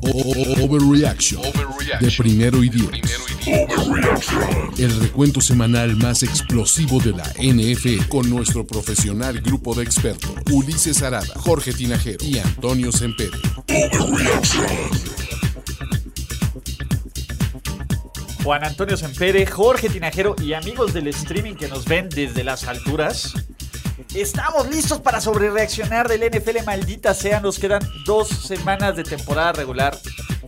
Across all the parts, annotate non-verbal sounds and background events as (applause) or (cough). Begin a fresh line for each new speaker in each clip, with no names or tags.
O- o- Overreaction de primero y diez. El recuento semanal más explosivo de la NF con nuestro profesional grupo de expertos Ulises Arada, Jorge Tinajero y Antonio Sempere.
Juan Antonio Sempere, Jorge Tinajero y amigos del streaming que nos ven desde las alturas. Estamos listos para sobrereaccionar del NFL, maldita sea. Nos quedan dos semanas de temporada regular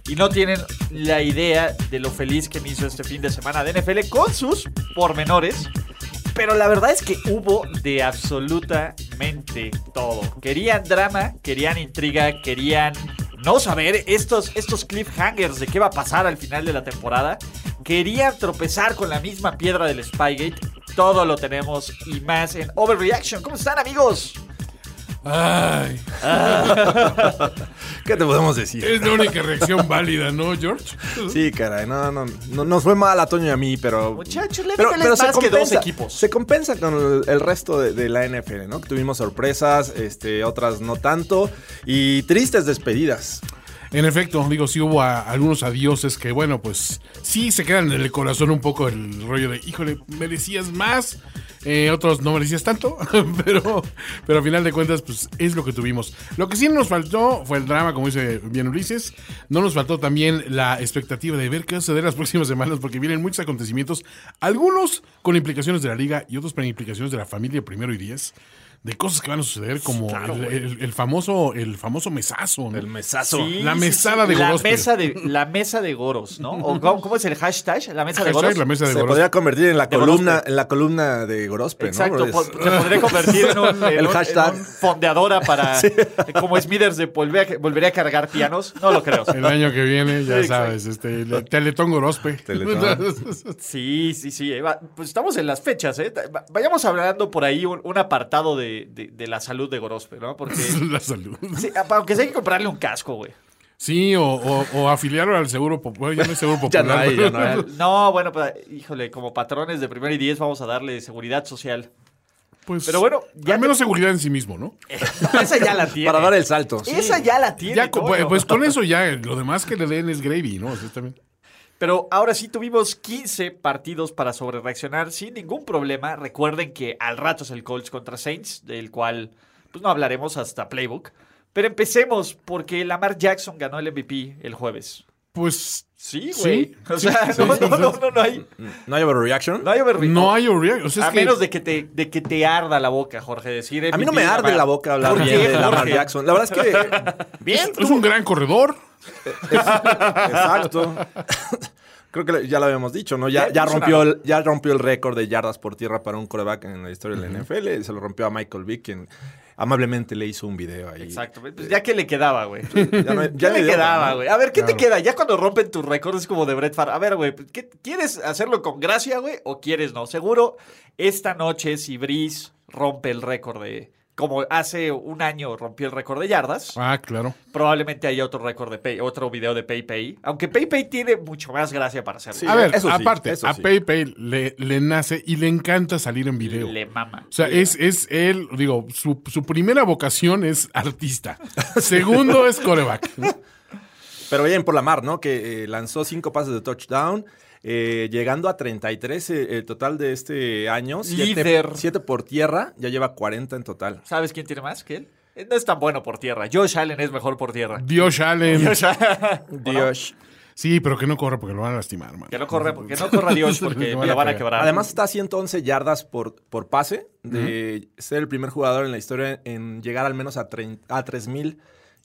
y no tienen la idea de lo feliz que me hizo este fin de semana de NFL con sus pormenores. Pero la verdad es que hubo de absolutamente todo. Querían drama, querían intriga, querían no saber estos, estos cliffhangers de qué va a pasar al final de la temporada. Querían tropezar con la misma piedra del Spygate. Todo lo tenemos y más en Overreaction. ¿Cómo están amigos?
Ay,
¿Qué te podemos decir?
es la única reacción válida, ¿no, George?
Sí, caray, no, no, no, nos fue mal a Toño y a mí, pero...
Muchachos, la
pero,
NFL
pero
es más que dos equipos.
Se compensa con el, el resto de, de la NFL, ¿no? Que tuvimos sorpresas, este, otras no tanto, y tristes despedidas.
En efecto, digo, sí hubo a- algunos adioses que, bueno, pues sí se quedan en el corazón un poco el rollo de, híjole, merecías más, eh, otros no merecías tanto, (laughs) pero, pero al final de cuentas, pues es lo que tuvimos. Lo que sí nos faltó fue el drama, como dice bien Ulises, no nos faltó también la expectativa de ver qué va a suceder las (laughs) próximas semanas, porque vienen muchos acontecimientos, algunos con implicaciones de la liga y otros con implicaciones de la familia primero y diez. De cosas que van a suceder, como el, el- el famoso, el famoso mesazo, ¿no?
El mesazo.
Sí,
La
sí,
mesada
sí.
de
la
Gorospe.
mesa de La mesa de goros, ¿no? ¿O cómo, cómo es el hashtag? La mesa de goros.
Hashtag la mesa de
Se
Gorospe.
podría convertir en la
De
columna,
Gorospe.
en la columna de Gorospe,
Exacto,
¿no? Es-
po- se
(laughs)
podría convertir en un, en
El
un-
hashtag.
en un fondeadora para
(laughs) Sí.
como Smithers de volver a, volvería a cargar pianos. No lo
(laughs)
creo.
El año que viene, ya
Sí,
sabes, este, el Teletón Gorospe.
este, Teletón.
Sí, sí, sí. Eva. Pues estamos en las fechas, ¿eh? Va- Vayamos hablando por ahí un, un apartado de, de- de la salud de Gorospe, ¿no?
(laughs)
Porque
La salud.
sí, aunque sea hay que comprarle un casco, güey.
Sí, o, o, o afiliarlo al Seguro Popular. Ya no es
(laughs)
Seguro
(laughs) Ya
Popular.
no hay, ya no (laughs) hay.
No, bueno, pues, híjole, como patrones de primer y diez vamos a darle seguridad
(laughs)
social.
Pues,
Pero bueno, ya
ya menos
te-
seguridad en sí mismo, ¿no?
Esa ya la tiene.
Para dar el salto. sí.
Esa ya la tiene.
Ya, co-
Toño.
pues con eso ya, lo demás que le den es gravy, ¿no? O sea, también.
Pero ahora sí tuvimos 15 partidos para sobrereaccionar sin ningún problema. Recuerden que al rato es el Colts contra Saints, del cual pues no hablaremos hasta Playbook. Pero empecemos porque Lamar Jackson ganó el MVP el jueves.
Pues
Sí,
Sí,
güey. (laughs) o
sí,
sea,
sí,
no,
sí,
no,
sí.
no, no, no hay,
Mm, ¿No hay overreaction?
no hay overreaction.
no hay overreaction. O sea,
a
es que-
menos de que te de que te arda la boca, Jorge, decir
A mí no
MVP,
me arde
Lamar.
la boca hablar
¿Por
bien
qué,
de Lamar
Jorge?
Jackson. La verdad es que
Bien,
es un gran corredor.
Exacto. (laughs) Creo que ya lo habíamos dicho, ¿no? Ya, ya, rompió, el, ya rompió el récord de yardas por tierra para un coreback en la historia de la NFL. Se lo rompió a Michael Vick, quien amablemente le hizo un video ahí.
Exacto, pues ya que le quedaba, güey. (laughs)
Ya, no-
Ya
no hay
le
de
quedaba,
otra, ¿no?
güey. A ver, ¿qué te queda? Ya cuando rompen tus récords es como de Brett Favre. A ver, güey, ¿qué- ¿quieres hacerlo con gracia, güey? ¿O quieres no? Seguro esta noche si Breeze rompe el récord de... Como hace un año rompió el récord de yardas,
Ah, claro.
probablemente haya otro récord de Pay, otro video de PayPay. Aunque PayPay tiene mucho más gracia para hacerlo. Ah,
Sí,
A ver,
eso sí,
aparte,
eso
a
sí.
PayPay le, le nace y le encanta salir en video.
Le mama.
O sea, es, es él, digo, su, su primera vocación es artista. (laughs) Segundo es coreback.
Pero bien por la mar, ¿no? Que eh, lanzó cinco pases de touchdown. eh, llegando a 33 eh, el total de este año. Siete-
Líder.
siete por tierra. Ya lleva 40 en total.
¿Sabes quién tiene más que él? Él No es tan bueno por tierra. Josh Allen es mejor
(laughs)
por tierra.
Dios Allen.
O sea,
Dios.
Sí, pero que no corra porque lo van a lastimar, man.
que no corre, porque no corra Dios, porque
Lo
me
van a
lo van a
cagar.
quebrar.
Además está a 111 yardas por, por pase de ser el primer jugador en la historia en llegar al menos a, trein- a 3.000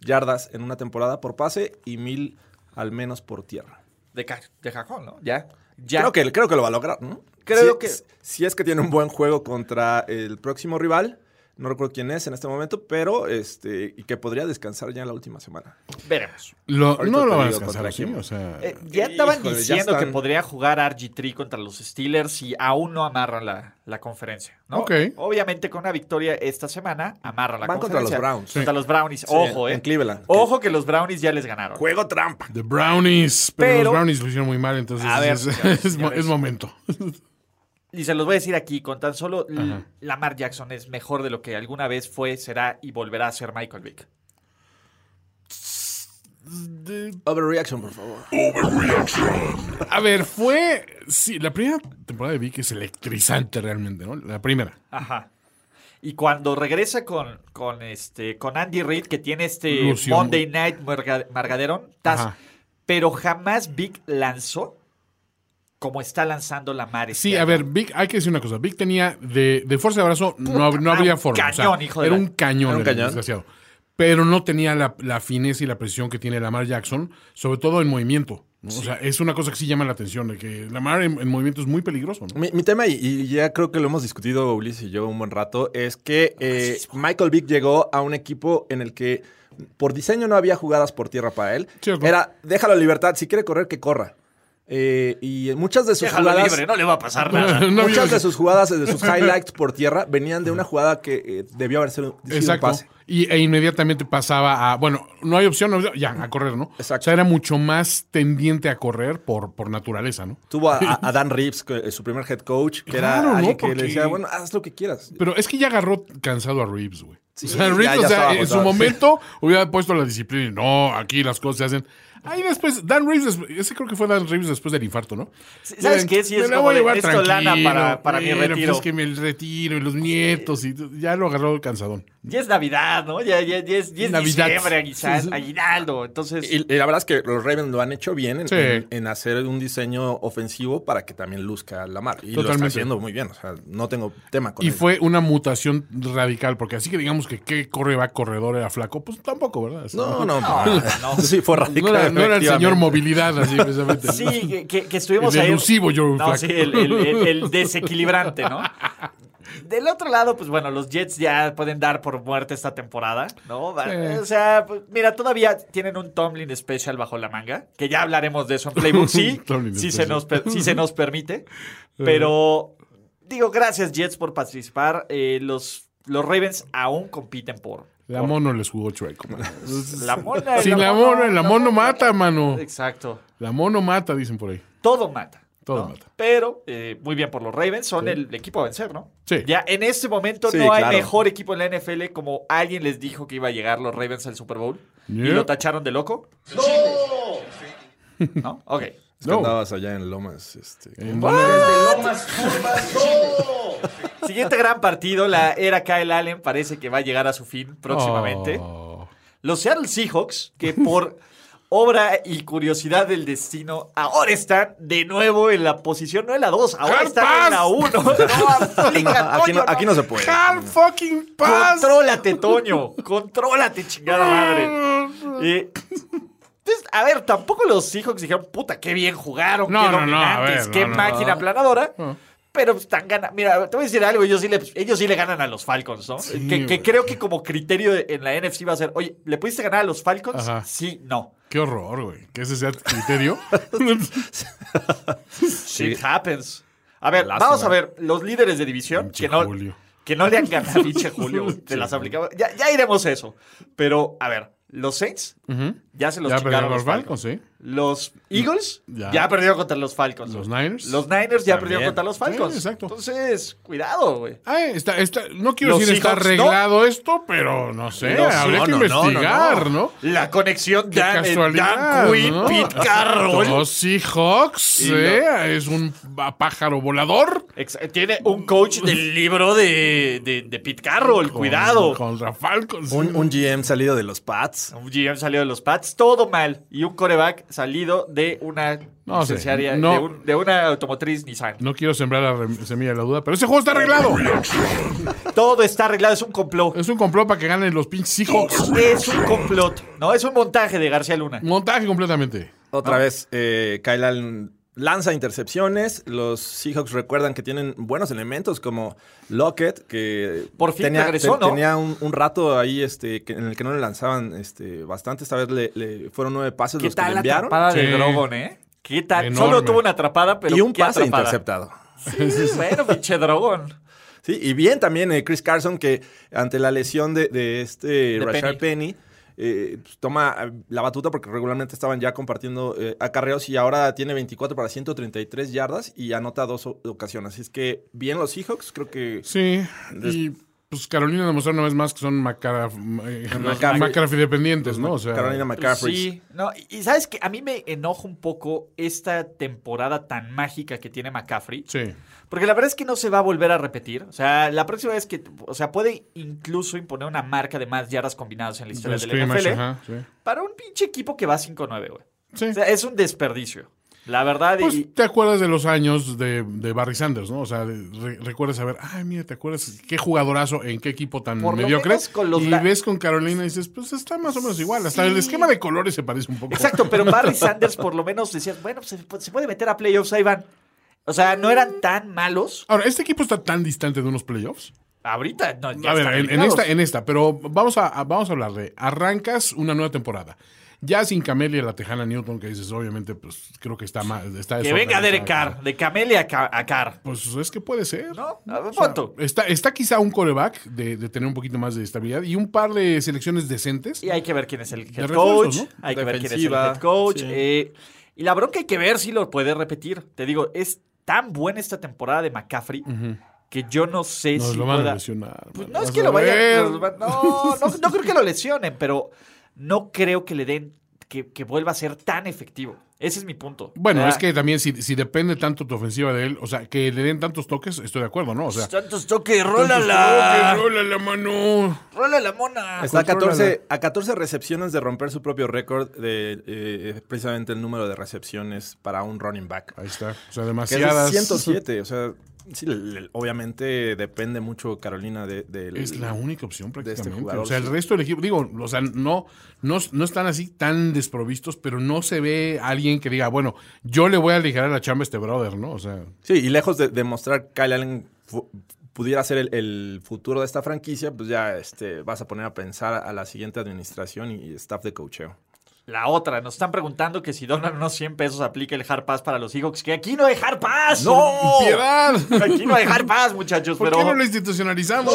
yardas en una temporada por pase y 1.000 al menos por tierra.
De, ca- de cajón, ¿no? Ya. ya.
Creo, que, creo que lo va a lograr, ¿no?
Creo
Si-
que-
Si es que tiene un buen juego contra el próximo rival, No recuerdo quién es en este momento, pero este y que podría descansar ya en la última semana.
Veremos.
Lo-
Ahorita
no
te
lo van a
digo
descansar
contra
así,
quién.
o sea...
Eh, ya estaban
Híjole, ya
diciendo que
están.
podría jugar RG3 contra los Steelers y aún no amarran la, la conferencia. ¿no?
Ok.
Obviamente con una victoria esta semana amarran la
Van contra
conferencia.
los Browns.
Contra
Sí.
los Brownies. Ojo, eh.
en Cleveland.
Ojo que los Brownies ya les ganaron.
Juego trampa.
The Brownies, pero,
Pero-
los Brownies lo hicieron muy mal, entonces
A ver,
es,
ya ves,
es
ya
mo-
ves.
es momento.
Y se los voy a decir aquí, con tan solo l- Lamar Jackson es mejor de lo que alguna vez fue, será y volverá a ser Michael Vick.
Overreaction, por favor.
A ver, fue. Sí, la primera temporada de Vic es electrizante realmente, ¿no? La primera.
Ajá. Y cuando regresa con, con, este, con Andy Reid, que tiene este
Lució
Monday Night Marga- Margaderon, tas-
Ajá.
pero jamás Vic lanzó como está lanzando Lamar. este
Sí, a
año.
ver, Vic, hay que decir una cosa. Vic tenía de, de fuerza de brazo, no, hab- no
madre,
habría
un
forma. o sea,
cañón, hijo de
era
la-
un cañón,
Era un
el
cañón.
desgraciado. Pero no tenía la, la fineza y la precisión que tiene Lamar Jackson, sobre todo en movimiento. ¿no? O sea, es una cosa que sí llama la atención, de que Lamar en, en movimiento es muy peligroso, ¿no?
Mi, mi tema, y, y ya creo que lo hemos discutido Ulises y yo un buen rato, es que
Ah,
eh, Michael Vick llegó a un equipo en el que por diseño no había jugadas por tierra para él.
Cierto.
Era, déjalo en libertad, si quiere correr, que corra. Eh, y muchas de sus
Déjalo
jugadas...
libre, no le va a pasar
(laughs)
nada.
No había-
Muchas de sus jugadas, de
(laughs)
sus highlights por tierra, venían de una jugada que eh, debió haber sido sido un
Exacto.
pase.
Y, e inmediatamente pasaba a, bueno, no hay opción, no hay- ya, a correr, ¿no? O
Exacto.
sea, era mucho más tendiente a correr por, por naturaleza, ¿no?
Tuvo a,
(laughs)
a- a Dan Reeves, que- eh, su primer head coach, que
Claro,
era
¿no?
alguien que
Porque-
le decía, bueno, haz lo que quieras.
Pero es que ya agarró cansado a Reeves, güey.
Sí,
o sea,
ya-
Reeves, o
ya
sea,
estaba
en su
agotado, sí.
momento hubiera puesto la disciplina y no, aquí las cosas se hacen. Ahí después, Dan Reeves, des- ese creo que fue Dan Reeves después del infarto, ¿no?
Sí, ¿sabes
Ya,
qué? Sí, es
me la
como
voy a
de,
llevar
"Esto lana
tranquilo,
para- para mi
mira, pues
retiro".
es que me retiro y los nietos y ya lo agarró el cansadón.
Ya es Navidad, ¿no? Ya, ya, ya es, ya es
Navidad.
diciembre, aguisa-
Sí, sí.
aguinaldo. Entonces,
Y, y la verdad es que los Ravens lo han hecho bien en,
Sí.
en- en hacer un diseño ofensivo para que también luzca la mar. Y lo está
Totalmente.
haciendo muy bien. O sea, no tengo tema con
Y
ello.
fue una mutación radical, porque así que digamos que qué correba corredor era flaco, pues tampoco, ¿verdad? (laughs)
No, no, no.
no.
(laughs) Sí, fue radical.
No era, no era el señor
efectivamente.
movilidad, así precisamente.
(laughs)
(laughs)
Sí, que- que, que estuvimos
El
ahí.
elusivo Joe
No,
Flacco.
sí, el, el- el- el desequilibrante,
(laughs)
¿no? Del otro lado, pues bueno, los Jets ya pueden dar por muerte esta temporada, ¿no? Va-
Sí.
O sea, pues, mira, todavía tienen un Tomlin Special bajo la manga, que ya hablaremos de eso
(laughs)
en Playbook, sí,
Tomlin
sí, se
Special.
nos, per- sí se nos permite,
(laughs)
pero digo, gracias Jets por participar, Eh, los, los Ravens aún compiten por...
La
por-
mono les jugó chueco. mano. (laughs)
la mona.
Sí, la mono, la mono mata, mano.
Exacto.
La mono mata, dicen por ahí.
todo mata.
Todo
¿no?
mata.
Pero eh, muy bien por los Ravens, son el equipo a vencer, ¿no?
Sí.
Ya en este momento
Sí,
no hay
claro.
mejor equipo en la NFL como alguien les dijo que iba a llegar los Ravens al Super Bowl y
Yeah.
lo tacharon de loco. ¡No! ¿No? Ok.
Es que
No. Eh.
andabas allá en Lomas. Este,
Siguiente gran partido, la era Kyle Allen parece que va a llegar a su fin próximamente.
Oh.
Los Seattle Seahawks, que por (laughs) obra y curiosidad del destino, ahora están de nuevo en la posición, no en la 2, ahora
Hard
están en la
pass.
(laughs)
1. No,
no,
aplica,
aquí, no,
coño,
aquí no se puede.
Hard fucking pass.
Contrólate, Toño. Contrólate, chingada madre.
(laughs)
Eh, entonces, a ver, tampoco los Seahawks dijeron, puta, qué bien jugaron,
No,
qué
no, no, a
dominantes,
ver,
qué
no, no,
máquina aplanadora. Pero pues, están ganando. Mira, te voy a decir algo, ellos sí le, ellos sí le ganan a los Falcons, ¿no? que, que
güey.
creo que como criterio en la NFC va a ser, oye, ¿le pudiste ganar a los Falcons?
Ajá.
Sí, no.
Qué horror, güey. Que ese sea tu criterio.
Shit happens. A ver,
Lástima.
vamos a ver los líderes de división
Pinche
que no,
Julio.
que no le han
(laughs)
ganado a pinche Julio. Te las aplicaba. Ya, ya iremos a eso. Pero, a ver, los Saints ya se los
Ya
chingaron
perdieron
los
los Falcons,
Falcons.
¿sí?
Los Eagles ya.
Ya.
perdieron contra los Falcons.
Los
güey.
Niners.
Los Niners ya
También.
perdieron contra los Falcons.
Sí, exacto.
Entonces, cuidado, güey.
Ah, está, está, no quiero
Los
decir está
Seahawks,
arreglado esto, pero no sé.
No, sí,
habría que
no, no, no,
investigar,
no,
¿no?
La conexión
Qué
Dan, eh,
casualidad.
Dan Quinn,
¿no? (laughs)
Pete Carroll.
Los Seahawks,
Y lo-
¿eh? Es un pa- pájaro volador.
Ex- Tiene un coach del libro de, de, de Pete Carroll. Cuidado.
Con, contra Falcons.
Un, un GM salido de los Pats.
Un GM salido de los Pats, todo mal. Y un coreback salido de una
No sé,
licenciaria,
no.
de, un- de una automotriz Nissan.
No quiero sembrar la rem- semilla de la duda, pero ese juego está arreglado.
Todo está arreglado, es un complot.
Es un complot para que ganen los pinches Seahawks.
Es un complot, ¿no? Es un montaje de García Luna.
Montaje completamente.
Otra vez, eh, Kyle Allen lanza intercepciones. Los Seahawks recuerdan que tienen buenos elementos como Lockett, que
Por fin
tenía,
regresó, ¿no?
tenía un, un rato ahí este, que- en el que no le lanzaban este, bastante. Esta vez le, le fueron nueve pases
¿Qué
los que
tal
le
la
enviaron.
atrapada de
Sí.
Drogon, eh? ¿Qué tal?
Enorme.
Solo tuvo una atrapada, pero
Y un
¿qué
pase
atrapada?
interceptado.
Sí, bueno, pinche Drogon.
Sí, y bien también eh, Chris Carson, que ante la lesión de, de este
De
Rashard Penny, eh, pues, toma eh, la batuta porque regularmente estaban ya compartiendo eh, acarreos y ahora tiene 24 para 133 yardas y anota dos o- ocasiones. Así es que bien los Seahawks, creo que
Sí. Y pues Carolina demostró una vez más que son
McCaffrey.
McCarthy dependientes, ¿no? O sea,
Carolina McCaffrey.
Sí, no, y- y sabes que a mí me enoja un poco esta temporada tan mágica que tiene McCaffrey.
Sí.
Porque la verdad es que no se va a volver a repetir. O sea, la próxima vez que. O sea, puede incluso imponer una marca de más yardas combinadas en la historia
El
del
scrimmage,
NFL.
ajá, sí.
Para un pinche equipo que va 5-9, güey.
Sí.
O sea, es un desperdicio. La verdad. y-
Pues te acuerdas de los años de, de Barry Sanders, ¿no? O sea, de- re- recuerdas a ver, ay, mira, ¿te acuerdas qué jugadorazo, en qué equipo tan
Por lo
mediocre?
menos con los
y
la-
ves con Carolina y dices, pues está más o menos igual. Hasta
Sí.
el esquema de colores se parece un poco. (laughs)
Exacto, pero Barry Sanders por lo menos decías, bueno, pues, se, se puede meter a playoffs, ahí van. O sea, no eran tan malos.
Ahora, ¿este equipo está tan distante de unos playoffs?
Ahorita, no, ya
a ver,
están
en, en
eliminados.
esta, en esta, pero vamos a, a- vamos a hablar de, arrancas una nueva temporada. Ya sin Camelia la Tejana Newton, que dices, obviamente, pues creo que está mal. Está
Que
desorganizada.
venga Derek Carr, de Camelia a, Ca- a Carr.
Pues es que puede ser.
¿No? A ver, punto.
Está, está quizá un coreback de, de tener un poquito más de estabilidad y un par de selecciones decentes.
Y hay que ver quién es el head coach.
refuerzos, ¿no?
Hay que ver quién es el
Defensiva,
head coach.
sí.
eh, y la bronca hay que ver si lo puede repetir. Te digo, es tan buena esta temporada de McCaffrey que yo no sé
Nos
si
lo van a
pueda-
lesionar.
Pues
man.
no es
Vas
que
a
lo
ver.
vayan. No, no, no creo que lo lesionen, pero no creo que le den. Que, que vuelva a ser tan efectivo. Ese es mi punto.
Bueno,
O sea,
es que también si, si depende tanto tu ofensiva de él, o sea, que le den tantos toques, estoy de acuerdo, ¿no? O sea,
Tantos toques, rola
tantos
la.
toques, rola la mano.
Rola la mona.
Está a
Contrólala.
14, a 14 recepciones de romper su propio récord de eh, precisamente el número de recepciones para un running back.
Ahí está. O sea,
Que es de
demasiadas.
107, o sea, sí, le- le- obviamente depende mucho Carolina de, del-
Es la única opción
este
prácticamente.
jugador,
o sea, el
sí.
resto del equipo, digo, o sea, no, no, no están así tan desprovistos, pero no se ve alguien que diga, bueno, yo le voy a aligerar la chamba a este brother, ¿no? O sea,
Sí, y lejos de demostrar Kyle Allen fu- pudiera ser el, el futuro de esta franquicia, pues ya este, vas a poner a pensar a la siguiente administración y staff de cocheo.
La otra, nos están preguntando que si donan unos 100 pesos aplica el hard pass para los Seahawks. Que aquí no hay hard pass. ¡No!
¡piedad!
Aquí no hay hard pass, muchachos.
¿Por
pero...
qué no lo institucionalizamos?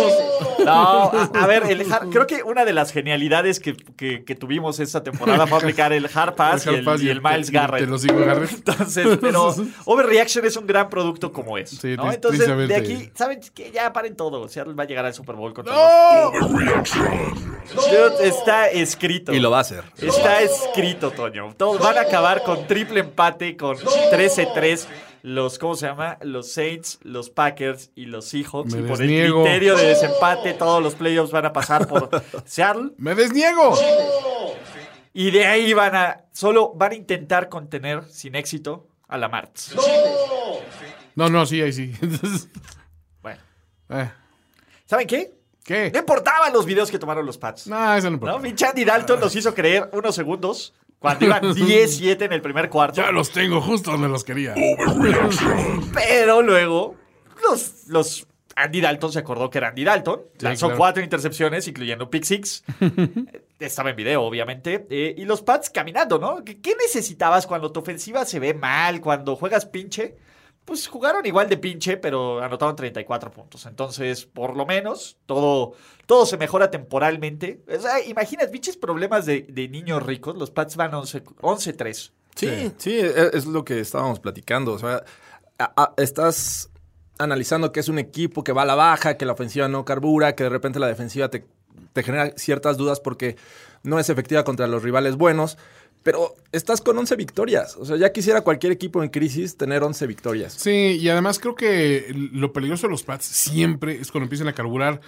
No, a, a ver, el har- creo que una de las genialidades que, que- que tuvimos esta temporada fue aplicar el Hard Pass,
Hard
y, el,
pass
y el Miles
te-
Garrett.
Te lo sigo, Garrett.
(laughs) Entonces,
(laughs)
pero Overreaction es un gran producto como es.
Sí,
¿no?
tris-
Entonces, de
tristemente.
aquí, ¿saben que Ya paren todo. Seattle va a llegar al Super Bowl con ¡No! Dude, está escrito.
Y lo va a hacer.
Está escrito, Toño. Todos van a acabar con triple empate, con 13-3. Los, ¿cómo se llama? Los Saints, los Packers y los Seahawks.
Me
y por
desniego.
el criterio de desempate, todos los playoffs van a pasar por
(laughs)
Seattle.
¡Me desniego!
Y de ahí van a. Solo van a intentar contener sin éxito a la Martz.
No, no, sí, ahí sí. (laughs) Entonces,
Bueno.
eh,
¿Saben qué?
¿Qué?
No importaban los videos que tomaron los Pats.
No, eso no importa.
¿No? Mi Chandy Dalton nos hizo creer unos segundos cuando
(laughs)
iban 10-7 en el primer cuarto.
Ya los tengo justo donde los quería.
Pero luego, los, los Andy Dalton se acordó que era Andy Dalton. lanzó
claro.
cuatro intercepciones, incluyendo pick six. Estaba en video, obviamente. Eh, y los Pats caminando, ¿no? ¿Qué, qué necesitabas cuando tu ofensiva se ve mal, cuando juegas pinche? Pues jugaron igual de pinche, pero anotaron 34 puntos. Entonces, por lo menos, todo, todo se mejora temporalmente. O sea, imaginas, pinches problemas de, de niños ricos. Los Pats van 11 11-3.
Sí, sí, e- es lo que estábamos platicando. O sea, a- a- estás analizando que es un equipo que va a la baja, que la ofensiva no carbura, que de repente la defensiva te, te genera ciertas dudas porque no es efectiva contra los rivales buenos. Pero estás con 11 victorias. O sea, ya quisiera cualquier equipo en crisis tener 11 victorias.
Sí, y además creo que lo peligroso de los Pats siempre es cuando empiezan a carburar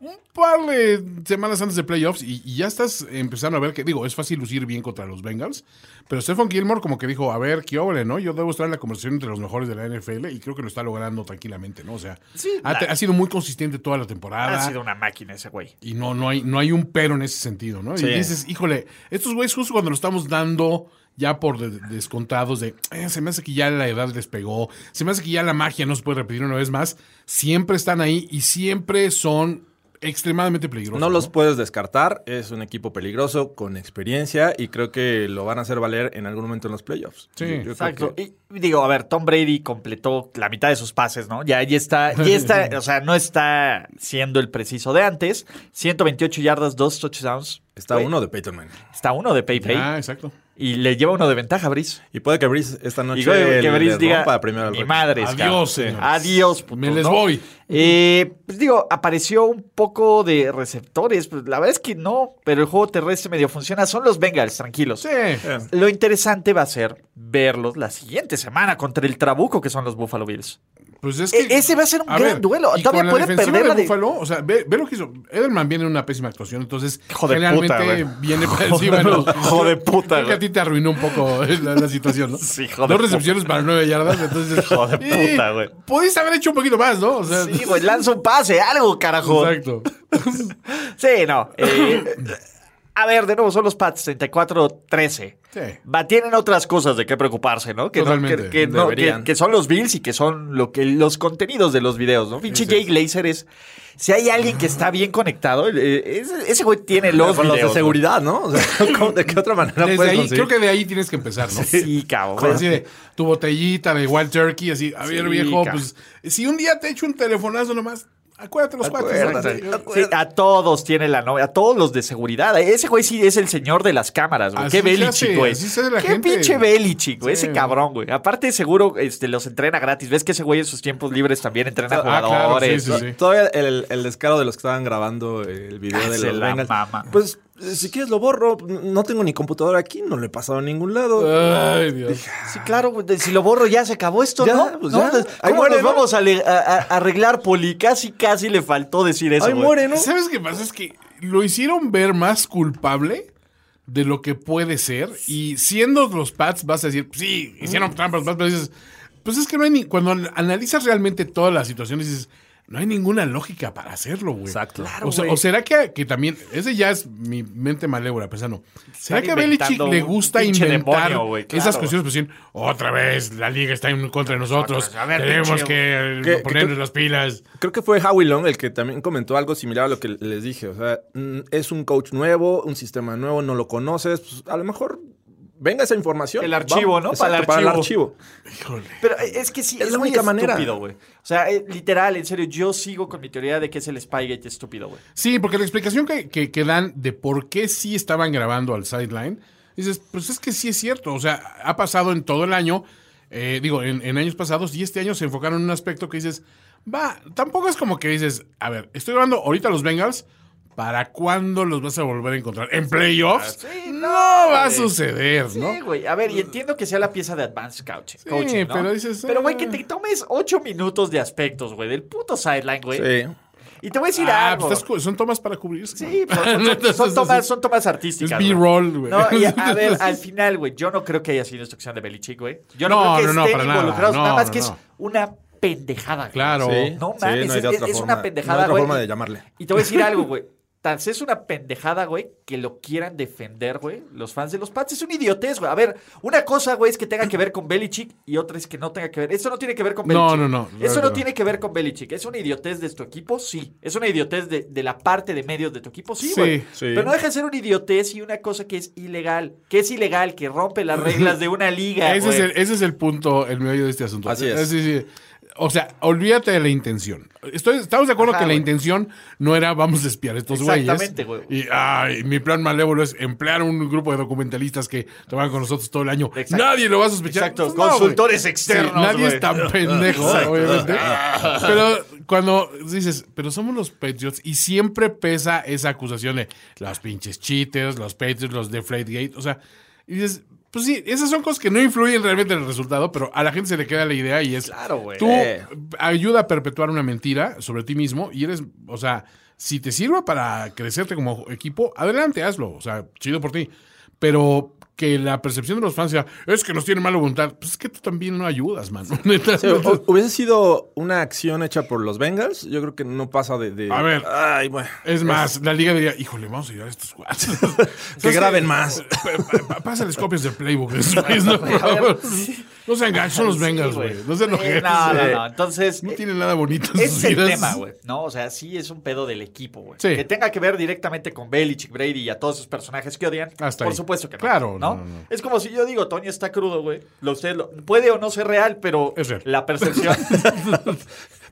un par de semanas antes de playoffs y, y ya estás empezando a ver que, digo, es fácil lucir bien contra los Bengals, pero Stephon Gilmore como que dijo, a ver, qué óvole, ¿no? Yo debo estar en la conversación entre los mejores de la NFL y creo que lo está logrando tranquilamente, ¿no? O sea, ha,
la-
te- ha sido muy consistente toda la temporada.
Ha sido una máquina ese güey.
Y no, no hay, no hay un pero en ese sentido, ¿no?
Sí.
Y dices, híjole, estos güeyes justo cuando lo estamos dando, ya por de- descontados de, "Eh, se me hace que ya la edad les pegó, se me hace que ya la magia no se puede repetir una vez más, siempre están ahí y siempre son extremadamente peligrosos.
No los puedes descartar, es un equipo peligroso, con experiencia y creo que lo van a hacer valer en algún momento en los playoffs.
Sí.
Yo- yo creo
Exacto.
que-
Y y digo, a ver, Tom Brady completó la mitad de sus pases, ¿no? Ya, ya está,
(laughs)
ya está, o sea, no está siendo el preciso de antes. 128 yardas, dos touchdowns.
Está uno de Peyton Manning.
Está uno de Pay
Ah, exacto.
y le lleva uno de ventaja, Brice.
Y puede que Breeze esta noche
Y que, que
le
Brice diga,
rompa primero al
mi
récord.
madre,
Adiós, señores.
adiós. putos,
Me les
¿no?
voy.
Eh, pues digo, apareció un poco de receptores. Pues, la verdad es que no, pero el juego terrestre medio funciona. Son los Bengals, tranquilos.
Sí.
Eh.
Lo interesante va a ser verlos la siguiente semana contra el trabuco que son los Buffalo Bills.
Pues es que,
E- ese va a ser un gran duelo.
y
Todavía
con la
pueden
defensiva
perder la
de
de-
Buffalo, o sea, ve, ve lo que hizo. Edelman viene en una pésima actuación, entonces
Hijo de
generalmente
puta, güey. (laughs)
viene para encima.
Joder,
¿no?
hijo de puta,
Creo que
güey.
a ti te arruinó un poco (laughs) la, la situación, ¿no?
Sí, hijo de
Dos
puta.
recepciones para nueve yardas, entonces...
Hijo de puta, güey.
Podías haber hecho un poquito más, ¿no? O sea, (laughs)
Sí, güey, lanza un pase, algo, carajo.
Exacto.
Sí, no. eh, a ver, de nuevo, son los Pats 34-13.
Sí.
Va, tienen otras cosas de qué preocuparse, ¿no? Que, no-
Totalmente,
que, que no- que-
deberían.
que son los Bills y que son lo que, los contenidos de los videos, ¿no? Pinche Jay Glazer es. Si hay alguien que está bien conectado, eh, ese, ese güey tiene los
Con los de
videos, güey.
seguridad, ¿no? (laughs) O sea, ¿cómo- ¿de qué otra manera
Desde
puedes
ahí,
conseguir?
creo que de ahí tienes que empezar, ¿no?
Sí, cabrón.
Con así de tu botellita de Wild Turkey, así, a ver,
Sí,
viejo,
ca-
pues, si un día te echo un telefonazo nomás, acuérdate los cuatro.
Acuérdate.
¿no?
Sí, a todos tiene la novia, a todos los de seguridad. Ese güey sí es el señor de las cámaras, güey.
Así
Qué
se
Belichick,
hace,
güey.
así se hace la
Qué
gente.
pinche Belichick, güey.
Sí.
Ese cabrón, güey. Aparte, seguro este, los entrena gratis. Ves que ese güey en sus tiempos libres también entrena
Ah, claro,
jugadores.
sí, sí, sí.
Todavía el, el descaro de los que estaban grabando el video
Ah,
de
se
los
la
Bengals.
mama.
Pues eh, si quieres lo borro, no tengo ni computadora aquí, no lo he pasado a ningún
Eh,
lado.
Ay, Dios.
Sí, claro, güey. De- Si lo borro ya se acabó esto,
Ya,
¿no?
pues
¿No?
ya.
Entonces,
Ahí
¿Cómo
muere,
nos
¿no?
vamos a, ale- a- a- a arreglar, Poli? Casi, casi le faltó decir eso,
Ay,
güey.
muere, ¿no?
¿Sabes qué pasa? Es que lo hicieron ver más culpable de lo que puede ser. Y siendo los Pats, vas a decir, sí,
Mm.
hicieron trampas, pero dices, pues es que no hay ni. Cuando an- analizas realmente todas las situaciones, dices, no hay ninguna lógica para hacerlo, güey.
Exacto.
o, sea, o será que, que también. Ese ya es mi mente malévola pensando. ¿Será que a Belichick
inventando
le
un
gusta
pinche
inventar
demonio, güey, claro.
esas cuestiones? Pues dicen, otra vez la liga está en contra de nosotros. Tenemos que eh,
¿Qué- qué-
ponernos las pilas.
Creo que fue Howie Long el que también comentó algo similar a lo que les dije. O sea, mm, es un coach nuevo, un sistema nuevo, no lo conoces. pues, a lo mejor venga esa información.
El archivo, ¿no? Para el
Para el
archivo.
archivo.
Híjole.
Pero eh, es que sí,
Es
es,
la
muy
única manera.
estúpido, güey. O sea, eh, literal, en serio, yo sigo con mi teoría de que es el Spygate estúpido, güey.
Sí, porque la explicación que, que, que dan de por qué sí estaban grabando al sideline, dices, pues es que sí es cierto. O sea, ha pasado en todo el año, eh, digo, en, en años pasados, y este año se enfocaron en un aspecto que dices, va, tampoco es como que dices, a ver, estoy grabando ahorita los Bengals, ¿para cuándo los vas a volver a encontrar? ¿En playoffs?
Ah, Sí,
no va a
güey.
suceder, ¿no? Ah.
Sí, güey. A ver, y entiendo que sea la pieza de Advanced Couch. coaching, ¿no?
pero dices,
Pero, güey,
eh.
que te tomes ocho minutos de aspectos, güey, del puto sideline, güey.
Sí.
Y te voy a decir
Ah,
algo.
pues estás cu- son tomas para cubrirse. (laughs)
Sí, pues, son- son,
Entonces,
tomas, son tomas artísticas.
Es
güey.
B-roll, güey. (laughs)
No, y a, a ver, al final, güey, yo no creo que haya sido instrucción de Belichick, güey. Yo no,
No,
creo
no,
que
no,
estén
para nada.
involucrados. Nada,
No,
más
no,
que es
no.
una pendejada, güey.
Claro.
Sí,
No
sí,
mames,
hay
es-
de otra
es- es una
forma.
pendejada,
No hay otra
güey.
forma de llamarle.
Y te voy a
(laughs)
decir algo, güey. Tan es una pendejada, güey, que lo quieran defender, güey, los fans de los Pats. Es un idiotez, güey. A ver, una cosa, güey, es que tenga que ver con Belichick y otra es que no tenga que ver. Eso no tiene que ver con
No,
Belichick.
no, no,
Eso
claro.
no tiene que ver con Belichick. ¿Es una idiotez de tu equipo? Sí. ¿Es una idiotez de, de la parte de medios de tu equipo? Sí,
Sí,
güey.
sí.
Pero no deja de ser una idiotez y una cosa que es ilegal. Que es ilegal, que rompe las reglas de una liga,
(laughs) Ese es,
güey.
el, ese es el punto, el medio de este asunto.
Así es.
sí. O sea, olvídate de la intención. Estoy, estamos de acuerdo
Ajá,
que la
güey.
intención no era vamos a espiar a estos güeyes.
Exactamente, güey.
Y ay, mi plan malévolo es emplear un grupo de documentalistas que trabajan con nosotros todo el año.
Exacto.
Nadie lo va a sospechar.
Exacto,
güey.
consultores externos,
nadie
güey. Ah.
es tan pendejo, obviamente. Pero cuando dices, pero somos los Patriots y siempre pesa esa acusación de los pinches cheaters, los Patriots, los de Flightgate. O sea, y dices, pues sí, esas son cosas que no influyen realmente en el resultado, pero a la gente se le queda la idea y es.
Claro, güey. Eh.
Tú ayuda a perpetuar una mentira sobre ti mismo y eres, o sea, si te sirve para crecerte como equipo, adelante, hazlo. O sea, chido por ti. Pero que la percepción de los fans sea, es que nos tienen mala voluntad. Pues es que tú también no ayudas, mano. (laughs) Neta.
Sí, o- hubiese sido una acción hecha por los Bengals, yo creo que no pasa de. de-
A ver.
Ay, bueno.
Pues
Es más, la liga diría, híjole, vamos a ayudar a estos (laughs)
(laughs)
cuates. Entonces,
graben más.
(laughs) pa- pa- pa- Pásales copias del
(laughs)
playbook. (laughs) de esos güeyes, ¿no? Por favor. No se enganchen, son los Bengals, güey. No se
Eh,
enojen.
No, no,
No,
no. Entonces, eh,
tienen nada bonito. en
Ese
sus
es el
vidas.
tema, güey. No, o sea, sí es un pedo del equipo, güey.
Sí.
Que tenga que ver directamente con Belichick, Brady y a todos esos personajes que odian.
Hasta
por
ahí.
supuesto que no.
Ah, Claro,
¿no?
no, no, no.
Es como si yo digo, Toño está crudo, güey. Lo, usted lo- puede o no ser real, pero
Es real. (laughs)
la percepción.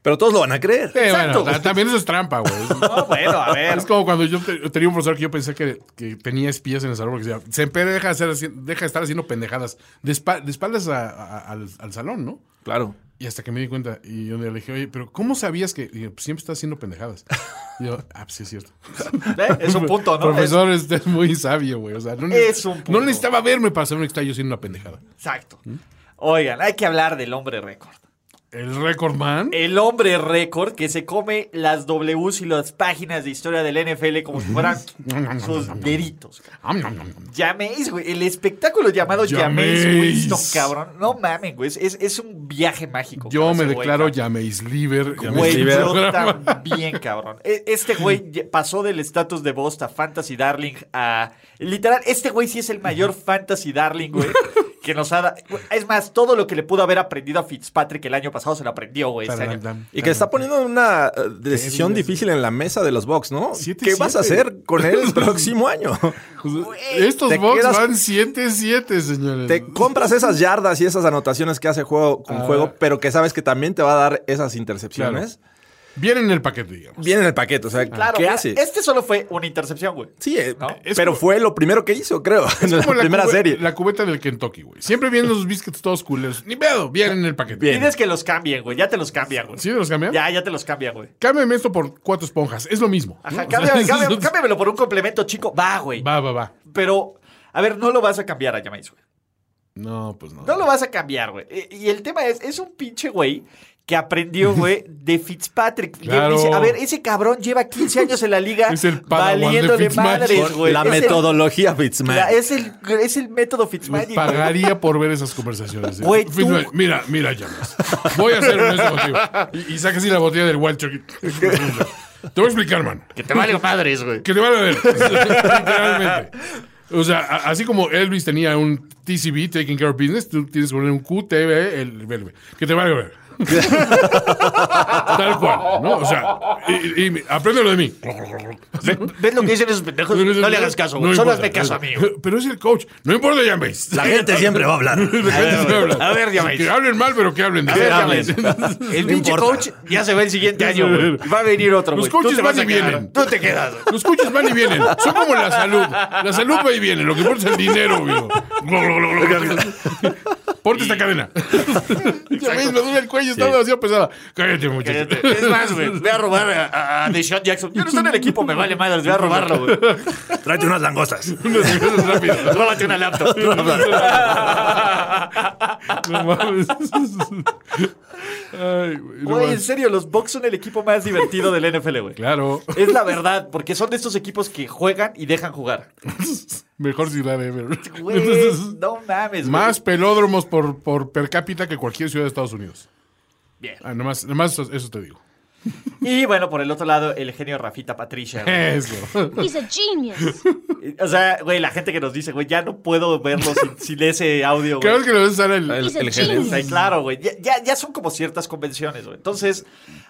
Pero todos lo van a creer.
Sí, bueno,
Exacto, güey.
ta- también eso es trampa, güey.
(laughs) no, bueno, a ver.
Es como cuando yo te- tenía un profesor que yo pensé que, que tenía espías en el salón. Porque decía, Sempere deja de, hacer así- deja de estar haciendo pendejadas. De, espa- de espaldas a- a- al, al salón, ¿no?
Claro.
Y hasta que me di cuenta, y yo le dije, oye, pero ¿cómo sabías que y yo, "Pues siempre estás haciendo
(laughs)
pendejadas? Y yo, ah, pues sí es cierto.
¿Eh? Es un punto, ¿no?
Profesor, este es muy sabio, güey. O sea, no, ne-
Es un punto.
no necesitaba verme para saber que estaba yo siendo una pendejada.
Es- Exacto. Oigan, hay que hablar del hombre récord.
El Record Man.
El hombre récord que se come las Ws y las páginas de historia del NFL como si
(laughs)
fueran sus deditos.
Am, nom, nom, nom.
Jameis, güey. El espectáculo llamado Jameis
Jameis.
Winston, cabrón. No mames, güey. Es, es- es un viaje mágico.
Yo
cabrón,
me
ese güey,
declaro
cabrón.
Jameis Lieber. Jameis
Güey,
Lieber.
yo
(laughs)
también, cabrón. E- Este güey ya- pasó del estatus de Bosta a Fantasy Darling a. Literal, este güey sí es el mayor Fantasy
(laughs)
Darling, güey. Que nos ha dado. Es más, todo lo que le pudo haber aprendido a Fitzpatrick el año pasado se lo aprendió, güey. este año.
Y que está poniendo una eh, decisión difícil en la mesa de los Bucks, ¿no?
Siete,
¿Qué vas a
siete.
hacer con él
(laughs)
el próximo año?
Estos
te
box
quedas-
van 7-7, señores.
Te compras esas yardas y esas anotaciones que hace juego con
Ah.
juego, pero que sabes que también te va a dar esas intercepciones.
Vienen en el paquete,
(laughs)
digamos.
Viene en el paquete, o sea,
Claro,
¿qué
mira,
hace?
Este solo fue una intercepción, güey.
Sí, eh,
¿No?
Es
pero
como-
fue lo primero que hizo, creo, en la
Como
primera
cube-
serie.
La cubeta del Kentucky, güey. Siempre vienen los biscuits todos culeros. Ni pedo, vienen en el paquete.
Bien.
Pides que los cambien, güey. Ya te los cambian, güey.
¿Sí los cambian?
Ya, ya te los cambian, güey.
Cámbiame esto por cuatro esponjas. Es lo mismo.
Ajá,
¿no? (laughs)
cámbiame-
O sea,
cámbiame- cámbiamelo por un complemento, chico. Va, güey.
Va, va, va.
Pero, a ver, no lo vas a cambiar a Jameis, güey.
No, pues no.
No lo vas a cambiar, güey. E- Y el tema es, es un pinche güey
(laughs)
que aprendió, güey, de Fitzpatrick. Y él
Claro.
dice, a ver, ese cabrón lleva 15 años en la liga
(laughs) Es el padawan de
valiéndole
Fitzmagic.
madres, güey.
la
Es el-
metodología Fitzman.
la- es, el, es el método
Pues
Fitzmagic. güey.
pagaría por ver esas conversaciones. ¿eh?
Güey, tú-
Fitman, Mira, mira, James. Voy a ser honesto
(laughs)
contigo. Y, y saca así la botella del Wild Turkey. Te voy a explicar, mano.
Que te vale
(laughs)
madres, güey.
Que te van a ver. Literalmente. O sea, a- así como Elvis tenía un TCB, Taking Care of Business, tú tienes que poner un QTB, el, el- el- que te van a
(laughs)
ver. Tal cual, ¿no? O sea, y, y- y apréndelo de mí.
¿Ves lo que dicen esos pendejos? No le hagas caso, güey. Solo
importa.
hazme caso
(laughs)
a mí, güey.
Pero es el coach. No importa, ya veis. (laughs)
La gente siempre va a hablar.
La gente se habla.
A ver,
(laughs)
ya veis.
Que hablen mal, pero que hablen de
A ver, ya
hablen.
ves.
(laughs)
El pinche
importa.
coach ya se va el siguiente año, güey. Va a venir otro,
Los
güey. Tú
coaches
te vas
van
a
y
quedar.
vienen.
Tú te quedas, güey.
Los coches van y vienen. Son como la salud. La salud va y viene. Lo que importa es el dinero, viejo. Ponte esta cadena. Ya ves, me duele el cuello. Está demasiado pesada. Cállate, muchacho. (laughs)
Cállate. Es más, güey, voy a robar a, a, a Deshaun Jackson. Yo no estoy en el equipo, me vale madres, voy a robarlo, güey.
Tráete unas
(laughs)
langostas.
Róbate una laptop.
No mames. Ay, güey. no
Güey, en
mames.
serio, los Bucks son el equipo más divertido del NFL, güey.
Claro.
Es la verdad, porque son de estos equipos que juegan y dejan jugar.
Mejor ciudad ever.
Güey, no mames, güey.
Más pelódromos por, por per cápita que cualquier ciudad de Estados Unidos.
Bien.
Ah, nomás, nomás eso, eso te digo.
Y bueno, por el otro lado, el genio Rafita Patricia. güey.
Eso.
He's a genius.
(laughs)
O sea, güey, la gente que nos dice, güey, ya no puedo verlo sin, sin ese audio, güey.
Creo que lo ves sale el,
He's a
el
O sea,
genius.
claro, güey. Ya, ya, ya son como ciertas convenciones, güey. Entonces,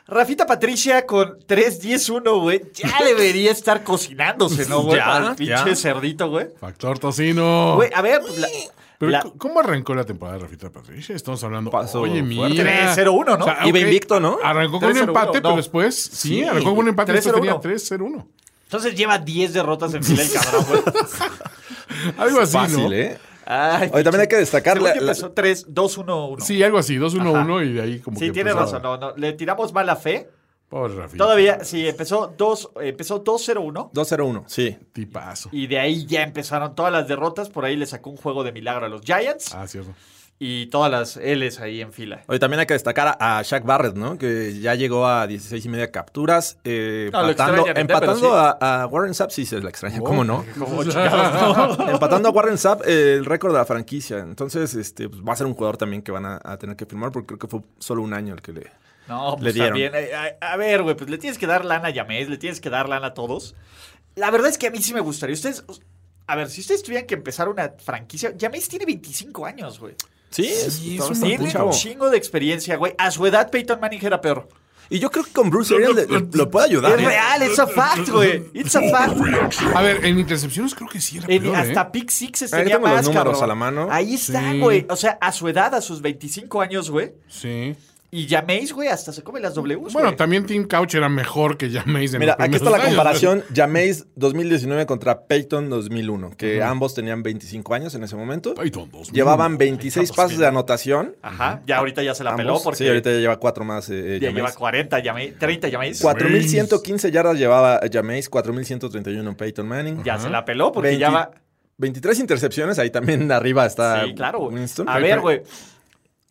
Rafita Patricia con 3-10-1, güey, ya debería estar cocinándose, ¿no, güey?
Ya,
Para el pinche
ya.
cerdito, güey.
factor tocino.
Güey, a ver, la-
Pero
la-
c- ¿cómo arrancó la temporada de Rafita Patricia? Estamos hablando.
Pasó
oye, mira.
fuerte.
3-0-1, ¿no?
Iba
ok,
invicto, ¿no?
Arrancó con un
3-0-1,
empate,
no.
pero después. Sí,
Sí,
arrancó con un empate, después tenía
3-0-1.
3-0-1.
entonces lleva 10 derrotas en fila el cabrón,
(laughs)
güey.
Algo así,
Fácil,
¿no?
¿eh?
Ay,
Oye, también hay que destacar
según
la-
yo
la-
empezó 3-2-1-1.
Sí, algo así, 2-1-1
Ajá.
y de ahí como
Sí,
que.
tiene
empezaba.
razón. No, no, le tiramos mala fe.
Pobre Rafita.
Todavía, sí, empezó 2 empezó 2-0-1.
2-0-1, sí.
Tipazo.
Y de ahí ya empezaron todas las derrotas. Por ahí le sacó un juego de milagro a los Giants.
Ah, cierto.
y todas las L's ahí en fila.
Oye, también hay que destacar a, a Shaq Barrett, ¿no? Que ya llegó a 16 y media capturas. eh,
No, Ah, lo
empatando
extrañan,
empatando
pero sí. Oh.
a, a Warren Sapp, sí se la extraña, ¿cómo no?
(laughs)
empatando a Warren Sapp eh, el récord de la franquicia. Entonces, este, pues, va a ser un jugador también que van a, a tener que firmar, porque creo que fue solo un año el que le.
No,
Le
pues
dieron.
también. eh, A, a ver, güey, pues le tienes que dar lana a Yamés, le tienes que dar lana a todos. La verdad es que a mí sí me gustaría. Ustedes, a ver, si ustedes tuvieran que empezar una franquicia, Yamés tiene 25 años, güey.
Sí,
es un
bastante
Tiene
buen
un
chavo.
chingo de experiencia, güey. A su edad, Peyton Manning era peor.
Y yo creo que con Bruce Arians le- le- lo puede ayudar.
Es
¿eh?
real, it's a fact, güey. It's
(laughs)
a fact.
A ver, en intercepciones creo que sí era
En-
peor, ¿eh?
hasta Pick Six
Ahí
tenía
tengo los
más,
números
cabrón.
a la mano.
Ahí está,
Sí.
güey. O sea, a su edad, a sus 25 años, güey.
Sí.
Y llaméis, güey, hasta se come las W.
Bueno, también Tim Couch era mejor que Jameis en
Mira,
los
aquí está la
primeros años.
comparación Jameis 2019 contra Peyton 2001, que ambos tenían 25 años en ese momento.
Peyton 2001.
Llevaban 26 pases de anotación.
Ajá, ya ahorita ya se la peló
ambos.
porque
Sí, ahorita ya lleva cuatro más. eh,
Este ya
Jameis.
lleva 40, llaméis, 30 llaméis.
4.115 yardas llevaba Jameis, 4.131 Peyton Manning.
Ya se la peló porque
20
ya va.
23 intercepciones, ahí también (laughs) arriba está
Sí, claro, güey.
Winston.
A ver, güey.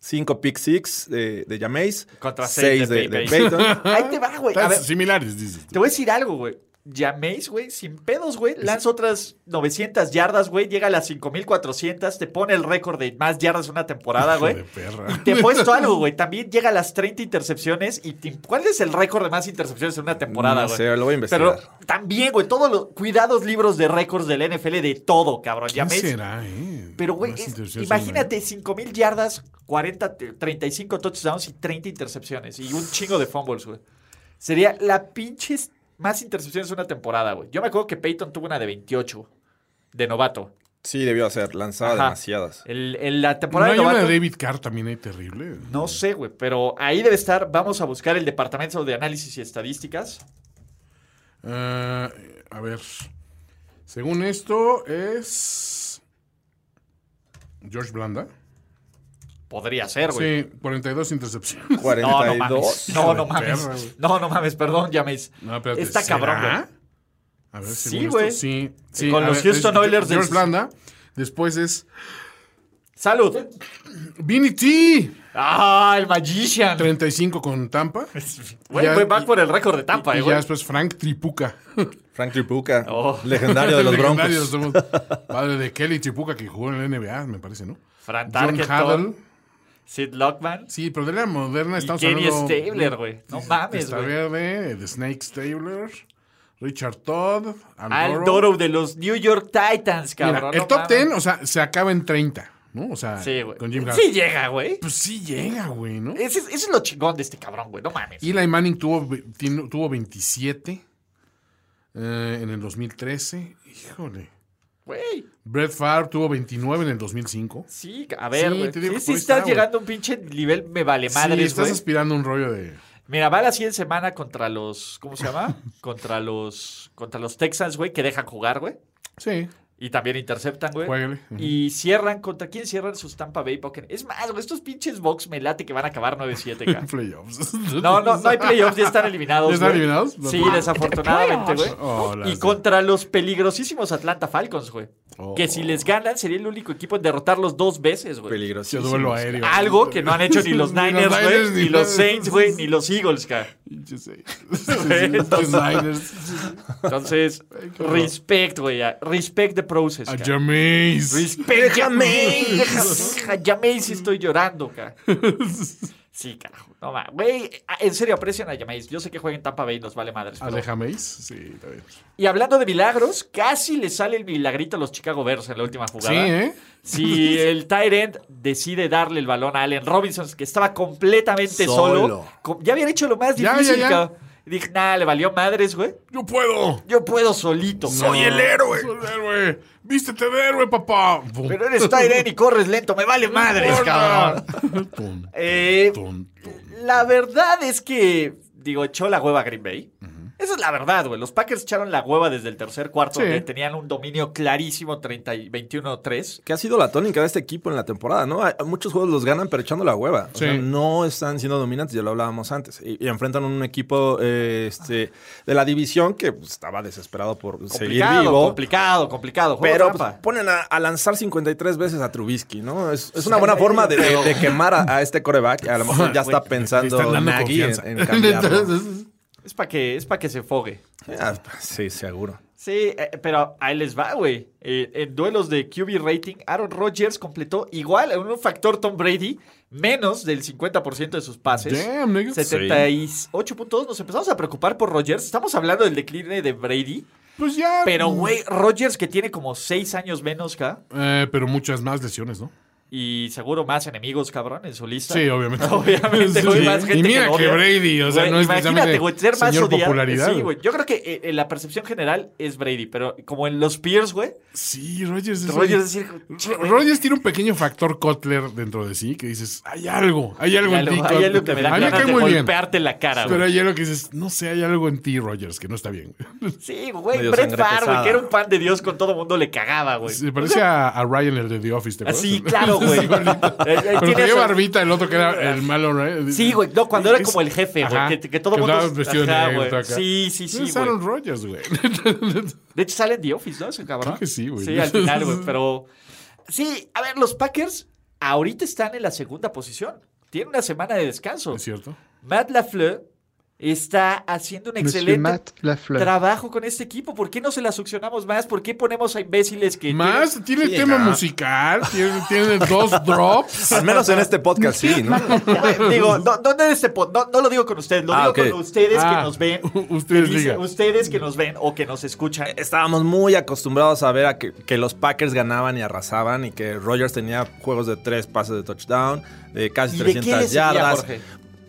5 pick six de, de Jameis,
Contra seis
6
de
de, de
Peyton.
Peyton.
(laughs) Ahí te va, güey. A
Tan
ver,
Similares, dices.
te voy a decir algo, güey. Llaméis, güey, sin pedos, güey. Lanza otras 900 yardas, güey. Llega a las 5400. Te pone el récord de más yardas en una temporada,
Hijo
güey.
de perra.
Y te he
(laughs)
puesto algo, güey. También llega a las 30 intercepciones. y te- ¿Cuál es el récord de más intercepciones en una temporada,
No
güey?
sé, lo voy a
Pero
investigar.
también, güey, todos los cuidados libros de récords del NFL de todo, cabrón. Ya
¿Quién
ves.
será, eh?
Pero, güey,
Más
es-
intercepciones,
imagínate 5000 yardas, 40, t- 35 touchdowns y 30 intercepciones. Y un chingo de fumbles, güey. Sería la pinches más intercepciones en una temporada, güey. Yo me acuerdo que Peyton tuvo una de 28 de novato.
Sí, debió hacer, lanzaba
Ajá. Eh,
demasiadas.
El, en la
¿No
temporada
hay
de
una
novato.
de David Carr también ahí terrible?
No sé, güey, pero ahí debe estar. Vamos a buscar el departamento de análisis y estadísticas.
Ah, a ver. Según esto es... George Blanda.
Podría ser, Ah, güey.
Sí, 42 intercepciones.
42.
No, no mames. No, no mames.
Perra, güey.
No, no mames, perdón, llaméis.
No, espérate,
Está
¿será?
cabrón, güey.
A ver,
Sí,
según esto,
güey.
Sí,
Eh, con
a
los Houston
es
Oilers del-
George Blanda. Después es
Salud.
Vinny T.
Ah, el Magician.
35 con Tampa.
Güey,
Ya-
güey, vas
y-
por el récord de Tampa, eh,
Y ya
güey.
después Frank Tripuca.
Frank Tripuca,
Oh.
(laughs) legendario de los
Legendario,
Broncos.
somos Padre de Kelly Tripuca que jugó en la NBA, me parece, ¿no?
Fran
John Haddle.
Tarkenton, Sid Lockman
Sí, pero de la moderna
y
estamos
Kenny
hablando...
Stabler, güey. No mames,
Está
güey.
verde, de Snake Stabler, Richard Todd, Al,
Al
Doro.
Doro de los New York Titans,
Mira,
cabrón.
el
no
top
mames.
10, o sea, se acaba en 30, ¿no? O sea,
Sí, güey.
con Jim Harbaugh.
Sí llega, güey.
Pues sí llega, güey, ¿no?
Ese, es- ese es lo chingón de este cabrón, güey. No mames.
Eli Manning tuvo, ve- tiene- tuvo 27 eh, en el 2013. Híjole.
Güey.
Brett Favre tuvo 29 en el 2005.
Sí, a ver,
Sí,
güey.
te
Sí,
digo
sí,
que por ahí
estás
está, güey.
llegando a un pinche nivel me vale
sí,
madres,
estás
güey.
aspirando un rollo de...
Mira, va la siguiente semana contra los, ¿cómo se llama?
(laughs)
contra los contra los Texans, güey, que dejan jugar, güey.
Sí,
Y también interceptan, güey.
Juéguele. Ujú.
Y cierran, ¿contra quién cierran sus Tampa Bay Buccaneers? Es más, güey, estos pinches box me late que van a acabar 9-7, ca.
(laughs) playoffs.
No, no,
(laughs)
no hay playoffs, ya están eliminados.
¿Ya están
güey.
eliminados?
Sí, desafortunadamente, güey.
Oh, las-
Y contra los peligrosísimos Atlanta Falcons, güey.
Oh.
Que si les ganan, sería el único equipo en derrotarlos dos veces, güey.
Yo
Peligrosísimo.
duelo aéreo.
Algo que no han hecho ni
(laughs)
los
Ni los
Niners, güey,
Niners,
ni
ni-
los Saints, güey, ni los Eagles, ca.
Yo
(laughs)
sé.
entonces-
Niners. (laughs)
Entonces,
qué horror.
respect, güey. a- Respect the process,
A
ca.
Jameis. (laughs)
Respect Jameis. Jameis sí estoy llorando,
(laughs)
cara. Sí, carajo. No va. Güey, ah, en serio, aprecian a Jameis. Yo sé que juega en Tampa Bay, nos vale madres. pero-
¿Ale Jameis? Sí, está bien.
Y hablando de milagros, casi le sale el milagrito a los Chicago Bears en la última
Sí,
jugada.
¿eh?
Si el Tyrant decide darle el balón a Allen Robinson, que estaba completamente solo.
Solo.
co- Ya habían hecho lo más
Ya,
difícil,
ya, ya.
cabrón. Y Dije, nah, le valió madres, güey.
(laughs) ¡Yo puedo!
Yo puedo solito.
¡Soy el héroe! ¡Soy el héroe! ¡Vístete de héroe, papá! Pum.
Pero eres Tyrant y corres lento. Me vale madres, cabrón.
(laughs) Tum,
Eh,
tum, tum.
La verdad es que, digo, echó la hueva Green Bay. Esa es la verdad, güey. Los Packers echaron la hueva desde el tercer cuarto,
Sí.
donde tenían un dominio clarísimo 30 y 21-3.
Que ha sido la tónica de este equipo en la temporada, ¿no? Hay- muchos juegos los ganan, pero echando la hueva. O
Sí.
sea, no están siendo dominantes, ya lo hablábamos antes. Y, y enfrentan un equipo eh, este, de la división que pues, estaba desesperado por seguir
Complicado,
vivo.
complicado, complicado. Juego
Pero pues,
trampa.
ponen a, a lanzar 53 veces a Trubisky, ¿no? Es, es una buena forma de, de- de quemar a, a este coreback. A lo mejor ya está
Le
pensando
están dando
Nagy en,
confianza.
en
(laughs)
cambiarlo.
(laughs) Entonces,
pues, es para que, es pa' que se fogue.
Ah, sí, seguro.
Sí, eh, pero ahí les va, güey. Eh, en duelos de QB rating, Aaron Rodgers completó igual en un factor Tom Brady, menos del 50% de sus pases.
Damn, nigga.
78.2. Nos empezamos a preocupar por Rodgers. Estamos hablando del decline de Brady.
pues ya.
Pero, güey, Rodgers que tiene como 6 años menos, acá
Eh, pero muchas más lesiones, ¿no?
Y seguro más enemigos, cabrón, en su lista. (laughs)
Sí, obviamente.
Obviamente, güey,
Sí.
más gente
Y mira
lo
que
odia.
Brady, o sea,
Güey,
no es
Imagínate,
precisamente
güey, ser más
señor
odiado.
popularidad.
Sí, güey. Yo creo que eh, eh, la percepción general es Brady, pero como en los peers, güey,
Sí, Rogers es.
Rodgers es decir,
Ro- Rodgers tiene un pequeño factor Cutler dentro de sí que dices, hay algo, hay algo en
hay
ti.
algo, hay
Cutler".
algo que me da
a mí me
ganas
cae
de
muy bien.
golpearte la cara,
Pero
güey.
hay algo que dices, no sé, hay algo en ti, Rogers, que no está bien. (laughs)
Sí, güey,
Medio
Brett
sangre
Favre, güey,
pesada.
que era un pan de Dios con todo mundo, le cagaba, güey.
Se parece a, a Ryan, el de The Office, ¿te acuerdas?
Así,
(laughs)
claro, güey. Eh, eh,
Pero
tiene
tenía
esa-
barbita el otro que era
(laughs)
el malo, ¿no?
Sí, güey, no, cuando era
Es-
como el jefe, güey,
Ajá.
que, que todo mundo...
andaba vestido de
Ajá,
negro,
güey.
acá.
Sí, sí, sí,
Es
güey.
Aaron Rodgers, güey. (laughs)
De hecho, sale en The Office, ¿no? Ese cabrón.
Creo que sí, güey.
Sí, al
(laughs)
final, güey. Pero. Sí, a ver, los Packers ahorita están en la segunda posición. Tienen una semana de descanso.
¿Es cierto?
Matt LaFleur está haciendo un
Monsieur
excelente
Matt Lafleur.
trabajo con este equipo. ¿Por qué no se la succionamos más? ¿Por qué ponemos a imbéciles que.
Más, tiene tema musical, tiene, tiene
(laughs)
dos drops.
Al menos en este podcast sí, ¿no?
(laughs) tienen- Digo, no, no, no en este pod- no- no lo digo con ustedes, lo digo
Ah, ok.
con ustedes
Ah,
que nos ven.
ustedes
que dicen-
digan.
ustedes que nos ven o que nos escuchan.
Estábamos muy acostumbrados a ver a que, que los Packers ganaban y arrasaban y que Rogers tenía juegos de tres pases de touchdown, de casi
¿Y de qué le
300
seguía,
yardas.
Jorge?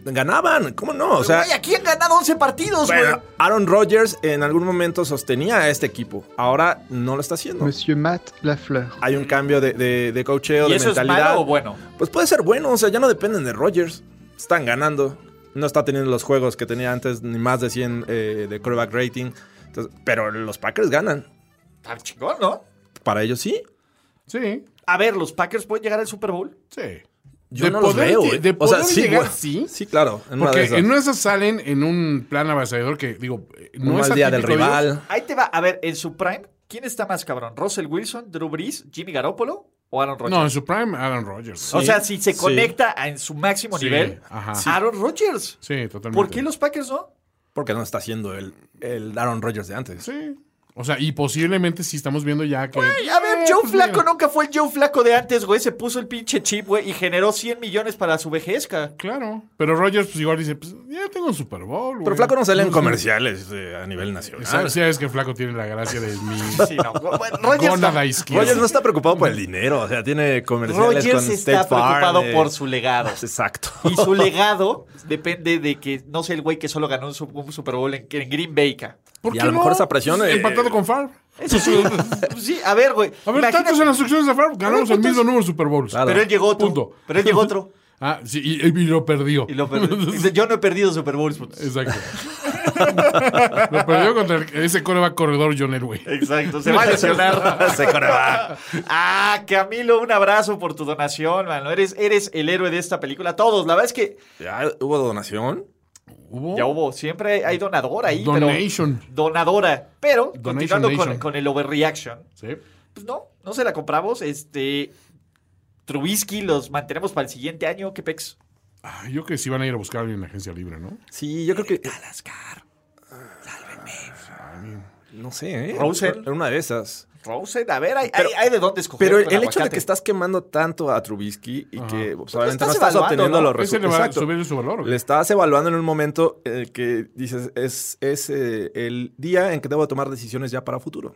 Ganaban, ¿cómo no? O sea,
Güey, aquí han ganado 11 partidos, güey.
bueno, Aaron Rodgers en algún momento sostenía a este equipo. Ahora no lo está haciendo.
Monsieur Matt Lafleur.
Hay un cambio de, de, de coacheo,
¿Y
de
eso es
mentalidad.
malo o bueno?
Pues puede ser bueno, o sea, ya no dependen de Rodgers. Están ganando. No está teniendo los juegos que tenía antes, ni más de 100 eh, de quarterback rating. Entonces, pero los Packers ganan.
Está chingón, ¿no?
Para ellos sí.
Sí,
A ver, ¿los Packers pueden llegar al Super Bowl?
sí.
Yo
De
no los
poder
veo,
lle-
¿eh?
de poder llegar,
güey.
sí.
Sí, claro. En una de
Porque
esas.
en una de esas salen en un plan avasallador que, digo, eh,
Un
no es
mal día del
atípico, digo,
rival.
Ahí te va. A ver, en su prime, ¿quién está más cabrón? ¿Russell Wilson, Drew Brees, Jimmy Garoppolo o Aaron Rodgers?
No, en su prime, Aaron Rodgers.
o sea, si se
sí.
conecta a- en su máximo
Sí,
nivel,
ajá.
Aaron Rodgers.
Sí, totalmente.
¿Por qué los Packers no?
Porque no está siendo el, el Aaron Rodgers de antes.
Sí. O sea, y posiblemente si estamos viendo ya que...
Ey, a ver,
Eh,
Joe
pues
Flaco
mira.
nunca fue el Joe Flaco de antes, güey. Se puso el pinche chip, güey, y generó 100 millones para su vejezca.
Claro. Pero Rodgers, pues igual dice, pues ya tengo un Super Bowl, güey.
Pero Flaco no sale en
Sí.
comerciales eh, a nivel nacional.
Sabes, sabes que Flaco tiene la gracia de
(laughs)
mi...
Sí, no. Bueno, Rodgers
Gónada
está,
izquierda.
Rodgers no está preocupado por el dinero. O sea, tiene comerciales
Rodgers está
con State Farm,
preocupado
eh.
por su legado.
Exacto.
(laughs) Y su legado depende de que no sea el güey que solo ganó un, su- un Super Bowl en, en Green Bay. ca.
¿Por
Y a lo mejor esa presión,
Pues,
eh,
Empatado con Favre.
Eso sí. (laughs) sí, a ver, güey.
A ver,
imagínate-
tantos en las succiones de Favre, ganamos
A ver,
el
putas.
mismo número de Super Bowls.
Claro.
Pero él llegó otro.
Punto.
Pero él llegó otro.
Ah, sí, y, y lo perdió.
Y
(laughs)
lo perdió. Dice, Yo no he perdido Super Bowls. putos".
Exacto. (laughs) lo perdió contra el- ese coreback corredor John Elway.
Exacto, se va a
(laughs)
lesionar. (laughs) Ah, Camilo, un abrazo por tu donación, mano. Eres, eres el héroe de esta película. Todos, la verdad es que
¿Ya hubo donación?
Hubo
ya hubo, siempre hay, hay donadora ahí. pero-
Oh. donation.
donadora. Pero, continuando con,
nation.
con el overreaction,
Sí.
pues no, no se la compramos. Este. Trubisky los mantenemos para el siguiente año. ¿Qué pex?
Ah, yo creo que sí van a ir a buscar a alguien en la agencia libre, ¿no?
Sí, yo creo que. Alascar. Sálvenme. No sé, ¿eh?
Rosen.
Era una de esas.
Rosen, a ver, hay,
Pero-
hay- hay de dónde escoger.
Pero el,
con
hecho de
aguacate.
que estás quemando tanto a Trubisky y que pues, obviamente
estás
no estás
evaluando,
obteniendo
¿no?
los
Ese le va
resultados.
a subir su valor. ¿o qué?
Le estabas evaluando en un momento eh, que dices, es, es eh, el día en que debo tomar decisiones ya para futuro.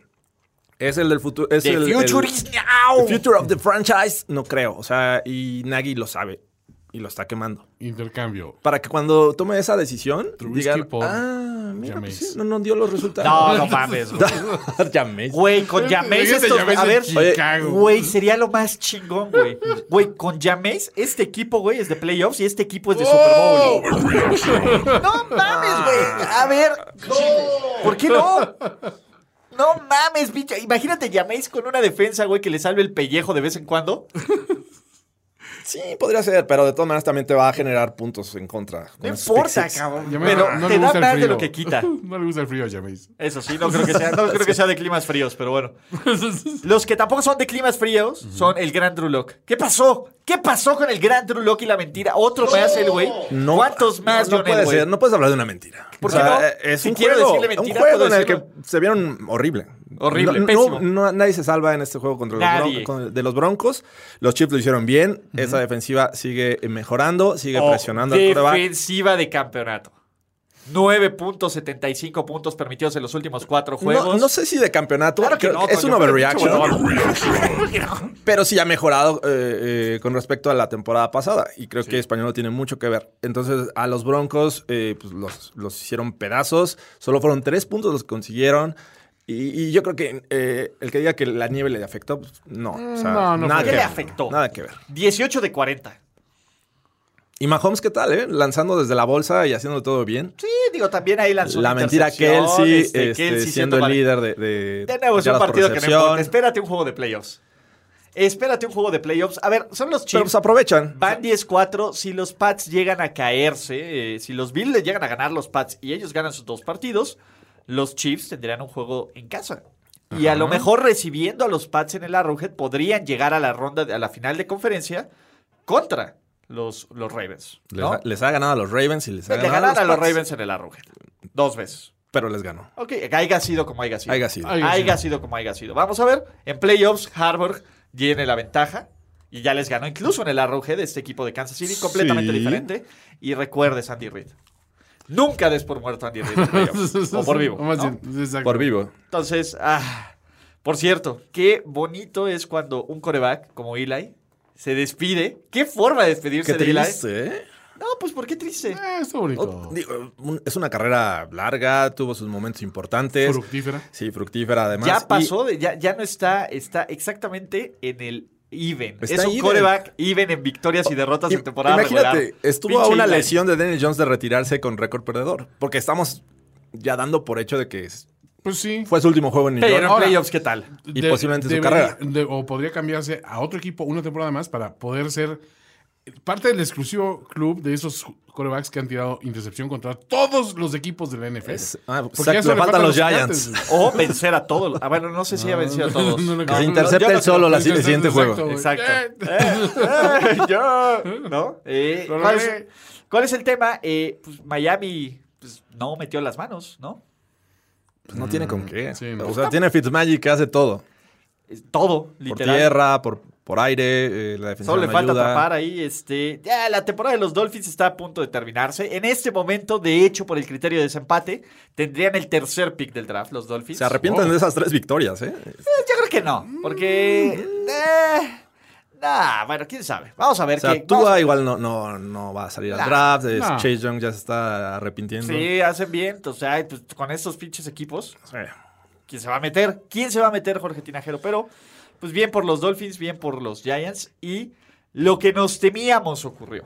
Es el del futuro. Es
The
el,
future
el-
is now.
the future of the franchise. No creo. O sea, y Nagy lo sabe. y lo está quemando.
Intercambio.
Para que cuando tome esa decisión,
Trubisky
digan,
por
ah, mira, pues
Jameis".
sí, no nos dio los resultados.
No,
(laughs)
no mames, güey. (laughs)
Jameis.
Güey, con Jameis
Imagínate
estos...
Jameis
A
en
ver,
Chicago.
oye, güey, sería lo más chingón, güey. Güey, con Jameis, este equipo, güey, es de playoffs y este equipo es de Super Bowl.
Oh,
No mames, güey. A ver. ¿Por qué no? No mames, bicho. Imagínate Jameis con una defensa, güey, que le salve el pellejo de vez en cuando.
Sí, podría ser, pero de todas maneras también te va a generar puntos en contra.
No
con esos pick
importa,
six.
cabrón.
Ya me-
Pero
no le
te da
gusta el
más de
frío.
lo que quita.
(laughs) No le gusta el frío a Jameis.
Eso sí, no creo que sea, no creo que sea de climas fríos, pero (laughs) bueno. Los que tampoco son de climas fríos son el gran Drew Lock. ¿Qué pasó? ¿Qué pasó con el gran Drew Lock y la mentira? Otro más el güey.
No,
¿Cuántos más,
no, no
Lionel,
puede
güey?
ser, no puedes hablar de una mentira.
¿Por qué no?
eh, Es
Si
un
quiero
juego,
decirle mentira,
un juego en
puedo
el que
decirlo.
se vieron horrible.
Horrible,
No-
pésimo.
no- no- nadie se salva en este juego contra los
Nadie.
bron- con- de los Broncos. Los Chiefs lo hicieron bien. Esa defensiva sigue mejorando, sigue
Oh,
presionando al quarterback.
defensiva de campeonato. 9.75 puntos permitidos en los últimos cuatro
No,
juegos.
no sé si de campeonato,
Claro que
creo-
no,
es un
Toño, pero
overreaction,
pinche huevón. (laughs)
pero sí ha mejorado eh, eh, con respecto a la temporada pasada y creo que Español no tiene mucho que ver. Entonces a los Broncos eh, pues, los, los hicieron pedazos, solo fueron tres puntos los que consiguieron y, y yo creo que eh, el que diga que la nieve le afectó, pues, no, o sea,
no, no
nada
fue.
que
¿Qué le
ver.
afectó?
Nada que ver.
18 de 40.
Y Mahomes, ¿qué tal? Eh? Lanzando desde la bolsa y haciendo todo bien.
Sí, digo, también ahí lanzó
La
una
mentira
intercepción,
Kelsey,
este,
este,
Kelsey
siendo el
140.
líder de, de,
De nuevo es un
yardas por
partido que no
recepción.
importa. Espérate un juego de playoffs. Espérate un juego de playoffs. A ver, son los
Pero pues
Chiefs.
aprovechan.
Van 10-4. Si los Pats llegan a caerse, eh, si los Bills le llegan a ganar los Pats y ellos ganan sus dos partidos, los Chiefs tendrían un juego en casa. Y a lo mejor recibiendo a los Pats en el Arrowhead podrían llegar a la ronda, de- a la final de conferencia contra los, los Ravens.
Les,
¿no?
ha, les ha ganado a los Ravens y les
Le
ha ganado
ganaron a los
Pats,
Ravens en el Arrowhead. Dos veces.
Pero les ganó.
Ok, haya sido como haya sido.
Haya sido.
Haiga
Haiga sido como haya sido. Vamos a ver, en playoffs, Harvard tiene la ventaja y ya les ganó incluso en el Arrowhead este equipo de Kansas City, completamente
Sí.
diferente. Y recuerdes, Andy Reid. Nunca des por muerto a Andy Reid en
(laughs)
playoffs. o por vivo.
(laughs) O más
¿no?
bien, exacto.
Por vivo.
Entonces, ah, por cierto, qué bonito es cuando un coreback como Eli se despide. Qué forma de despedirse
Qué
de Eli.
triste, ¿eh? Oh,
No, pues ¿por qué triste?
Eh, está
Oh,
bonito.
Digo, un- es una carrera larga, tuvo sus momentos importantes.
Fructífera.
Sí, fructífera además.
Ya
Y
pasó, de- ya, ya no está, está exactamente en el even.
Está
es un
even. Oh,
coreback even en victorias y derrotas
im-
en temporada
Imagínate,
regular.
estuvo a
Pinche
una
Eli.
lesión de Daniel Jones de retirarse con récord perdedor. Porque estamos ya dando por hecho de que es-
Pues sí.
fue su último juego en New
Pero en
York.
playoffs, ¿qué tal?
y
De-
posiblemente su
debería-
carrera.
de- o podría cambiarse a otro equipo una temporada más para poder ser parte del exclusivo club de esos corebacks que han tirado intercepción contra todos los equipos de la NFL.
Es- ah,
Porque
exacto,
eso
le faltan los Giants.
O vencer a todos. Ah, bueno, no sé si ha vencido a todos.
no, no,
Que se
no,
intercepta
yo no
el solo la-
Entonces,
el siguiente juego.
güey.
Exacto.
Eh,
Eh, yo, ¿No? Eh,
Lo
¿cuál, es,
logré.
cuál es el tema? Eh, pues Miami pues, no metió las manos, ¿no?
Pues no tiene con qué.
Sí, no.
O sea, tiene Fitzmagic que hace todo.
Es Todo,
Por
literal.
tierra, por, por aire, eh, la defensa
Solo le
no
falta
ayuda.
atrapar ahí. Este, ya la temporada de los Dolphins está a punto de terminarse. En este momento, de hecho, por el criterio de desempate, tendrían el tercer pick del draft los Dolphins.
Se arrepientan de esas tres victorias, ¿eh?
Eh, Yo creo que no, porque...
Mm.
eh, nah, bueno, quién sabe. Vamos a ver
O sea,
qué...
Tua
vamos-
igual no, no, no va a salir al
Nah.
draft. es-
Nah.
Chase Young ya se está arrepintiendo.
Sí, hacen bien. O sea, pues, con estos pinches equipos,
Sí.
¿quién se va a meter? ¿Quién se va a meter, Jorge Tinajero? Pero, pues bien por los Dolphins, bien por los Giants. Y lo que nos temíamos ocurrió.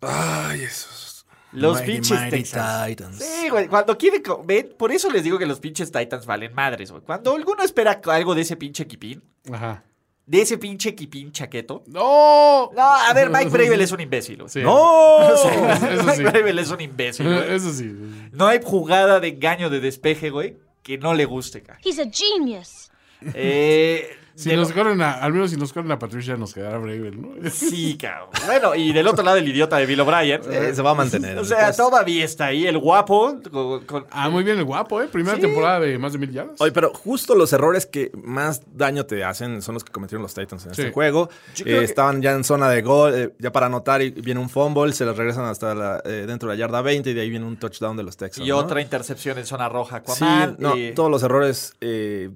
Ay, esos.
Los
Mighty,
pinches
mighty
Texans.
Titans.
Sí, güey, cuando quiere... co- ven, por eso les digo que los pinches Titans valen madres, güey. Cuando alguno espera algo de ese pinche equipín,
Eh.
Ajá.
de ese pinche equipín chaqueto...
¡No!
No, a
(laughs)
ver, Mike Bravel es un imbécil, güey.
Sí.
(laughs)
¡No!
(laughs) Eso
Mike
sí.
Bravel es un imbécil, güey.
Eso sí.
No hay jugada de engaño de despeje, güey, que no le guste, cara.
He's a genius.
Eh,
Si
del-
nos corren a, al menos si nos corren a Patricia, nos quedará Bravel, ¿no?
Sí, cabrón. Bueno, y del otro lado el idiota de Bill O'Brien.
Eh, se va a mantener.
O sea, todavía está ahí el guapo. con- con-
Ah, muy bien el guapo, ¿eh? Primera temporada de más de mil yardas.
Oye, pero justo los errores que más daño te hacen son los que cometieron los Titans en
Sí.
este juego.
Yo
Eh,
creo que-
Estaban ya en zona de gol, eh, ya para anotar, y viene un fumble, se les regresan hasta la, eh, dentro de la yarda 20 y de ahí viene un touchdown de los Texans.
y
¿no?
otra intercepción en zona roja.
Sí,
Aquaman,
no,
eh,
todos los errores eh,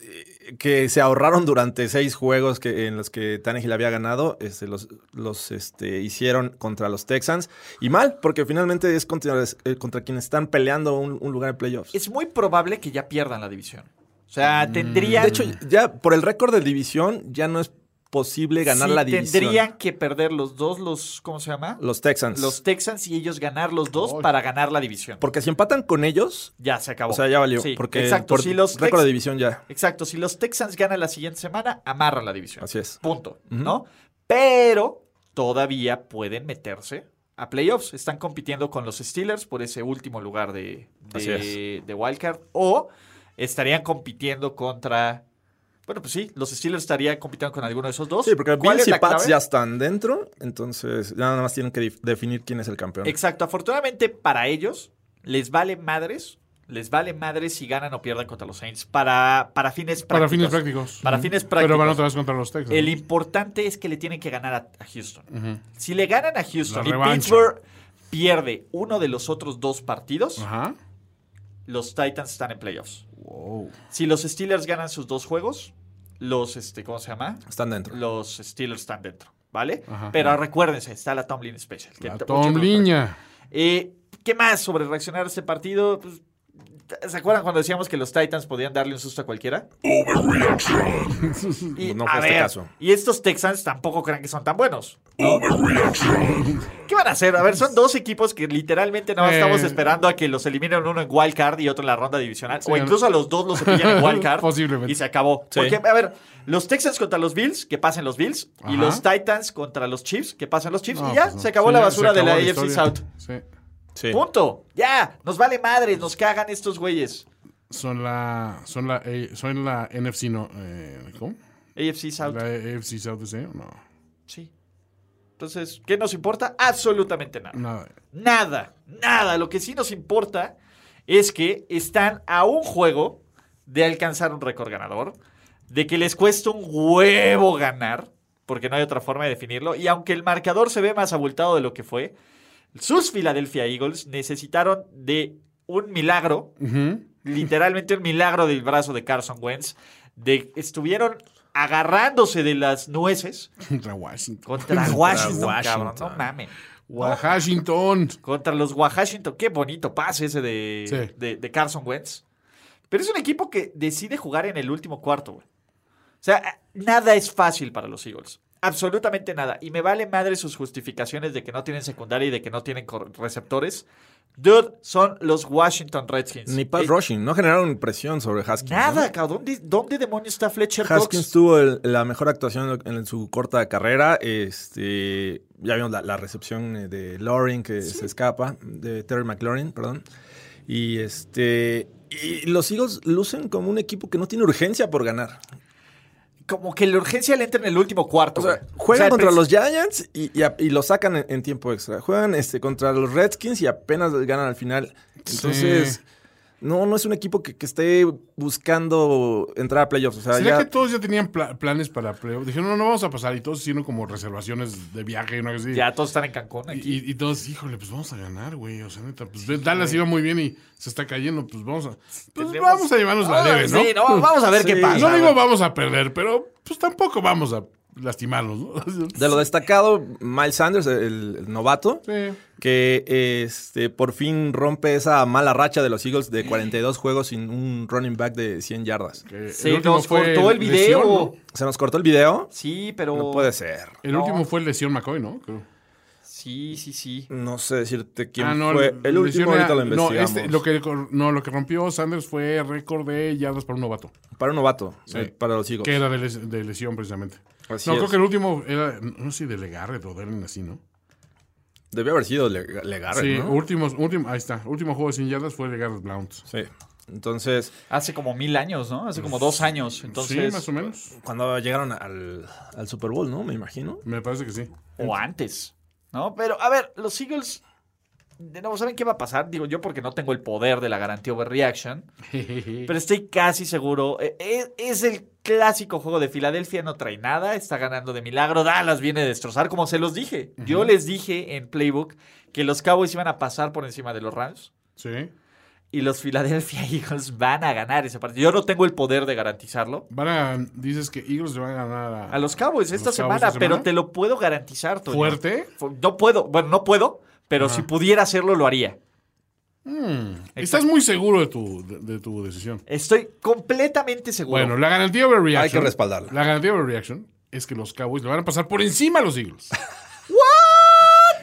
eh, que se ahorraron durante seis juegos que, en los que Tannehill había ganado, este, los, los este, hicieron contra los Texans. Y mal, porque finalmente es contra, eh, contra quienes están peleando un, un lugar en playoffs.
Es muy probable que ya pierdan la división. O sea, tendrían.
Mm. De hecho, ya por el récord de división, ya no es posible ganar
sí,
la división.
Tendrían que perder los dos, los. ¿Cómo se llama?
Los Texans.
Los Texans y ellos ganar los dos para ganar la división.
Porque si empatan con ellos,
Ya se acabó.
o sea, ya valió.
Sí,
porque
exacto,
por
si los
récord
Tex-
de división ya.
Exacto, si los Texans ganan la siguiente semana, amarran la división.
Así es.
Punto, ¿no? Pero todavía pueden meterse a playoffs. Están compitiendo con los Steelers por ese último lugar de,
Así
de, de Wildcard. O estarían compitiendo contra. Bueno, pues sí, los Steelers estarían compitiendo con alguno de esos dos.
Sí, porque
Pues, ¿Cuál
Bills
es
y
la
Pats
clave?
ya están dentro, entonces ya nada más tienen que dif- definir quién es el campeón.
Exacto, afortunadamente para ellos les vale madres, les vale madres si ganan o pierden contra los Saints para, para fines prácticos.
Para fines prácticos.
Para fines
Pero van
prácticos.
otra vez contra los Texans.
El importante es que le tienen que ganar a, a Houston. Si le ganan a Houston
La
y
revancha.
Pittsburgh pierde uno de los otros dos partidos,
Ajá.
los Titans están en playoffs. Si los Steelers ganan sus dos juegos, los este, ¿cómo se llama?
Están dentro.
Los Steelers están dentro, ¿vale?
Ajá.
Pero recuérdense, está la Tomlin Special. que
La
mucho
Tom
nos-
Liña.
eh, ¿Qué más sobre reaccionar a este partido? Pues, ¿Se acuerdan cuando decíamos que los Titans podían darle un susto a cualquiera? Y,
No
a
fue este
ver,
caso.
Y estos Texans tampoco creen que son tan buenos. ¿no? ¿Qué van a hacer? A ver, son dos equipos que literalmente no
Eh.
estamos esperando a que los eliminen uno en wild card y otro en la ronda divisional.
Sí,
o
no.
incluso a los dos los cepillan en wild
(laughs)
card.
Posiblemente.
Y se acabó.
Sí.
Porque, a ver, los Texans contra los Bills, que pasen los Bills.
Ajá.
Y los Titans contra los Chiefs, que pasen los Chiefs.
No,
y ya,
pues no.
se acabó
Sí,
la
ya, se
basura
acabó la
de la AFC
historia.
South.
Sí.
Sí.
Punto. Ya, nos vale madres, nos cagan estos güeyes.
Son la, son la, eh, son la NFC, no, eh, ¿cómo?
AFC South.
La AFC South, ¿sí? No,
Sí. Entonces, ¿qué nos importa? Absolutamente nada.
nada. (laughs)
Nada, nada. Lo que sí nos importa es que están a un juego de alcanzar un récord ganador, de que les cuesta un huevo ganar, porque no hay otra forma de definirlo, y aunque el marcador se ve más abultado de lo que fue, sus Philadelphia Eagles necesitaron de un milagro
Ujú.
literalmente un milagro del brazo de Carson Wentz. De, estuvieron agarrándose de las nueces
Contra Washington.
contra Washington,
Washington.
cabrón. No mamen.
Washington.
Contra los Washington. Qué bonito pase ese de,
Sí.
de, de Carson Wentz. Pero es un equipo que decide jugar en el último cuarto, güey. O sea, nada es fácil para los Eagles. Absolutamente nada. Y me vale madre sus justificaciones de que no tienen secundaria y de que no tienen cor- receptores. Dude, son los Washington Redskins.
Ni Pat
Eh,
Rushing, no generaron presión sobre Haskins. ¿no?
Nada, cabrón. ¿Dónde, dónde demonios está Fletcher
Haskins
Cox?
tuvo el- la mejor actuación en, en su corta carrera. Este, ya vimos la, la recepción eh, de Lauren que se escapa, de Terry McLaurin, perdón. Y este y los Eagles lucen como un equipo que no tiene urgencia por ganar.
Como que la urgencia le entra en el último cuarto.
O sea,
güey.
juegan
O sea,
contra
pues,
los Giants y, y a- y lo sacan en, en tiempo extra. Juegan este, contra los Redskins y apenas ganan al final. Entonces,
Sí.
no, no es un equipo que, que esté buscando entrar a playoffs. O
Ah,
sea,
¿Será
ya-
que todos ya tenían pla- planes para playoff? Dijeron, no, no vamos a pasar. Y todos hicieron como reservaciones de viaje, ¿no? Así.
Ya todos están en Cancún aquí.
Y, y- y todos, híjole, pues vamos a ganar, güey. O sea, neta, pues Dallas iba muy bien y se está cayendo, pues vamos a. Pues
Tenemos-
vamos a llevarnos la
Ah,
leve, ¿no?
Sí, no, vamos a ver qué
Sí.
pasa.
No digo
güey.
vamos a perder, pero pues tampoco vamos a lastimarnos, ¿no? (laughs)
De lo destacado, Miles Sanders, el, el novato,
Sí. Eh,
que este, por fin rompe esa mala racha de los Eagles de 42 juegos sin un running back de 100 yardas.
Que
Se
el último
nos
fue
cortó el video.
lesión, ¿no?
Se nos cortó el video.
Sí, pero.
Oh.
No puede ser.
El
No.
último fue lesión McCoy, ¿no? Creo.
Sí, sí, sí.
No sé decirte quién
Ah, no,
fue. El
lesión
último
era-
ahorita lo
no,
investigamos.
este, lo que, cor- no, lo que rompió Sanders fue récord de yardas para un novato,
Para un novato,
Sí.
eh, para los Eagles.
que era de, les- de lesión precisamente.
Así
no, creo
es.
que el último era, no sé, de Legarrette o de alguien así, ¿no?
Debió haber sido Le- Legarrette,
Sí,
¿no?
últimos, último, ahí está. Último juego de 100 yardas fue Legarrette Blount.
Sí. Entonces,
Hace como mil años, ¿no? Hace como dos años. Entonces.
sí, más o menos.
cuando llegaron al, al Super Bowl, ¿no? Me imagino.
Me parece que sí.
o antes, ¿no? Pero, a ver, los Eagles, de nuevo, ¿saben qué va a pasar? Digo yo porque no tengo el poder de la garantía overreaction, pero estoy casi seguro. eh, Es, es el clásico juego de Filadelfia, no trae nada, está ganando de milagro, Dallas viene a destrozar, como se los dije. Yo les dije en Playbook que los Cowboys iban a pasar por encima de los Rams.
Sí.
y los Philadelphia (laughs) Eagles van a ganar ese partido. Yo no tengo el poder de garantizarlo.
Van a, dices que Eagles le van a ganar a...
A los Cowboys esta,
los
semana,
Cowboys esta
pero
semana?
te lo puedo garantizar, Toño.
¿Fuerte?
Fu- No puedo, bueno, no puedo, pero si pudiera hacerlo, lo haría.
Estás muy seguro de tu, de, de tu decisión.
Estoy completamente seguro.
Bueno, la garantía overreaction...
Hay que respaldarla.
La garantía overreaction es que los Cowboys le van a pasar por encima a los Eagles.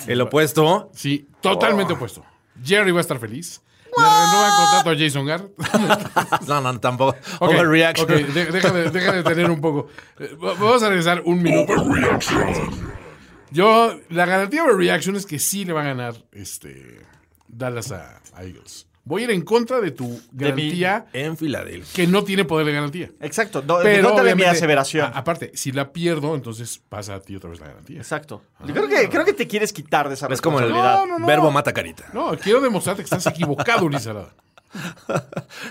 El opuesto. (laughs)
Sí, totalmente opuesto. Jerry va a estar feliz. Le renuevan contrato a Jason Garrett.
No, no, tampoco.
Ok,
Overreaction.
ok, de- deja, de, deja de tener un poco. Eh, va- Vamos a regresar un minuto. Yo, la garantía de reaction es que sí le va a ganar este, Dallas a, a Eagles. Voy a ir en contra de tu garantía
En Filadelfia.
que no tiene poder de garantía.
Exacto, no,
Pero
no te ve mi
obviamente,
aseveración.
a- aparte, si la pierdo, entonces pasa a ti otra vez la garantía.
Exacto.
Ah.
Yo creo que, creo que te quieres quitar de esa
Es como el
responsabilidad.
no, no.
verbo mata carita.
No, quiero demostrarte que estás equivocado, Luis Arada.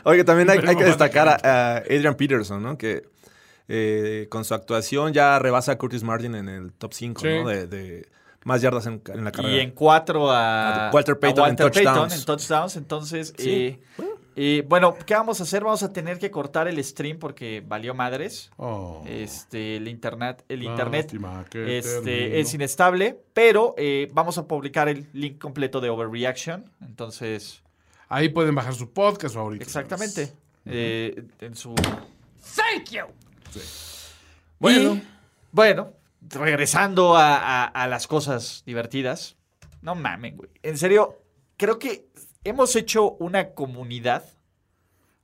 Oye, también hay, hay
Verbo mata
que destacar a, a Adrian Peterson, ¿no? Que eh, con su actuación ya rebasa a Curtis Martin en el top 5,
Sí.
¿no? De, de más yardas en, ca- en la carrera.
Y en cuatro a
A Ah, Walter Payton
a
en
Walter Payton
touchdowns.
en touchdowns. Entonces, eh, eh, bueno, ¿qué vamos a hacer? Vamos a tener que cortar el stream porque valió madres.
Oh.
Este, el internet, el internet
Ah, Lástima, qué
este,
ternino.
es inestable, pero eh, vamos a publicar el link completo de Overreaction. Entonces,
Ahí pueden bajar su podcast favorito.
exactamente. eh, en su.
Bueno.
Y, bueno, regresando a, a- a las cosas divertidas. No mamen, güey. En serio, creo que hemos hecho una comunidad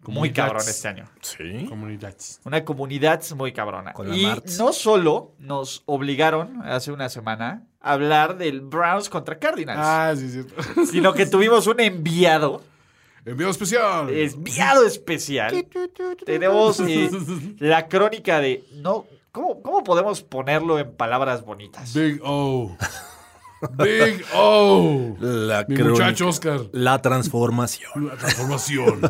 muy
Comunidades.
cabrón este año.
Sí.
Comunidades.
Una comunidad muy cabrona.
Con la
y
Martz.
no solo nos obligaron hace una semana a hablar del Browns contra Cardinals,
Ah, sí, sí.
(laughs) sino que tuvimos un enviado,
Envío especial.
enviado especial. Tenemos
(laughs)
eh, la crónica de no, ¿cómo, ¿cómo podemos ponerlo en palabras bonitas?
Big O. Big O.
La
Mi
crónica.
muchacho Oscar.
La transformación.
La
(laughs)
transformación.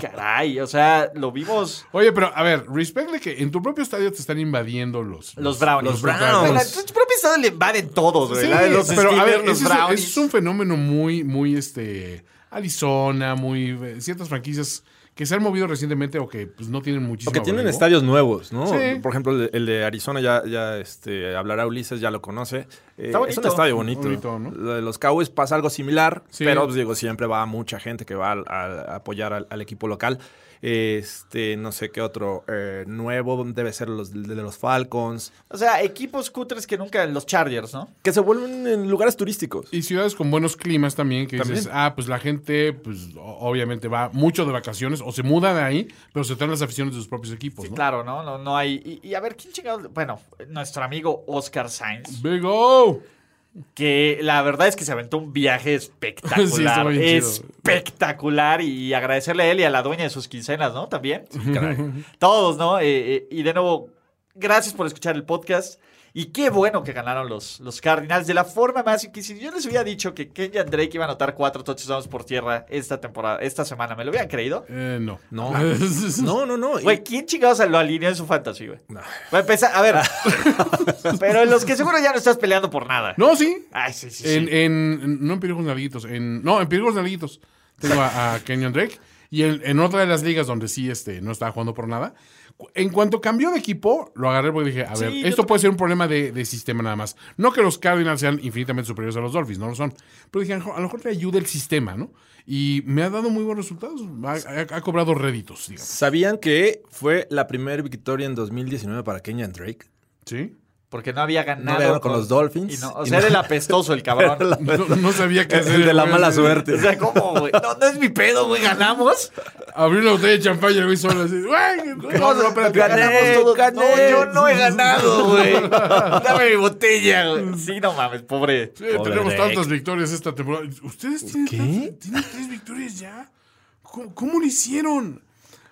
Caray, o sea, lo vimos
Oye, pero a ver, respecte que en tu propio estadio te están invadiendo los.
los Brownies.
Los Brownies.
Pero a tu propio estado le invaden todos,
Sí,
¿verdad? los
pero a
Steelers,
ver,
los
ese es,
Brownies.
ese es un fenómeno muy, muy este. Arizona, muy. eh, Ciertas franquicias que se han movido recientemente o que pues, no tienen muchísimo.
Porque tienen
abrigo.
estadios nuevos, ¿no?
Sí.
Por ejemplo, el, el de Arizona ya, ya este, hablará Ulises, ya lo conoce. Eh,
Está
Es un
bonito.
estadio bonito.
Bonito, ¿no?
Lo de los Cowboys pasa algo similar,
Sí.
pero pues, digo, siempre va mucha gente que va al- al- a, apoyar al, al equipo local. Este, no sé qué otro eh, nuevo debe ser los de de los Falcons,
O sea, equipos cutres que nunca los Chargers, ¿no?
que se vuelven en lugares turísticos.
Y ciudades con buenos climas también, que dices,
También.
ah, pues la gente, pues o- obviamente va mucho de vacaciones o se muda de ahí, pero se traen las aficiones de sus propios equipos,
Sí,
¿no?
claro, ¿no? No, no hay. Y, y a ver, ¿quién chingado? Bueno, nuestro amigo Oscar Sainz,
Big O.
que la verdad es que se aventó un
Mm. (laughs)
viaje
Sí, está
espectacular.
bien chido.
espectacular. Y agradecerle a él y a la dueña de sus quincenas, ¿no? También. (laughs) Todos, ¿no? Eh, eh, y de nuevo, gracias por escuchar el podcast. Y qué bueno que ganaron los, los Cardinals de la forma más que si yo les hubiera dicho que Kenyan Drake iba a anotar cuatro touchdowns por tierra esta temporada, esta semana, ¿me lo hubieran creído?
Eh, no.
No. No, no, no. Y-
Güey, ¿quién chingados lo alineó en su fantasy, güey? Va a empezar, a ver.
Ah.
(laughs) pero en los que seguro ya no estás peleando por nada.
(laughs) no, sí.
Ay, sí, sí, sí.
En, en- no en Pirujos Nalguitos, en, no, en Pirujos Nalguitos tengo a, a Kenyon Drake. Y en, en otra de las ligas donde sí este, no estaba jugando por nada. cu- En cuanto cambió de equipo, lo agarré porque dije, a ver,
yo
esto puede ser un problema de, de sistema nada más. No que los Cardinals sean infinitamente superiores a los Dolphins, no lo son. Pero dije, a lo mejor- a lo mejor le ayuda el sistema, ¿no? Y me ha dado muy buenos resultados. Ha, ha- ha cobrado réditos, digamos.
¿Sabían que fue la primera victoria en 2019 para Kenyan Drake?
¿Sí?
Porque no había ganado.
No había ganado con los Dolphins.
y no- o
Y
sea,
no-
era el apestoso,
(laughs)
el cabrón.
No, no sabía qué hacer.
El de la
güey.
mala suerte.
O sea, ¿cómo, güey? No, no es mi pedo, güey. Ganamos.
Abrió una botella de champaña, güey, solo así. "Güey, no, no, espérate".
ganamos todos.
gané.
No, yo no he ganado,
(laughs)
güey. Dame mi botella, güey. Sí, no mames, pobre.
Sí,
Pobre
tenemos
Drake.
tantas victorias esta temporada. ¿Ustedes tienen, tantas- tienen tres victorias ya? ¿Cómo, cómo lo hicieron?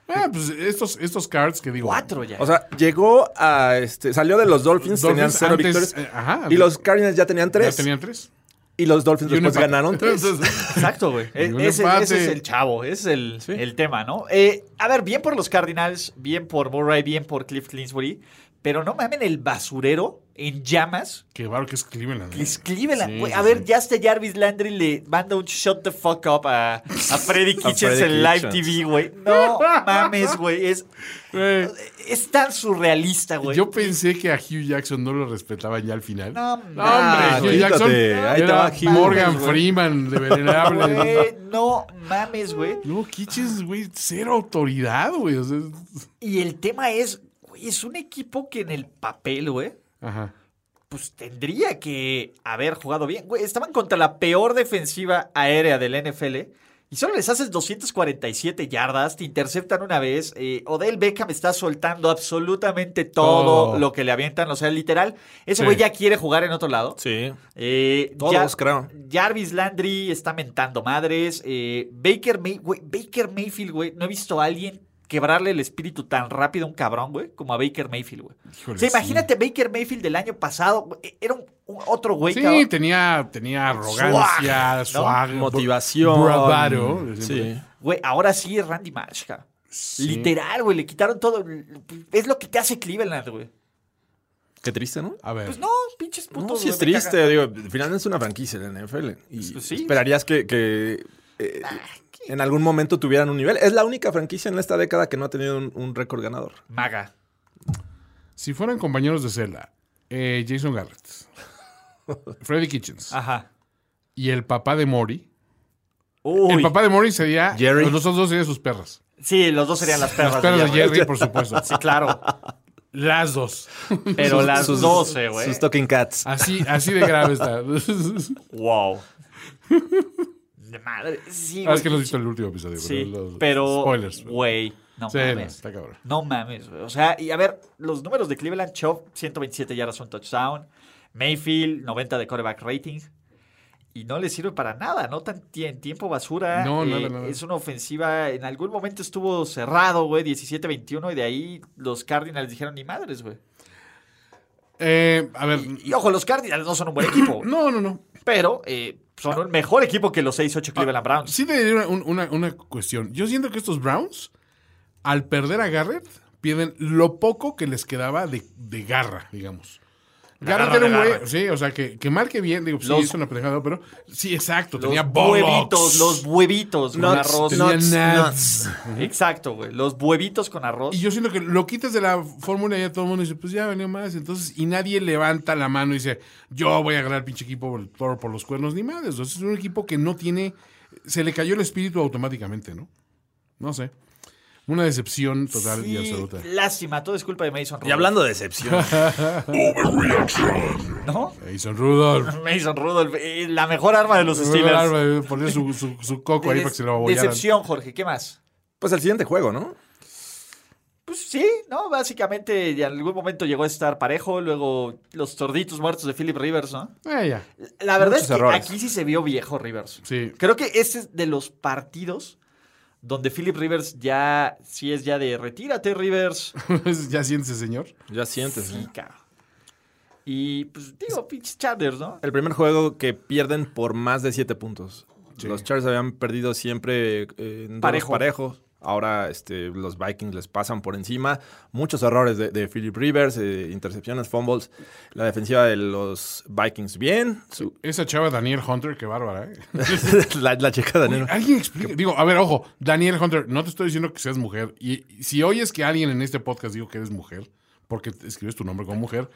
Ah, pues estos, estos cards que digo.
Cuatro ya.
O sea, llegó a este, salió de los Dolphins, tenían
Dolphins
cero
antes,
victorias.
eh, ajá.
y los Cardinals ya tenían
Ya
tres.
tenían tres.
Y los Dolphins
Y un
después
empate.
ganaron tres.
Exacto, güey. E-
Y un
ese,
empate.
ese es el chavo, ese es el, el tema, ¿no? Eh, a ver, bien por los Cardinals, bien por Murray, bien por Cliff Clinsbury, pero no mamen el basurero en llamas.
Qué bárbaro que es Cleveland. ¿eh? ¿no?
Es Cleveland.
Sí,
güey.
sí,
a ver,
sí.
ya hasta Jarvis Landry le manda un shut the fuck up a, a Freddy
(laughs)
Kitchens
Freddy
en Live
Kitchens.
TV, güey. No mames, güey. Es,
Güey,
es tan surrealista, güey.
Eh, Yo pensé que a Hugh Jackson no lo respetaban ya al final.
No,
No,
mames,
hombre,
Ah, quítate.
Hugh Jackson
Ahí te
era
va Hugh,
Morgan
güey.
Freeman
(laughs)
de venerable.
Güey, Eh, no mames, güey.
No, Kitchens, güey, cero autoridad, güey. o sea, es-
Y el tema es, güey, es un equipo que en el papel, güey,
Ajá.
pues tendría que haber jugado bien. Güey, estaban contra la peor defensiva aérea del NFL. Y solo les haces 247 yardas, te interceptan una vez. eh, Odell Beckham está soltando absolutamente todo
Todo.
lo que le avientan. O sea, literal, ese
Sí.
güey ya quiere jugar en otro lado.
Sí.
Eh,
Todos, creo.
Jarvis Landry está mentando madres. eh, Baker, May- güey, Baker Mayfield, güey. No he visto a alguien quebrarle el espíritu tan rápido a un cabrón, güey, como a Baker Mayfield, güey.
Híjole,
o sea, imagínate Baker Mayfield del año pasado. güey, e-, Era un, un- otro güey,
Sí,
cabrón.
tenía, tenía arrogancia,
¿no?
swag,
Motivación.
ah, bravado.
Sí.
Güey, ahora sí es Randy Marsh, cabrón. Literal, güey, le quitaron todo. Es lo que te hace Cleveland, güey.
Qué triste, ¿no?
A ver.
Pues no, pinches putos.
No, sí
güey,
es
me cagan.
triste, digo, finalmente es una franquicia la NFL. Y
Pues sí.
esperarías que, que, eh, en algún momento tuvieran un nivel. Es la única franquicia en esta década que no ha tenido un, un récord ganador.
Maga.
Si fueran compañeros de celda, eh, Jason
(laughs)
Garrett, Freddy Kitchens
Ajá.
y el papá de Mori.
Uy.
El papá de Mori sería.
Jerry.
Los otros dos serían sus
(laughs)
perras.
Sí, los dos serían las perras.
Las perras de
Jerry.
Jerry, por supuesto.
(laughs) Sí, claro.
Las dos.
Pero las
sus-
12, güey.
Sus Talking Cats.
Así, así de grave
(laughs)
está.
Wow. De madre. Sí,
Ah,
güey.
es que no has visto el último episodio.
Sí,
los-
pero.
Spoilers.
Güey, no
Sí, no,
mames.
está cabrón.
No mames, güey. O sea, y a ver, los números de Cleveland: Chubb, 127 yardas, un touchdown. Mayfield, 90 de quarterback rating. Y no le sirve para nada, no tan en tiempo basura. Eh,
No, nada, nada.
Es una ofensiva. En algún momento estuvo cerrado, güey, 17-21. Y de ahí los Cardinals dijeron: ni madres, güey.
Eh, a ver.
Y ojo, los Cardinals no son
(clears throat)
un buen equipo.
No, no, no.
Pero eh, son un mejor equipo que los 6-8 Cleveland Browns.
Sí te diré una, una- una cuestión. Yo siento que estos Browns, al perder a Garrett, pierden lo poco que les quedaba de, de garra, digamos. Garrett
garra
era un
de
güey,
Garrett.
sí, o sea, que, que marque bien, digo, sí,
Los-
es una pendejada, pero sí, exacto, tenía
Los
bollocks.
huevitos, los huevitos con
Nuts,
arroz.
tenía
nuts,
nuts.
Exacto, güey. Los huevitos con arroz.
Y yo siento que lo quitas de la fórmula y ya todo el mundo dice, pues ya venía más, entonces, y nadie levanta la mano y dice, yo voy a ganar pinche equipo por el toro por los cuernos, ni madres. Entonces, es un equipo que no tiene, se le cayó el espíritu automáticamente, ¿no? No sé. Una decepción total
Sí,
y absoluta.
Lástima, todo es culpa de Mason Rudolph.
Y hablando de excepción.
¿No?
Jason Rudolph.
(laughs) Mason Rudolph, eh, la mejor arma de los Steelers.
Rudolph, eh, Ponía su, su, su coco ahí para que se lo abollaran.
Decepción, Jorge, ¿qué más?
pues el siguiente juego, ¿no?
Pues sí, ¿no? Básicamente en algún momento llegó a estar parejo, luego los torditos muertos de Philip Rivers, ¿no?
Eh, ya.
La verdad
Muchos
es que
errores.
aquí sí se vio viejo Rivers.
Sí. (laughs)
Creo que ese es de los partidos donde Philip Rivers ya, sí es ya de retírate, Rivers.
ya siéntese, señor.
Ya sientes. ¿eh?
Sí, cabrón. ¿eh? Y pues digo, pinches Chargers, ¿no?
El primer juego que pierden por más de 7 puntos. Los Chargers habían perdido siempre eh, en duelos
Parejo.
parejos. Ahora este, los Vikings les pasan por encima. Muchos errores de, de Philip Rivers, eh, intercepciones, fumbles. La defensiva de los Vikings bien. Su-
Esa chava Daniel Hunter, qué bárbara, ¿eh?
(laughs) la, la chica de Nero.
Alguien explica. Digo, a ver, ojo, Daniel Hunter, no te estoy diciendo que seas mujer. Y y si oyes que alguien en este podcast dijo que eres mujer, porque te escribes tu nombre como mujer,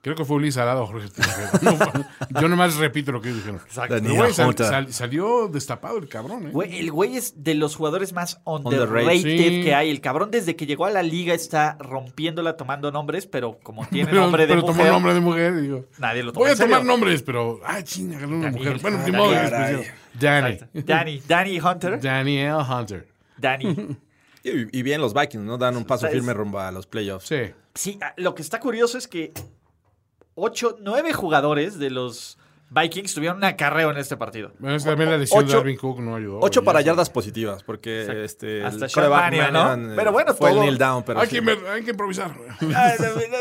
creo que fue Ulises Arado o Jorge Tinajero. No fue- yo nomás repito lo que ellos dijeron. Exacto.
Daniel Hunter.
salió destapado el cabrón, ¿eh?
Güey, el güey es de los jugadores más
Underrated.
underrated
Sí.
que hay. El cabrón desde que llegó a la liga está rompiéndola tomando nombres, pero como tiene
pero
nombre de
pero tomó
mujer,
nombre de mujer y digo.
nadie lo toma
Voy a
en serio.
tomar nombres, pero. Ah, chinga, ganó una
Daniel
mujer. Bueno, ni
Hunter.
modo.
Caray.
es Dani.
Danny, Danny Hunter,
Daniel Hunter.
Danny.
Y, y bien los Vikings, ¿no? Dan un paso
Está- es-
firme rumbo a los playoffs.
Sí.
Sí, ah, lo que está curioso es que ocho, nueve jugadores de los Vikings tuvieron un acarreo en este partido.
Bueno, es que también la lesión de
Ocho-
Alvin Cook no ayudó.
8
güey,
para
ya sé.
yardas positivas, porque este,
Hasta
el
Sean
quarterback
Mannion, ¿no?
Mannion, eh,
Pero bueno,
fue
todo-
el kneel down. Pero
Hay
sí.
que inver- hay que improvisar.
Ah,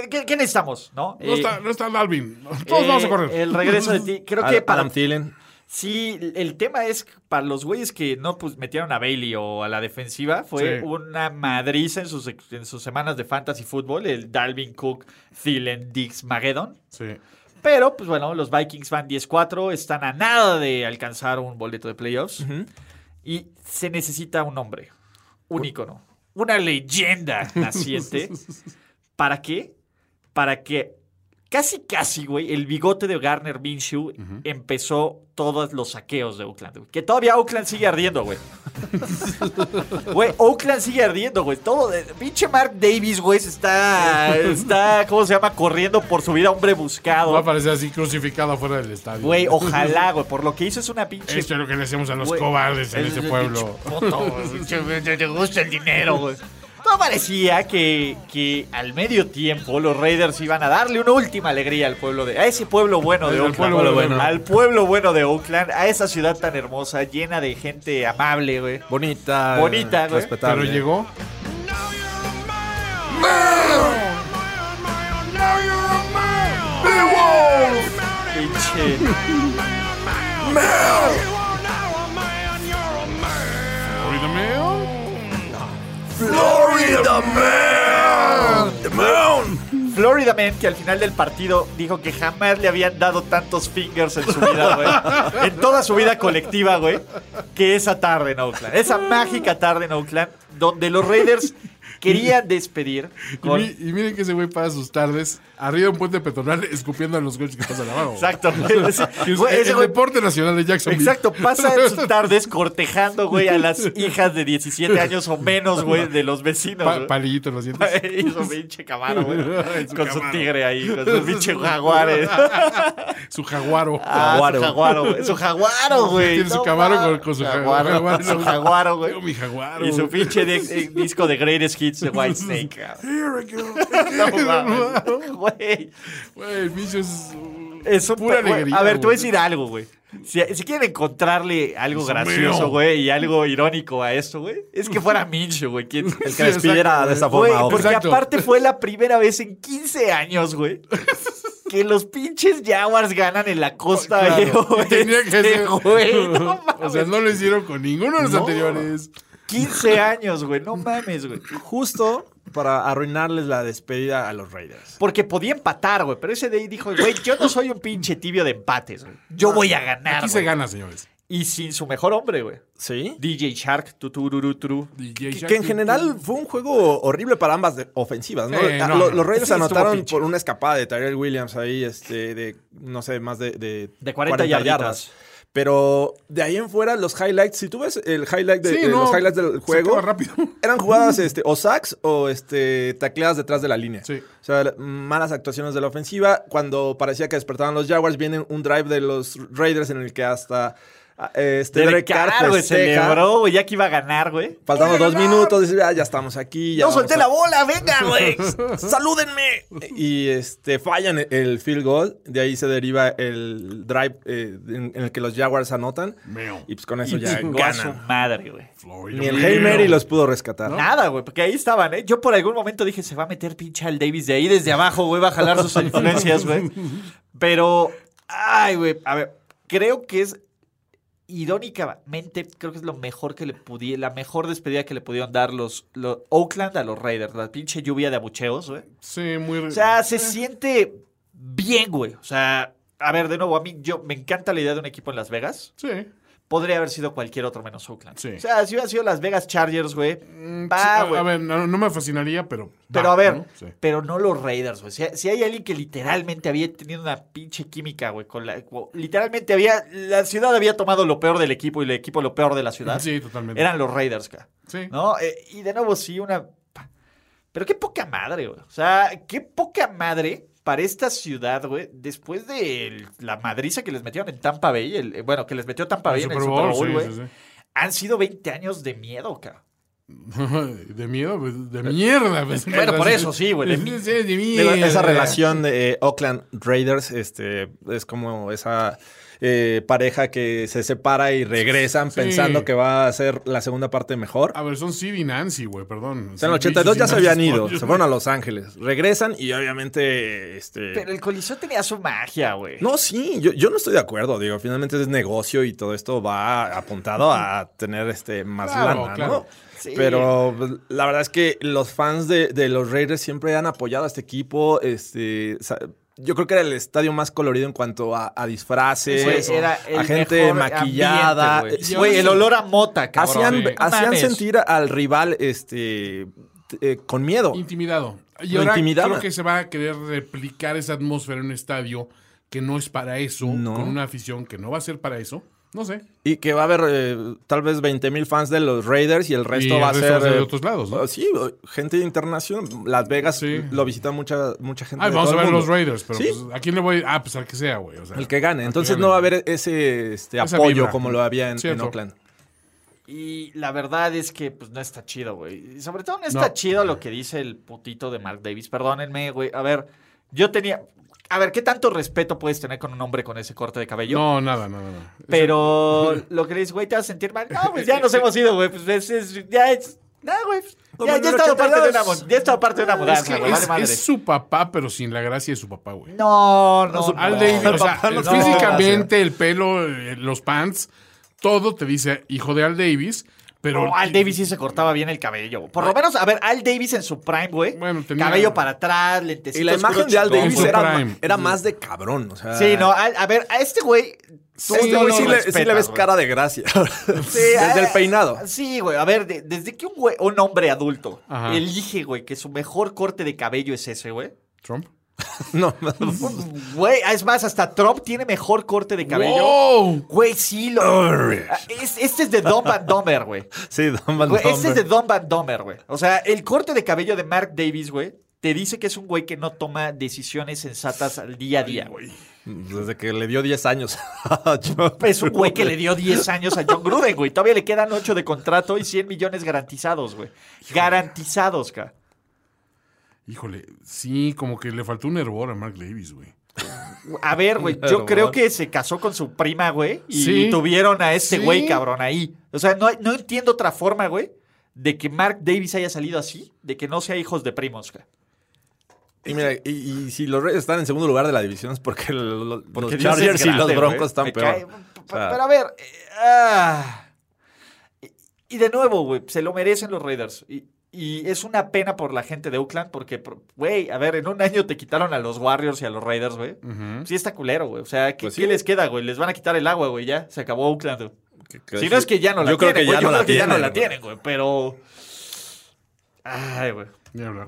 ¿Qué, qué necesitamos? ¿no?
No
Eh,
está, no está Dalvin. Todos vamos a
eh,
correr.
(laughs) El regreso de ti. Creo que
Adam-
para,
Adam Thielen.
Sí, el tema es que para los güeyes que no pues, metieron a Bailey o a la defensiva, fue
Sí.
una madriza en sus, en sus semanas de fantasy fútbol, el Dalvin Cook, Thielen, Dix, Mageddon.
Sí.
Pero, pues bueno, los Vikings van 10-4, están a nada de alcanzar un boleto de playoffs. Y se necesita un hombre, un ícono, una leyenda naciente. ¿Para qué? Para que casi, casi, güey, el bigote de Garner Minshew empezó todos los saqueos de Oakland. güey. Que todavía Oakland sigue ardiendo, güey. Güey, Oakland sigue ardiendo, güey. Todo, eh, pinche Mark Davis, güey, se está, está, ¿cómo se llama? Corriendo por su vida, hombre buscado.
Va a aparecer así crucificado afuera del estadio.
Güey, ojalá, güey. Por lo que hizo es una pinche.
Esto es lo que le hacemos a los
Güey,
cobardes en
es
Este ese
un pinche
pueblo.
Puto, (laughs) güey. Te- te gusta el dinero, güey. Todo parecía que, que al medio tiempo los Raiders iban a darle una última alegría al pueblo de. A ese pueblo bueno de
Al
Oakland.
pueblo bueno.
Al pueblo bueno de Oakland. A esa ciudad tan hermosa, llena de gente amable, güey.
Bonita.
Bonita, güey.
eh,
Pero
Respetable.
llegó.
Pinche.
Florida Mail.
Florida Man, que al final del partido dijo que jamás le habían dado tantos fingers en su vida, güey. En toda su vida colectiva, güey. Que esa tarde en Oakland. Esa mágica tarde en Oakland, donde los Raiders querían despedir
Y,
con.
mi- y miren que ese güey pasa sus tardes arriba de un puente peatonal (laughs) escupiendo a los coches que pasan abajo.
Exacto.
(laughs)
güey. Ese-
Que es
güey,
el,
ese
el
güey-
deporte nacional de Jacksonville.
Exacto, pasa
(laughs)
en sus tardes cortejando, güey, a las hijas de 17 años o menos, güey, de los vecinos.
Pa-
(laughs) güey.
palillito en los dientes.
Y su pinche camaro, güey.
En su
Con su
Camaro.
tigre ahí, con sus
(laughs)
pinche jaguares.
Su jaguaro.
Ah,
Jaguaro.
su jaguaro, güey. Su jaguaro, güey.
Tiene su
No
camaro
mames.
con- con su
jaguaro.
jaguaro.
Su jaguaro, güey.
Tengo mi jaguaro.
Y su pinche de- eh, disco de Greatest Hits de
(laughs)
White Snake.
Here I go.
(laughs) No mames. Güey.
Güey, el bicho es.
Es un
Pura
pe- güey,
alegría,
A ver, te voy a
güey.
decir algo, güey. Si, si quieren encontrarle algo
Dios mío.
gracioso, güey, y algo irónico a esto, güey, es que (laughs) fuera Mincho, güey. quien-
El
Sí,
que despidiera
exacto,
de esa
Güey,
forma. ojo.
porque
Exacto.
aparte fue la primera vez en 15 años, güey, que los pinches Jaguars ganan en la costa,
Claro.
(laughs) güey.
Tenía que
Este,
ser. (laughs)
güey, (laughs) no
o sea,
mames.
no lo hicieron con ninguno de los
No.
anteriores.
15 años, güey, no mames, güey.
Justo para arruinarles la despedida a los Raiders.
Porque podía empatar, güey, pero ese de ahí dijo, güey, yo no soy un pinche tibio de empates, güey. Yo voy a ganar.
Aquí se
güey".
gana, señores.
Y sin su mejor hombre, güey.
¿Sí?
DJ Shark, tutururu, turu.
DJ
Que,
Shark,
que en
tú-
general fue un juego horrible para ambas de- ofensivas, ¿no?
Eh,
Ah,
no,
lo-
no.
Los Raiders
Sí, estuvo
anotaron
pinche.
por una escapada de Tyrell Williams ahí, este, de, no sé, más de, de,
De 40 yarditas.
Pero de ahí en fuera, los highlights, si tú ves el highlight de,
pues, Sí,
de
no,
los highlights del
se
juego,
acaba rápido.
eran jugadas este, o sacks o este, tacleadas detrás de la línea.
Sí.
O sea, la- malas actuaciones de la ofensiva. Cuando parecía que despertaban los Jaguars, viene un drive de los Raiders en el que hasta ah, este,
Derek
Derek Carr
Carr, güey,
festeja.
celebró, güey, ya que iba a ganar, güey.
Faltando dos minutos, dice, "Ah, ya estamos aquí. Ya
No solté la
vamos
bola,
(laughs)
venga, güey.
a- ¡Salúdenme! Y este, fallan el field goal. De ahí se deriva el drive eh, en, en el que los Jaguars anotan.
Meo.
Y pues con eso ya
Chinga su
ganan.
madre, güey.
Florida
Ni el
Mail.
Hail Mary los pudo rescatar.
Nada, güey, porque ahí estaban, ¿eh? Yo por algún momento dije, se va a meter pinche al Davis de ahí desde abajo, güey, va a jalar
(laughs)
sus influencias, güey. Pero, ay, güey, a ver, creo que es, irónicamente, creo que es lo mejor que le pudieron, la mejor despedida que le pudieron dar los, los Oakland a los Raiders, la pinche lluvia de abucheos, güey.
Sí, muy. eh,
O sea, se siente bien, güey. O sea, a ver, de nuevo, a mí yo me encanta la idea de un equipo en Las Vegas.
Sí.
Podría haber sido cualquier otro menos Oakland.
Sí.
O sea, si hubiera sido Las Vegas Chargers, güey.
Mm, sí,
Va,
a-
güey.
a ver, no, no me fascinaría, pero.
Pero
va,
a ver,
¿no? Sí.
pero no los Raiders, güey. Si, si hay alguien que literalmente había tenido una pinche química, güey, con la. con- literalmente había. La ciudad había tomado lo peor del equipo y el equipo lo peor de la ciudad.
Sí, totalmente.
Eran los Raiders, ca.
Sí.
¿No? Eh, y de nuevo, sí, una. pa- Pero qué poca madre, güey. O sea, qué poca madre para esta ciudad, güey. Después de el- la madriza que les metieron en Tampa Bay, el- eh, bueno, que les metió Tampa Bay en el Super Bowl, güey.
sí, sí, sí.
Han sido 20 años de miedo, cabrón.
(laughs) De miedo, pues, de mierda. pues.
Bueno, por eso sí, güey, de
Sí,
mi-
sí, de
Digo,
mierda.
esa relación de eh, Oakland Raiders este, es como esa eh, pareja que se separa y regresan
Sí. Ah,
pensando que va a ser la segunda parte mejor.
A ver, son Sid y Nancy, güey, perdón.
O sea, en el 82 ya se habían ido, se fueron a Los Ángeles, regresan y obviamente... Este,
Pero el coliseo tenía su magia, güey.
No, sí, yo, yo no estoy de acuerdo. Digo, finalmente es negocio y todo esto va apuntado a tener este más
Claro,
lana,
claro.
¿no?
Sí.
Pero pues, la verdad es que los fans de, de los Raiders siempre han apoyado a este equipo. Este, sa- yo creo que era el estadio más colorido en cuanto a, a disfraces,
Güey, era el
a gente
mejor
maquillada.
ambiente,
Eh,
güey. Güey, el olor a mota, cabrón.
Hacían,
Sí.
hacían
Mames.
sentir al rival este, t- eh, con miedo.
Intimidado. Y
Lo
ahora
intimidaban.
creo que se va a querer replicar esa atmósfera en un estadio que no es para eso,
No.
con una afición que no va a ser para eso. No sé.
Y que va a haber eh, tal vez 20 mil fans de los Raiders y el resto,
Y el
va,
resto
a ser,
va a ser de
eh,
otros lados, ¿no?
oh, Sí, oh, gente internacional. Las Vegas
Sí.
lo visita mucha, mucha gente.
Ah,
de
vamos a
todo
ver
el
los
mundo.
Raiders, pero
Sí.
pues, ¿a quién le voy? Ah, pues al que sea, güey. o sea,
El que gane.
al
Entonces
gane.
no va a haber ese este,
Esa
apoyo
vibra.
como lo había en, en
Cierto.
Oakland.
Y la verdad es que pues no está chido, güey. Y Sobre todo no está
No.
chido lo que dice el putito de Mark Davis. Perdónenme, güey. A ver, yo tenía... A ver, ¿qué tanto respeto puedes tener con un hombre con ese corte de cabello?
No, nada, nada, nada.
Pero lo que le dices, güey, te vas a sentir mal. No, pues ya nos hemos ido, güey. Pues es, es- ya es... No, güey. pues,
Como
Ya,
en
ya he
el
estado parte de una,
82.
mu- ya he estado parte de una
Es,
mudanza,
que
güey.
es-
Vale madre.
es su papá, pero sin la gracia de su papá, güey.
No, no,
Al
no.
Davis, o sea,
papá no
el-
tiene
físicamente, el pelo, eh, los pants, todo te dice hijo de Al Davis, pero...
No, Al Davis sí se cortaba bien el cabello. güey. Por lo menos, a ver, Al Davis en su prime, güey.
Bueno, tenía-
Cabello para atrás, lentecitos.
Y la imagen
oscuros,
de Al
chingón,
Davis
fue
güey.
era, ma-
prime.
era más de cabrón. O sea,
Sí, no, al- a, ver, a este güey... tú
Este
no
güey
lo
sí, le, sí
respetas,
le ves
güey.
cara de gracia. (laughs)
Sí,
Desde
eh,
el peinado.
Sí, güey, a ver, de- desde que un güey, un hombre adulto
Ajá.
elige, güey, que su mejor corte de cabello es ese, güey.
Trump.
(laughs) No,
Güey, ah, es más, hasta Trump tiene mejor corte de cabello.
¡Wow!
Güey, sí, lo... Ah, es- este es de Dumb and Dumber, güey.
sí, Don Van
Güey, este es de
Domber.
Don Van Domer, güey. O sea, el corte de cabello de Mark Davis, güey, te dice que es un güey que no toma decisiones sensatas al día a día, güey.
Desde que le dio 10 años. (laughs) Yo-
Es un güey
(laughs)
que le dio 10 años a John Gruden, güey. Todavía le quedan 8 de contrato y 100 millones garantizados, güey. Garantizados, cara.
Híjole, sí, como que le faltó un hervor a Mark Davis, güey.
A ver, güey, yo
Pero,
creo
bueno.
que se casó con su prima, güey, y
Sí.
tuvieron a este
Sí.
güey, cabrón, ahí. O sea, no, no entiendo otra forma, güey, de que Mark Davis haya salido así, de que no sea hijos de primos, cara.
Y mira, y, y si los Reyes están en segundo lugar de la división es porque lo- lo-
Porque
los
Dios es
Chargers y
grande,
los Broncos
güey.
están
Me
peor.
cae-
O sea,
Pero a ver. eh, ah. Y- Y de nuevo, güey, se lo merecen los Raiders. Y, y es una pena por la gente de Oakland porque, por- güey, a ver, en un año te quitaron a los Warriors y a los Raiders, güey. Sí está culero, güey. O sea, ¿qué,
Pues
qué
sí.
les queda, güey? Les van a quitar el agua, güey, ya. Se acabó Oakland, güey.
que-
Si no es que ya no la
yo creo
tienen,
que
güey,
ya
yo
no la
creo que ya no
tienen,
la
güey.
tienen, güey. Pero... Ay, güey.
Ni hablar.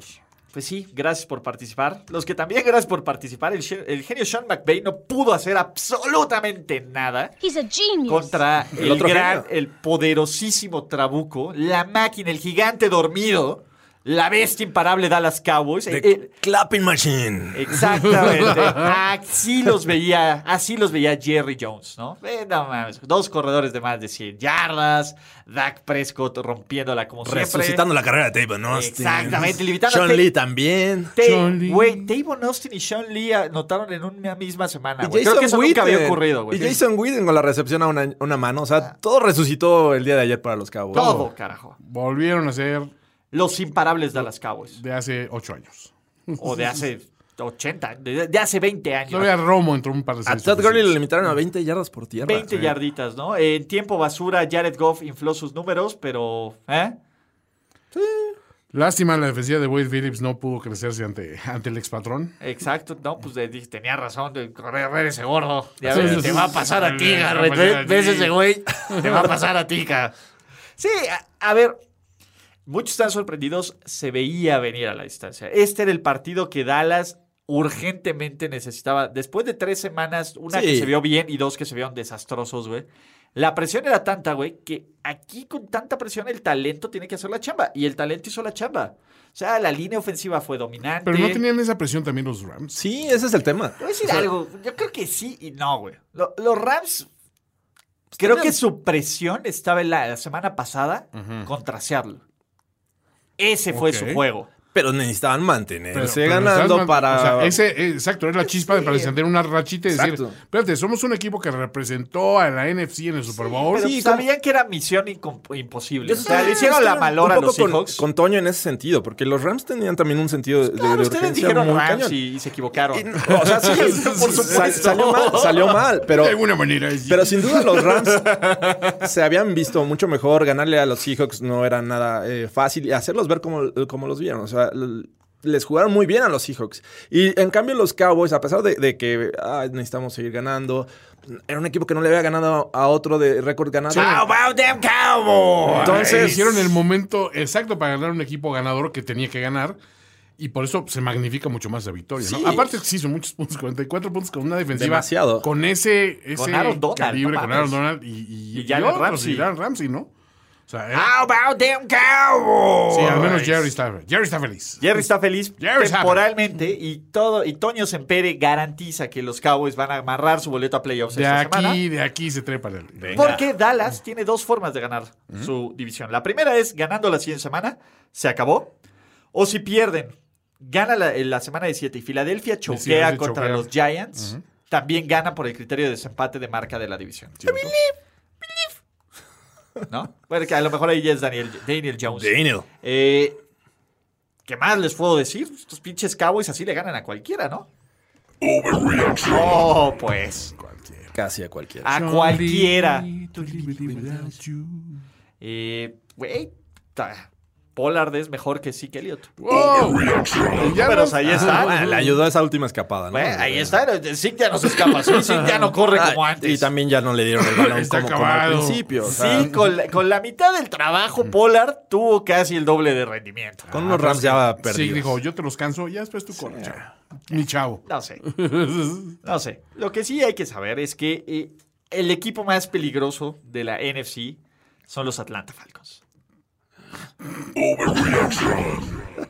Pues sí, gracias por participar. Los que también gracias por participar. El, she- el genio Sean McVay no pudo hacer absolutamente nada
He's a genius.
contra el,
El otro
gran,
genio.
el poderosísimo Trabuco, la máquina, el gigante dormido, la bestia imparable Dallas Cowboys.
The
Eh, eh,
clapping machine. (laughs)
exactamente. Así los veía, así los veía Jerry Jones, ¿no? Eh, no mames, dos corredores de más de 100 yardas, Dak Prescott rompiéndola como siempre.
Resucitando la carrera de Tavon Austin.
Exactamente, limitando a
Sean
Tay-
Lee también.
Te-
Sean Lee.
Güey, Tavon Austin y Sean Lee anotaron en una misma semana, Ah, güey.
Y
Creo que eso nunca había
Witten.
ocurrido, güey. Ah.
Y Jason Witten con la recepción a una, una mano. O sea, todo resucitó el día de ayer para los Cowboys.
Todo, carajo.
Volvieron a ser
Los imparables de las Cowboys.
de hace ocho años.
O de hace 80, de, de hace 20 años.
Todavía Romo entró un par de
A
series
Todd Gurley lo
ofensivas.
limitaron a 20 yardas por tierra.
20 yarditas, ¿no? En tiempo basura, Jared Goff infló sus números, pero. ¿eh?
Lástima, la defensiva de Wade Phillips no pudo crecerse ante, (laughs) ante el expatrón.
Exacto, no, pues de- dije, tenía razón de correr ver ese gordo. Ya
Sí,
ves,
sí,
te
sí,
va a
sí,
pasar a
sí,
ti,
sí,
Garrett.
va a pasar a
¿Ves- ¿Ves
ti.
ese (laughs) güey? Te va a pasar a ti, ca. Sí, a, a ver, muchos están sorprendidos. Se veía venir a la distancia. Este era el partido que Dallas urgentemente necesitaba. Después de tres semanas, una
Sí.
que se vio bien y dos que se vieron desastrosos, güey. La presión era tanta, güey, que aquí con tanta presión el talento tiene que hacer la chamba. Y el talento hizo la chamba. O sea, la línea ofensiva fue dominante.
Pero no tenían esa presión también los Rams.
Sí, ese es el tema.
Te voy a decir
O sea,
algo. Yo creo que sí y no, güey. Lo- los Rams. Creo que su presión estaba en la, la semana pasada contra Seattle. Ese fue su
Ok.
juego.
Pero necesitaban mantenerse
pero
ganando
estás man-
para.
o sea, ese, eh, exacto, es la chispa de para encender una rachita y decir,
Exacto.
espérate, somos un equipo que representó a la NFC en el Super Bowl.
Pero
Pues Sí,
sabían que era misión incom- imposible.
Yo
O sea,
estoy-
le hicieron
estoy
la malora a
un
los
poco con,
Seahawks.
con Toño en ese sentido, porque los Rams tenían también un sentido de,
Claro,
de
ustedes
urgencia
dijeron "Ah,
muy
Rams
cañón.
y, y se equivocaron.
Y no, O
(laughs)
sea, sí,
Por supuesto.
sal- salió mal, salió mal, pero
de alguna manera. sí.
Pero sin duda los Rams se habían visto mucho mejor. Ganarle a los Seahawks no era nada eh, fácil. Y hacerlos ver como, como los vieron. O sea, l- les jugaron muy bien a los Seahawks. Y en cambio los Cowboys, a pesar de, de que ah, necesitamos seguir ganando, era un equipo que no le había ganado a otro de récord ganado.
How about them Cowboys?
Eh,
Entonces...
hicieron el momento exacto para ganar un equipo ganador que tenía que ganar. Y por eso se magnifica mucho más la victoria. ¿no?
Sí.
Aparte, sí, son muchos puntos, 44 puntos con una defensiva.
Demasiado.
Con ese, ese
Con Aaron Donald,
calibre,
no
con
mames.
Aaron Donald y, y,
Y Jalen
otros,
Ramsey. Ah,
y Jalen Ramsey, ¿no? O sea, era-
How about them Cowboys?
sí, al menos Jerry está, Jerry está feliz.
Jerry está feliz
Jerry está
temporalmente y todo y Toño Sempere garantiza que los Cowboys van a amarrar su boleto a playoffs
De
esta
aquí,
semana.
de aquí se trepa. el-
Porque Dallas tiene dos formas de ganar su división. La primera es ganando la siguiente semana, se acabó. O si pierden, gana la, en la semana de 7 y Filadelfia choquea
de
contra
choquear.
los Giants. También gana por el criterio de desempate de marca de la división. ¿No? Bueno, que a lo mejor ahí ya es Daniel, Daniel Jones.
Daniel.
Eh, ¿Qué más les puedo decir? Estos pinches Cowboys así le ganan a cualquiera, ¿no? Oh, pues.
Casi a cualquiera.
A cualquiera. Eh, Güey, ta- Pollard es mejor que sí que Elliot.
¡Wow! Ya
Pero
nos-
ahí está.
Ah, Bueno, le ayudó a esa última escapada, ¿no?
Güey, ahí está. Sí ya no se escapa. Sí, sí ya no corre como
Ah,
antes.
y también ya no le dieron
(laughs)
el balón
Está
como, como al
acabado.
principio. o sea,
Sí, con la, con la mitad del trabajo, Pollard tuvo casi el doble de rendimiento.
con unos Rams ya perdidos.
Ah, Sí, dijo, yo te los canso, ya después tú corre, chavo. Mi chavo. (laughs)
No sé. No sé. Lo que sí hay que saber es que eh, el equipo más peligroso de la NFC son los Atlanta Falcons.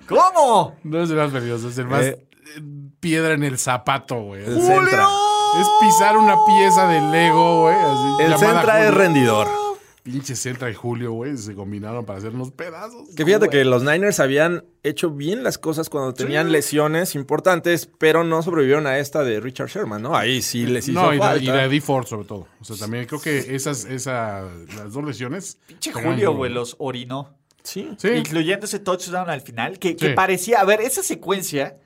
¿Cómo?
No es el más valioso, es el más
Eh.
eh, piedra en el zapato, güey.
El centra.
Es pisar una pieza de Lego, güey. así,
El
llamada
centra es
Julio.
rendidor.
Pinche Centra y Julio, güey, se combinaron para hacernos pedazos.
Que fíjate que los Niners habían hecho bien las cosas cuando tenían lesiones importantes, pero no sobrevivieron a esta de Richard Sherman, ¿no? Ahí sí les hizo
No, y, la-
falta.
y la de D4 sobre todo. O sea, también creo que esas, esa, las dos lesiones.
Che,
pegaron
Julio,
duro.
güey, los orinó.
Sí.
Sí.
Incluyendo ese touchdown al final, que, que
Sí.
parecía. A ver, esa secuencia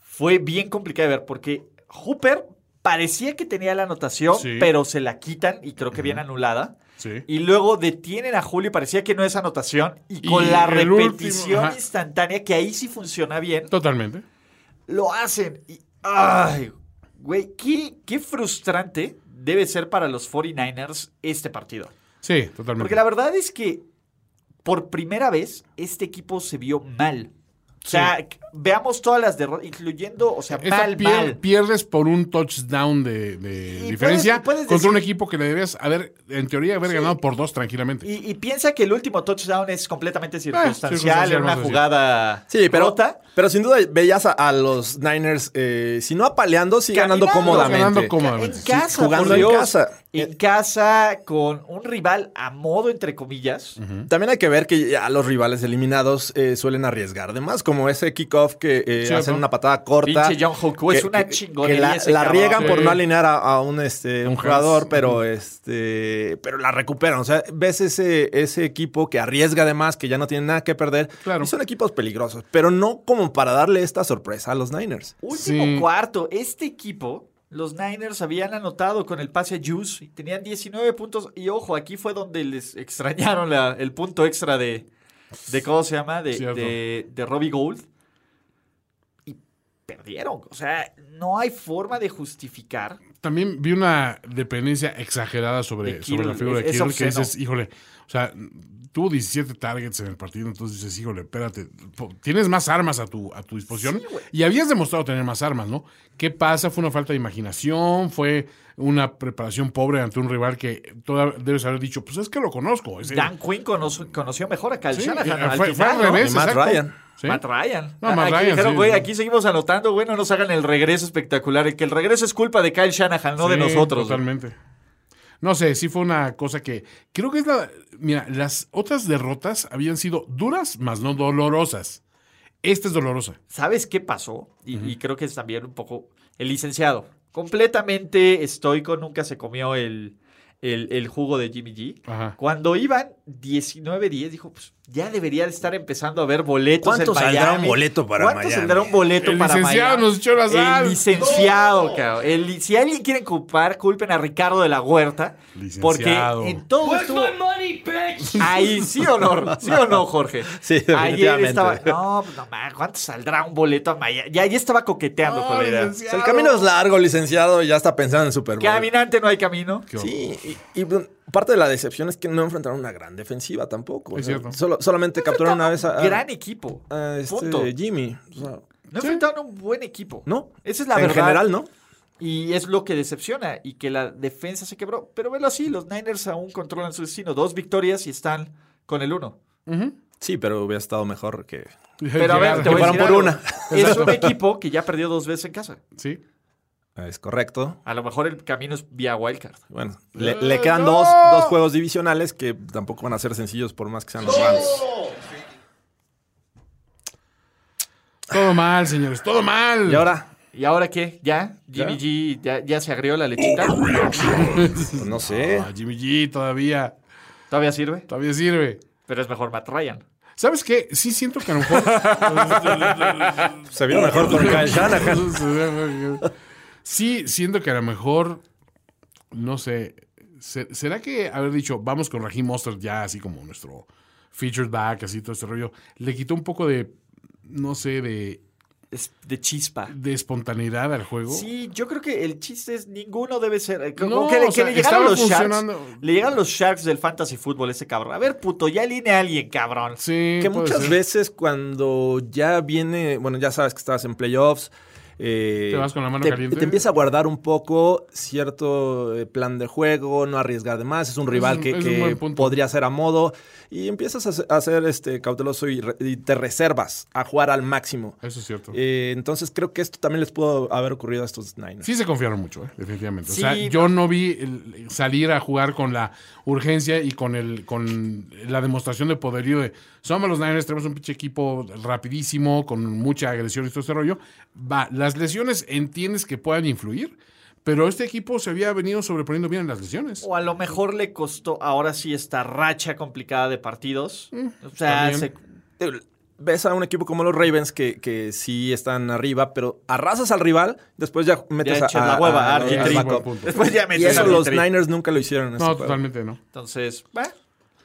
fue bien complicada de ver porque Hooper parecía que tenía la anotación,
Sí.
pero se la quitan y creo que bien anulada.
Sí.
Y luego detienen a Julio y parecía que no es anotación. Y con
Y
la
el último,
repetición
ajá.
instantánea, que ahí sí funciona bien,
Totalmente.
lo hacen. Y, ay, güey, qué, qué frustrante debe ser para los 49ers este partido.
Sí, totalmente.
Porque la verdad es que por primera vez este equipo se vio mal. O sea, c- veamos todas las derrotas, incluyendo, o sea,
Esta
mal,
pier-
mal.
Pierdes por un touchdown de, de
puedes-
diferencia
y puedes
contra
decir-
un equipo que le debías haber, en teoría, haber ganado por dos tranquilamente.
Y, y piensa que el último touchdown es completamente circunstancial,
Ah, circunstancial,
en
vamos
una
a decir.
jugada
Sí, pero,
rota.
pero sin duda veías a, a los Niners, eh, si no apaleando, sí ganando
Caminando.
cómodamente.
Ganando
En
cómodamente.
casa,
jugando
por
en
Dios.
casa.
En
Eh,
casa, con un rival a modo, entre comillas.
También hay que ver que ya los rivales eliminados eh, suelen arriesgar. Además, como ese kickoff que eh,
Cierto.
hacen una patada corta.
Pinche John Hoku, es
que-
una
que-
chingonería
que
ese
la, la
cabrón.
riegan por
Sí.
no alinear a, a un, este, un
Hans.
jugador, pero este pero la recuperan. O sea, ves ese, ese equipo que arriesga además, que ya no tiene nada que perder.
Claro.
Y son equipos peligrosos, pero no como para darle esta sorpresa a los Niners.
Último
Sí.
cuarto, este equipo, los Niners habían anotado con el pase a Juice y tenían 19 puntos. Y ojo, aquí fue donde les extrañaron la- el punto extra de, de ¿cómo se llama? De,
Cierto.
de, de Robbie Gould. Y perdieron. O sea, no hay forma de justificar.
También vi una dependencia exagerada sobre,
De Kittle,
sobre la figura
es-
de
es
Kittle, que
obsceno.
dices, híjole, o sea, tuvo 17 targets en el partido, entonces dices, híjole, espérate, po- tienes más armas a tu, a tu disposición y habías demostrado tener más armas, ¿no? ¿Qué pasa? ¿Fue una falta de imaginación? ¿Fue una preparación pobre ante un rival que toda, debes haber dicho, pues es que lo conozco? Es el-
Dan Quinn conoz- conoció mejor a Kyle
Sí,
Shanahan.
eh,
al
fue, fue
final,
al
¿no?
revés,
Y Matt
exacto.
Ryan.
Sí.
Matt Ryan.
No, Matt
aquí
Ryan,
dijeron,
sí,
güey,
sí.
aquí seguimos anotando, güey, no nos hagan el regreso espectacular. El que el regreso es culpa de Kyle Shanahan, no de
Sí,
nosotros. güey".
Totalmente. No sé, sí fue una cosa que creo que es la... Mira, las otras derrotas habían sido duras, más no dolorosas. Esta es dolorosa.
¿Sabes qué pasó? Y, y creo que es también un poco el licenciado. Completamente estoico, nunca se comió el, el- el jugo de Jimmy G.
Ajá.
Cuando iban 19-10, dijo, pues ya debería de estar empezando a ver boletos
¿Cuánto
en Miami.
saldrá un boleto para
¿Cuánto
Miami?
saldrá un boleto
El
para
licenciado
Miami?
nos echó la sal.
El licenciado, cabrón. El li- si alguien quiere culpar, culpen a Ricardo de la Huerta.
Licenciado.
Porque en todo estuvo... Ahí, sí o no, sí o no, Jorge.
(laughs) Sí,
Ayer
definitivamente.
estaba... No, pues, no man, ¿cuánto saldrá un boleto a Miami? Ya, ya estaba coqueteando con la idea.
O sea, el camino es largo, licenciado, y ya está pensando en el Super Bowl.
Caminante no hay camino.
Sí, y, y, bueno, parte de la decepción es que no enfrentaron una gran defensiva tampoco.
Es
O sea,
cierto.
solo- solamente capturaron una vez a, a-
Gran equipo.
a Ah, este
Punto.
Jimmy. O sea,
No enfrentaron un buen equipo.
¿No?
Esa es la
en
verdad.
general, ¿no?
Y es lo que decepciona y que la defensa se quebró. Pero velo así, los Niners aún controlan su destino. Dos victorias y están con el
(laughs)
uno.
Sí, pero hubiera estado mejor que...
Pero a ver, te voy a
fueron
decir
por
algo.
una.
Es un equipo que ya perdió dos veces en casa.
Sí.
eh, Es correcto.
A lo mejor el camino es vía wildcard.
Bueno, le, le quedan dos, dos juegos divisionales que tampoco van a ser sencillos por más que sean los Rams.
Todo mal, señores, todo mal.
Y ahora,
¿Y ahora qué? ¿Ya? ¿Jimmy G ya, ya se agrió la lechita?
pues no sé.
Ah, Jimmy G todavía,
¿Todavía sirve?
todavía sirve.
Pero es mejor Matt Ryan.
¿Sabes qué? Sí siento que a lo mejor...
Se vio mejor (laughs) con
(laughs)
Kyle Shanahan.
sí, siento que a lo mejor, no sé, se- ¿será que haber dicho, vamos con Raheem Mostert ya así como nuestro featured back, así todo este rollo, le quitó un poco de, no sé, de,
Es de chispa.
de espontaneidad al juego?
Sí, yo creo que el chiste es ninguno debe ser. eh, Como
No,
que, le-
o sea,
que le llegaron
estaba
los Sharks.
funcionando.
Le llegan los Sharks del fantasy fútbol, ese cabrón. A ver, puto, ya alinea a alguien, cabrón.
Sí,
Que
puede
muchas
ser.
veces cuando ya viene, bueno, ya sabes que estabas en playoffs, eh,
Te vas con la mano
te,
caliente.
te empieza a guardar un poco cierto eh, plan de juego, no arriesgar de más. Es un rival
un-
que,
es un
que
buen punto.
podría ser a modo y empiezas a, se- a ser este, cauteloso y, re- y te reservas a jugar al máximo.
Eso es cierto.
Eh, entonces creo que esto también les pudo haber ocurrido a estos Niners.
Sí se confiaron mucho, ¿eh? definitivamente.
Sí.
o sea, yo no vi el- salir a jugar con la urgencia y con el con la demostración de poderío de somos los Niners, tenemos un pinche equipo rapidísimo, con mucha agresión y todo ese rollo. Va, las lesiones entiendes que puedan influir, pero este equipo se había venido sobreponiendo bien en las lesiones.
O a lo mejor le costó ahora sí esta racha complicada de partidos. o sea,
Mm, está
se-
Eh, Ves a un equipo como los Ravens que, que sí están arriba, pero arrasas al rival, después ya metes
echas
a,
la
a-
hueva
a-
a
al
RG3.
backup.
Buen punto.
después ya me
Y eso los Niners nunca lo hicieron en este
No,
juego.
totalmente no.
Entonces, bueno,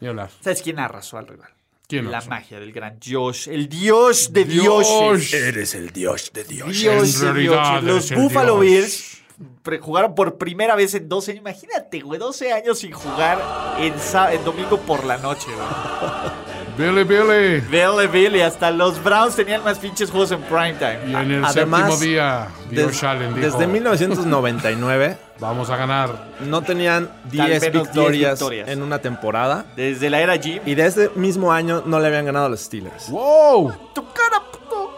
Ni hablar.
¿sabes quién arrasó al rival?
¿Quién
La
arrasó?
magia del gran Josh, el dios de dioses.
Eres el dios de Dios.
Dios
En
de
realidad
Dios. Los
es el Dios.
Buffalo Bills pre- jugaron por primera vez en 12 años. Imagínate, güey, 12 años sin jugar en, sa- en domingo por la noche, güey.
Billy, Billy.
Billy, Billy, hasta los Browns tenían más pinches juegos en
Y
primetime.
en el
Además,
séptimo día, Dios Allen dijo,
desde 1999
vamos a ganar.
no tenían 10
menos 10
victorias,
victorias.
en una temporada.
Desde la era Jim.
Y de ese mismo año no le habían ganado a los Steelers.
¡Wow!
tu cara, puto.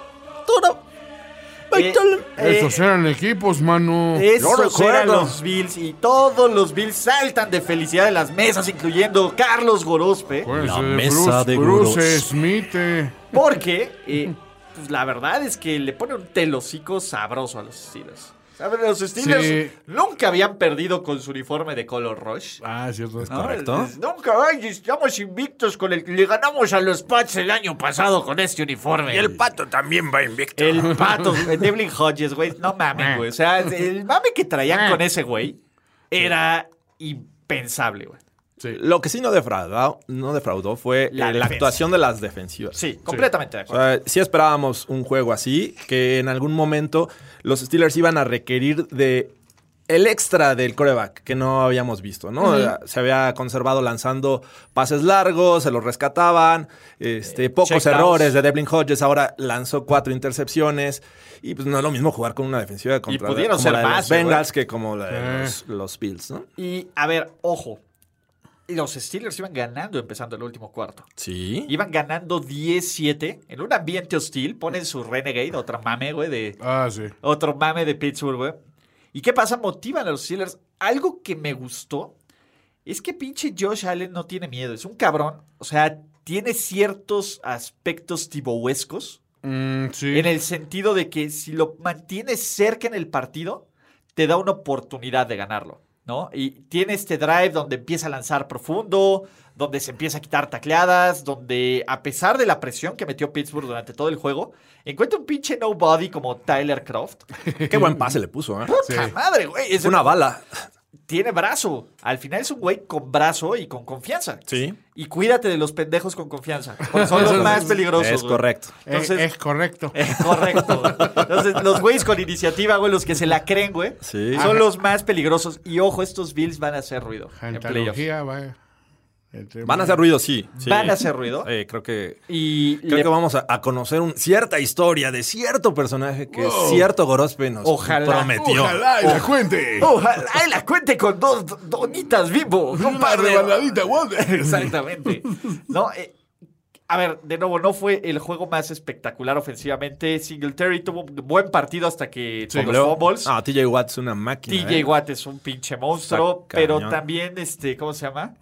Ay,
Eh,
tal-
eh,
Esos eran equipos, mano.
Esos
recuerdo.
eran los Bills y todos los Bills saltan de felicidad de las mesas, incluyendo Carlos Gorospe.
Acuérdense
La
de
mesa
Bruce,
de
Bruce
gurús.
Smith. eh.
Porque, eh, pues la verdad es que le pone un telocico sabroso a los Steelers. ¿Saben? Los Steelers
Sí.
nunca habían perdido con su uniforme de color rush.
Ah, es cierto.
¿no?
correcto.
Es- Nunca, ay, estamos invictos con el que le ganamos a los Pats el año pasado con este uniforme. el
pato también va
(laughs)
invicto.
el pato, eh, Devlin Hodges, güey. No mames, güey. O sea, el mame que traían con ese güey era impensable, güey.
Eh, Lo que sí no defraudó, no defraudó fue eh,
La
la,
defensa.
actuación de las defensivas.
Sí, Ah. completamente de
O
acuerdo.
sea, sí esperábamos un juego así, que en algún momento los Steelers iban a requerir de el extra del coreback que no habíamos visto, ¿no? Eh, Se había conservado lanzando pases largos, se los rescataban, este, pocos
checkdowns.
errores de Devlin Hodges, ahora lanzó cuatro intercepciones y pues no es lo mismo jugar con una defensiva contra
pudieron
como
ser Ah.
la de los
más, güey.
Bengals que como la de los, los Bills, ¿no?
Y a ver, ojo. Los Steelers iban ganando empezando el último cuarto.
Sí.
Iban ganando 10-7 en un ambiente hostil. Ponen su Renegade, otra mame, güey, de.
Ah, sí.
Otro mame de Pittsburgh, güey. ¿Y qué pasa? Motivan a los Steelers. Algo que me gustó Es que pinche Josh Allen no tiene miedo, es un cabrón. O sea, tiene ciertos aspectos tibohuescos.
Mm, sí.
En el sentido de que si lo mantienes cerca en el partido, te da una oportunidad de ganarlo, ¿no? Y tiene este drive donde empieza a lanzar profundo, donde se empieza a quitar tacleadas, donde a pesar de la presión que metió Pittsburgh durante todo el juego, encuentra un pinche nobody como Tyler Croft.
Qué buen pase le puso,
(laughs)
¿eh?
¡Puta madre, güey! Es
Es una bala.
Tiene brazo. Al final es un güey con brazo y con confianza.
Sí.
Y cuídate de los pendejos con confianza.
(laughs)
Porque son los más peligrosos.
Es
güey.
correcto.
Eh, es correcto.
Eh, (laughs) Correcto. güey. Entonces, los güeyes con iniciativa, güey, los que se la creen, güey,
Sí.
son los más peligrosos. Y ojo, estos Bills van a hacer ruido. En playoffs.
Antología, va. Entre-
Van a hacer ruido, sí. sí.
Van a hacer ruido.
Eh, creo que
Y
Creo
le- (laughs)
que vamos a, a conocer un- cierta historia de cierto personaje que cierto Gorospe nos
Ojalá.
prometió.
Ojalá y la
Oh.
cuente.
ojalá y la cuente con dos do-
(laughs)
donitas vivo,
Una
compadre.
rebandadita, Wander.
(laughs) Exactamente. No, eh, a ver, de nuevo, no fue el juego más espectacular ofensivamente. Singletary tuvo un buen partido hasta que
Sí.
tomó los fumbles.
Ah, TJ Watt es una máquina.
TJ
¿eh?
Watt es un pinche monstruo,
Está
pero
cañón.
también, este, ¿cómo se llama?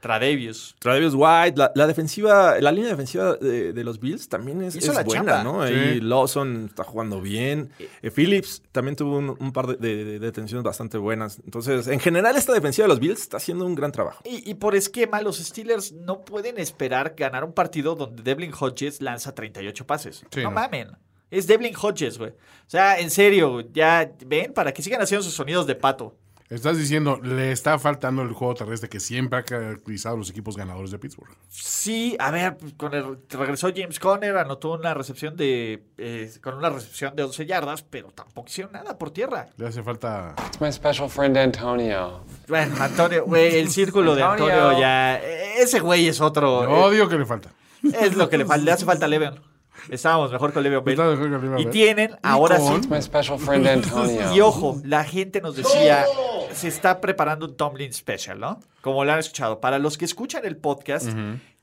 Tradevius.
Travis White, la, la defensiva, la línea defensiva de, de los Bills también es,
Hizo
es
la
buena,
chamba.
¿no? Y Lawson está jugando bien. Eh, Phillips también tuvo un, un par de, de- de detenciones bastante buenas. Entonces, en general, esta defensiva de los Bills está haciendo un gran trabajo.
Y, y por esquema, los Steelers no pueden esperar ganar un partido donde Devlin Hodges lanza 38 pases.
Sí, no.
no, mamen. Es Devlin Hodges, güey. O sea, en serio, güey, ya ven, para que sigan haciendo sus sonidos de pato.
Estás diciendo, le está faltando el juego terrestre que siempre ha caracterizado a los equipos ganadores de Pittsburgh.
Sí, a ver, con el- regresó James Conner, anotó una recepción de. eh, con una recepción de 11 yardas, pero tampoco hicieron nada por tierra.
Le hace falta.
My special friend Antonio.
Bueno, Antonio,
(laughs)
güey, el círculo de Antonio
Antonio.
ya. e- Ese güey es otro. eh,
Yo odio que le falta.
Es lo que le, fal- le hace falta a Le'Veon. Estábamos mejor con Le'Veon Bell.
Está mejor con Le'Veon
Y
Bell.
tienen, ahora sí.
con-
My special friend Antonio.
Y ojo, la gente nos decía, se está preparando un Tomlin Special, ¿no? Como lo han escuchado. Para los que escuchan el podcast,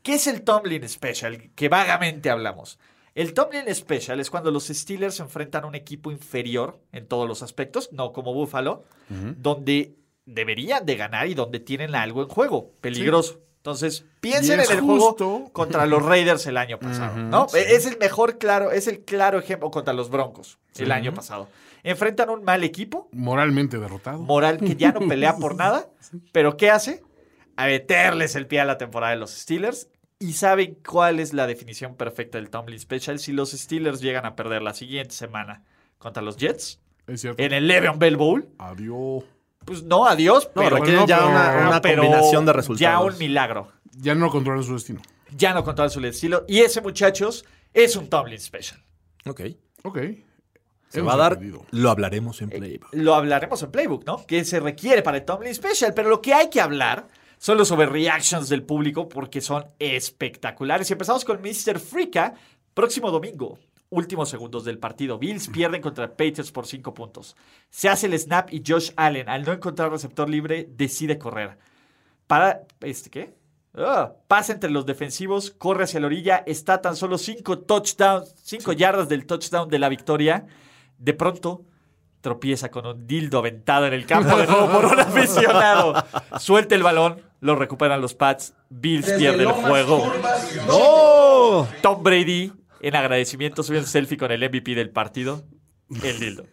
¿qué es el Tomlin Special? Que vagamente hablamos. El Tomlin Special es cuando los Steelers enfrentan a un equipo inferior en todos los aspectos, no como Buffalo, donde deberían de ganar y donde tienen algo en juego, peligroso. Entonces, piensen
Y es
en el
justo.
juego contra los Raiders el año pasado, ¿no? Es el mejor claro, es el claro ejemplo contra los Broncos el año pasado. Enfrentan un mal equipo,
Moralmente derrotado.
moral que ya no pelea
(laughs)
por nada, pero ¿qué hace? A meterles el pie a la temporada de los Steelers. ¿Y saben cuál es la definición perfecta del Tomlin Special si los Steelers llegan a perder la siguiente semana contra los Jets
es cierto.
en el Le'Veon Bell Bowl?
Adiós.
Pues no, adiós, pero,
requiere
bueno,
ya
pero-
una-
una
pero
combinación de
Ya
resultados.
un milagro.
Ya no controla su destino.
Ya no controla su estilo. Y ese, muchachos, es un Tomlin Special.
Ok.
Ok.
Se
Hemos
va a dar.
aprendido.
Lo hablaremos en playbook.
Lo hablaremos en Playbook, ¿no? Que se requiere para el Tomlin Special, pero lo que hay que hablar son los overreactions del público porque son espectaculares. Y empezamos con Mr. Frika, próximo domingo. Últimos segundos del partido. Bills pierden contra Patriots por 5 puntos. Se hace el snap y Josh Allen, al no encontrar receptor libre, decide correr. Para. ¿Este qué? Ah, pasa entre los defensivos, corre hacia la orilla, está a tan solo 5 touchdowns, 5 yardas del touchdown de la victoria. De pronto, tropieza con un dildo aventado en el campo de nuevo por un aficionado. Suelta el balón, lo recuperan los Pats, Bills pierde el juego. ¡No! Tom Brady, en agradecimiento, sube un selfie con el MVP del partido, el dildo.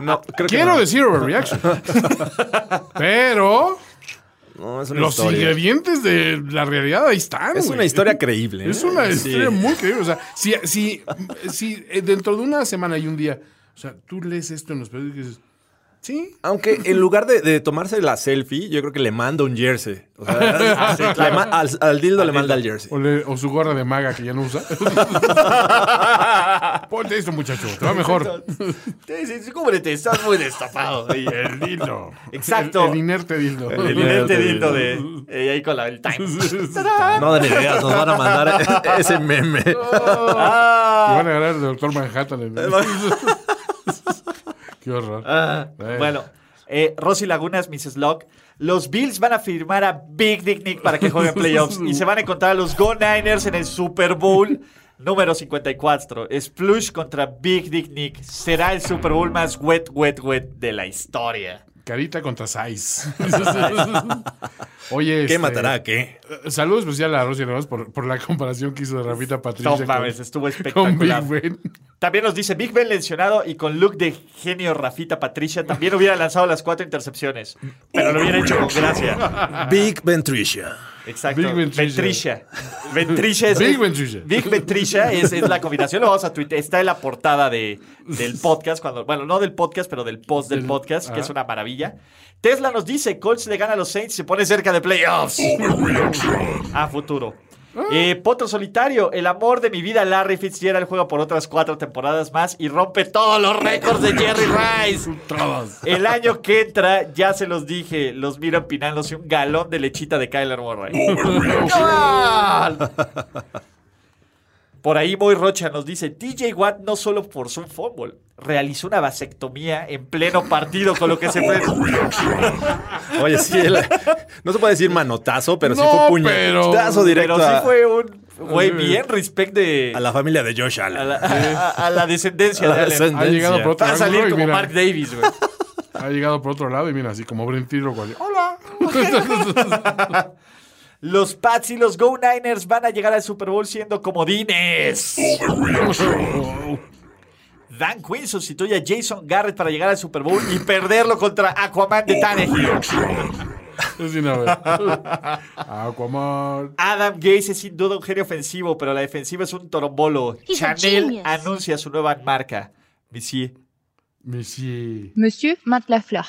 No, creo que
Quiero
no.
decir
(laughs)
overreaction. Pero
No, es una
los
historia.
ingredientes de la realidad ahí están.
Es una
güey.
historia creíble. ¿eh?
Es una
Sí.
historia muy creíble. O sea, si, si, si eh, dentro de una semana y un día, o sea, tú lees esto en los periódicos y dices, sí,
Aunque en lugar de, de tomarse la selfie, yo creo que le manda un jersey. O sea, le ma- al, al dildo le manda el jersey.
O, le- o su gorra de maga que ya no usa. (laughs) Ponte esto, muchacho. Te va mejor.
Sí, sí, sí, cúbrete, estás muy destapado. Y
El dildo.
Exacto.
El, el inerte dildo.
El inerte dildo de. eh, ahí con la, el time. ¡Tarán!
No den ideas, nos van a mandar e-, ese meme.
Y van a
Ah.
ganar el doctor Manhattan. en-
(laughs)
(laughs) Qué horror.
Ah, bueno, eh, Rosy Lagunas, Mrs. Locke. Los Bills van a firmar a Big Dick Nick para que juegue en playoffs y se van a encontrar a los Go Niners en el Super Bowl número 54. Splush contra Big Dick Nick será el Super Bowl más wet, wet, wet de la historia.
Carita contra
(laughs)
Saiz. Oye,
¿Qué
este,
matará? ¿Qué?
eh, Saludos especial a Rosy Ramos por, por la comparación que hizo de Rafita Patricia
No
con-
mames, estuvo
con Big
espectacular.
Ben.
También nos dice Big Ben mencionado y con look de genio Rafita Patricia también hubiera lanzado las cuatro intercepciones. Pero lo hubiera hecho con gracia.
Big Ventricia.
Exacto.
Big
Ventricia. Ventricia es.
Big Ventricia.
Big Ventricia es, es la combinación. Lo vamos a tuitear. Está en la portada de, del podcast. cuando Bueno, no del podcast, pero del post del podcast, que es una maravilla. Tesla nos dice: Colts le gana a los Saints y se pone cerca de playoffs. A futuro. Eh, Potro Solitario, el amor de mi vida, Larry Fitzgerald juega por otras cuatro temporadas más y rompe todos los récords de Jerry Rice. El año que entra, ya se los dije, los miro empinándose un galón de lechita de Kyler Murray. ¡Gol! Por ahí Boy Rocha nos dice, TJ Watt no solo forzó un fumble, realizó una vasectomía en pleno partido con lo que se
(laughs)
fue.
Oye, sí, el- no se puede decir manotazo, pero sí
No,
fue
pero-
puñetazo directo
Pero sí
a-
fue un güey bien respect de...
a la familia de Josh Allen.
A la, a- a la descendencia
A la
de Allen.
descendencia.
Ha llegado por otro
Va a
ángulo
salir
y
como
mira,
Mark Davis, güey.
ha llegado por otro lado y mira, así como Brent Tiro.
(laughs)
Hola.
Los Pats y los Go Niners van a llegar al Super Bowl siendo comodines. (laughs) Dan Quinn sustituye a Jason Garrett para llegar al Super Bowl y perderlo contra Aquaman de Tannehill.
Es una vez. (laughs) Aquaman.
Adam Gaze es sin duda un genio ofensivo, pero la defensiva es un torombolo.
He's a
Chanel
genius.
anuncia su nueva marca. Missy
Monsieur.
Monsieur Matt Lafleur.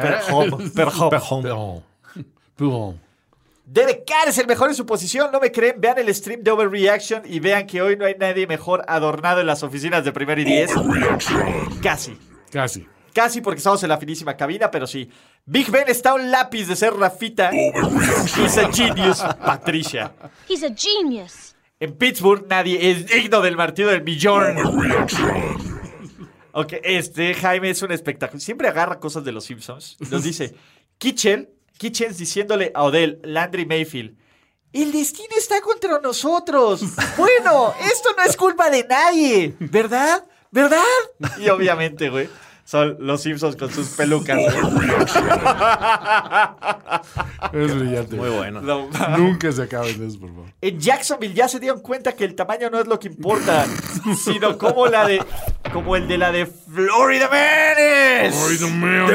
Perhom. Perhom.
Perdón. Perdón.
Derek Carr es el mejor en su posición, ¿no me creen? Vean el stream de Overreaction y vean que hoy no hay nadie mejor adornado en las oficinas de primer y diez. Casi.
Casi.
Casi porque estamos en la finísima cabina, pero sí. Big Ben está a un lápiz de ser Rafita. He's a genius, Patricia.
He's a genius.
En Pittsburgh nadie es digno del martillo del millón. Ok, este Jaime es un espectáculo. Siempre agarra cosas de los Simpsons. Nos dice Kitchen, Kitchens diciéndole a Odell, Landry Mayfield. El destino está contra nosotros. Bueno, esto no es culpa de nadie. ¿Verdad? ¿Verdad? Y obviamente, güey, son los Simpsons con sus pelucas. güey.
Es brillante.
Muy bueno.
No,
Nunca se acaben eso, por
(laughs)
favor.
En Jacksonville ya se dieron cuenta que el tamaño no es lo
(laughs)
que importa, sino como la de como el de la de Florida
Ay,
Manes.
no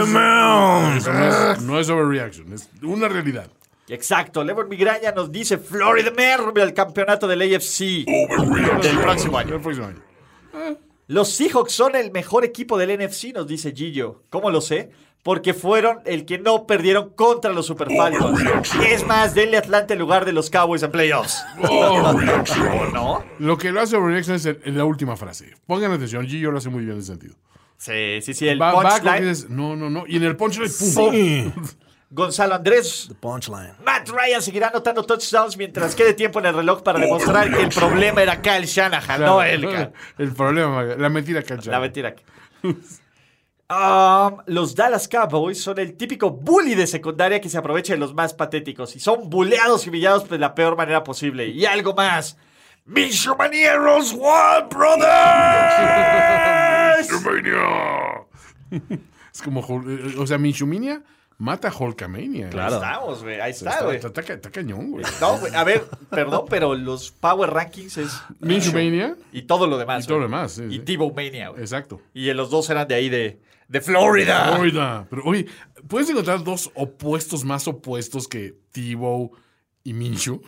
me- No
Ah.
es- No es overreaction, es una realidad.
Exacto, Levon Migraña nos dice Florida Man rumbo al campeonato del AFC del próximo año.
El próximo año.
Los Seahawks son el mejor equipo del NFC, nos dice Gillo. ¿Cómo lo sé? Porque fueron el que no perdieron contra los Super Falcons. Es más, denle a Atlanta el lugar de los Cowboys en playoffs. (laughs) ¿No?
Lo que lo hace overreaction es el- en la última frase. Pongan atención, Gillo lo hace muy bien en ese sentido.
Sí, sí, sí, el
Va, va con que
punchline.
dices, no, no, no. Y en el punchline, pum.
Gonzalo Andrés
Punchline.
Matt Ryan seguirá anotando touchdowns mientras quede tiempo en el reloj para demostrar que el problema era Kyle Shanahan,
Claro.
no él. cara.
(laughs) El problema, la mentira cancha.
La mentira. Um, los Dallas Cowboys son el típico bully de secundaria que se aprovecha de los más patéticos y son buleados y humillados de la peor manera posible. Y algo más. ¡Mis manieros, Wild Brothers!
Shumania. (laughs) es como, Hul- eh, o sea, Minchuminia mata a Hulkamania.
Ahí estamos, güey. Ahí está,
Está,
güey.
está, está ca- está cañón, güey.
No, güey. A ver, perdón, pero los Power Rankings es.
Minchumania
Y todo lo demás.
y todo lo
güey.
demás. sí,
Y
sí.
Divo Mania, güey.
Exacto.
Y los dos eran de ahí de, de Florida.
Florida. Pero oye, ¿puedes encontrar dos opuestos más opuestos que Tebow y Minshew?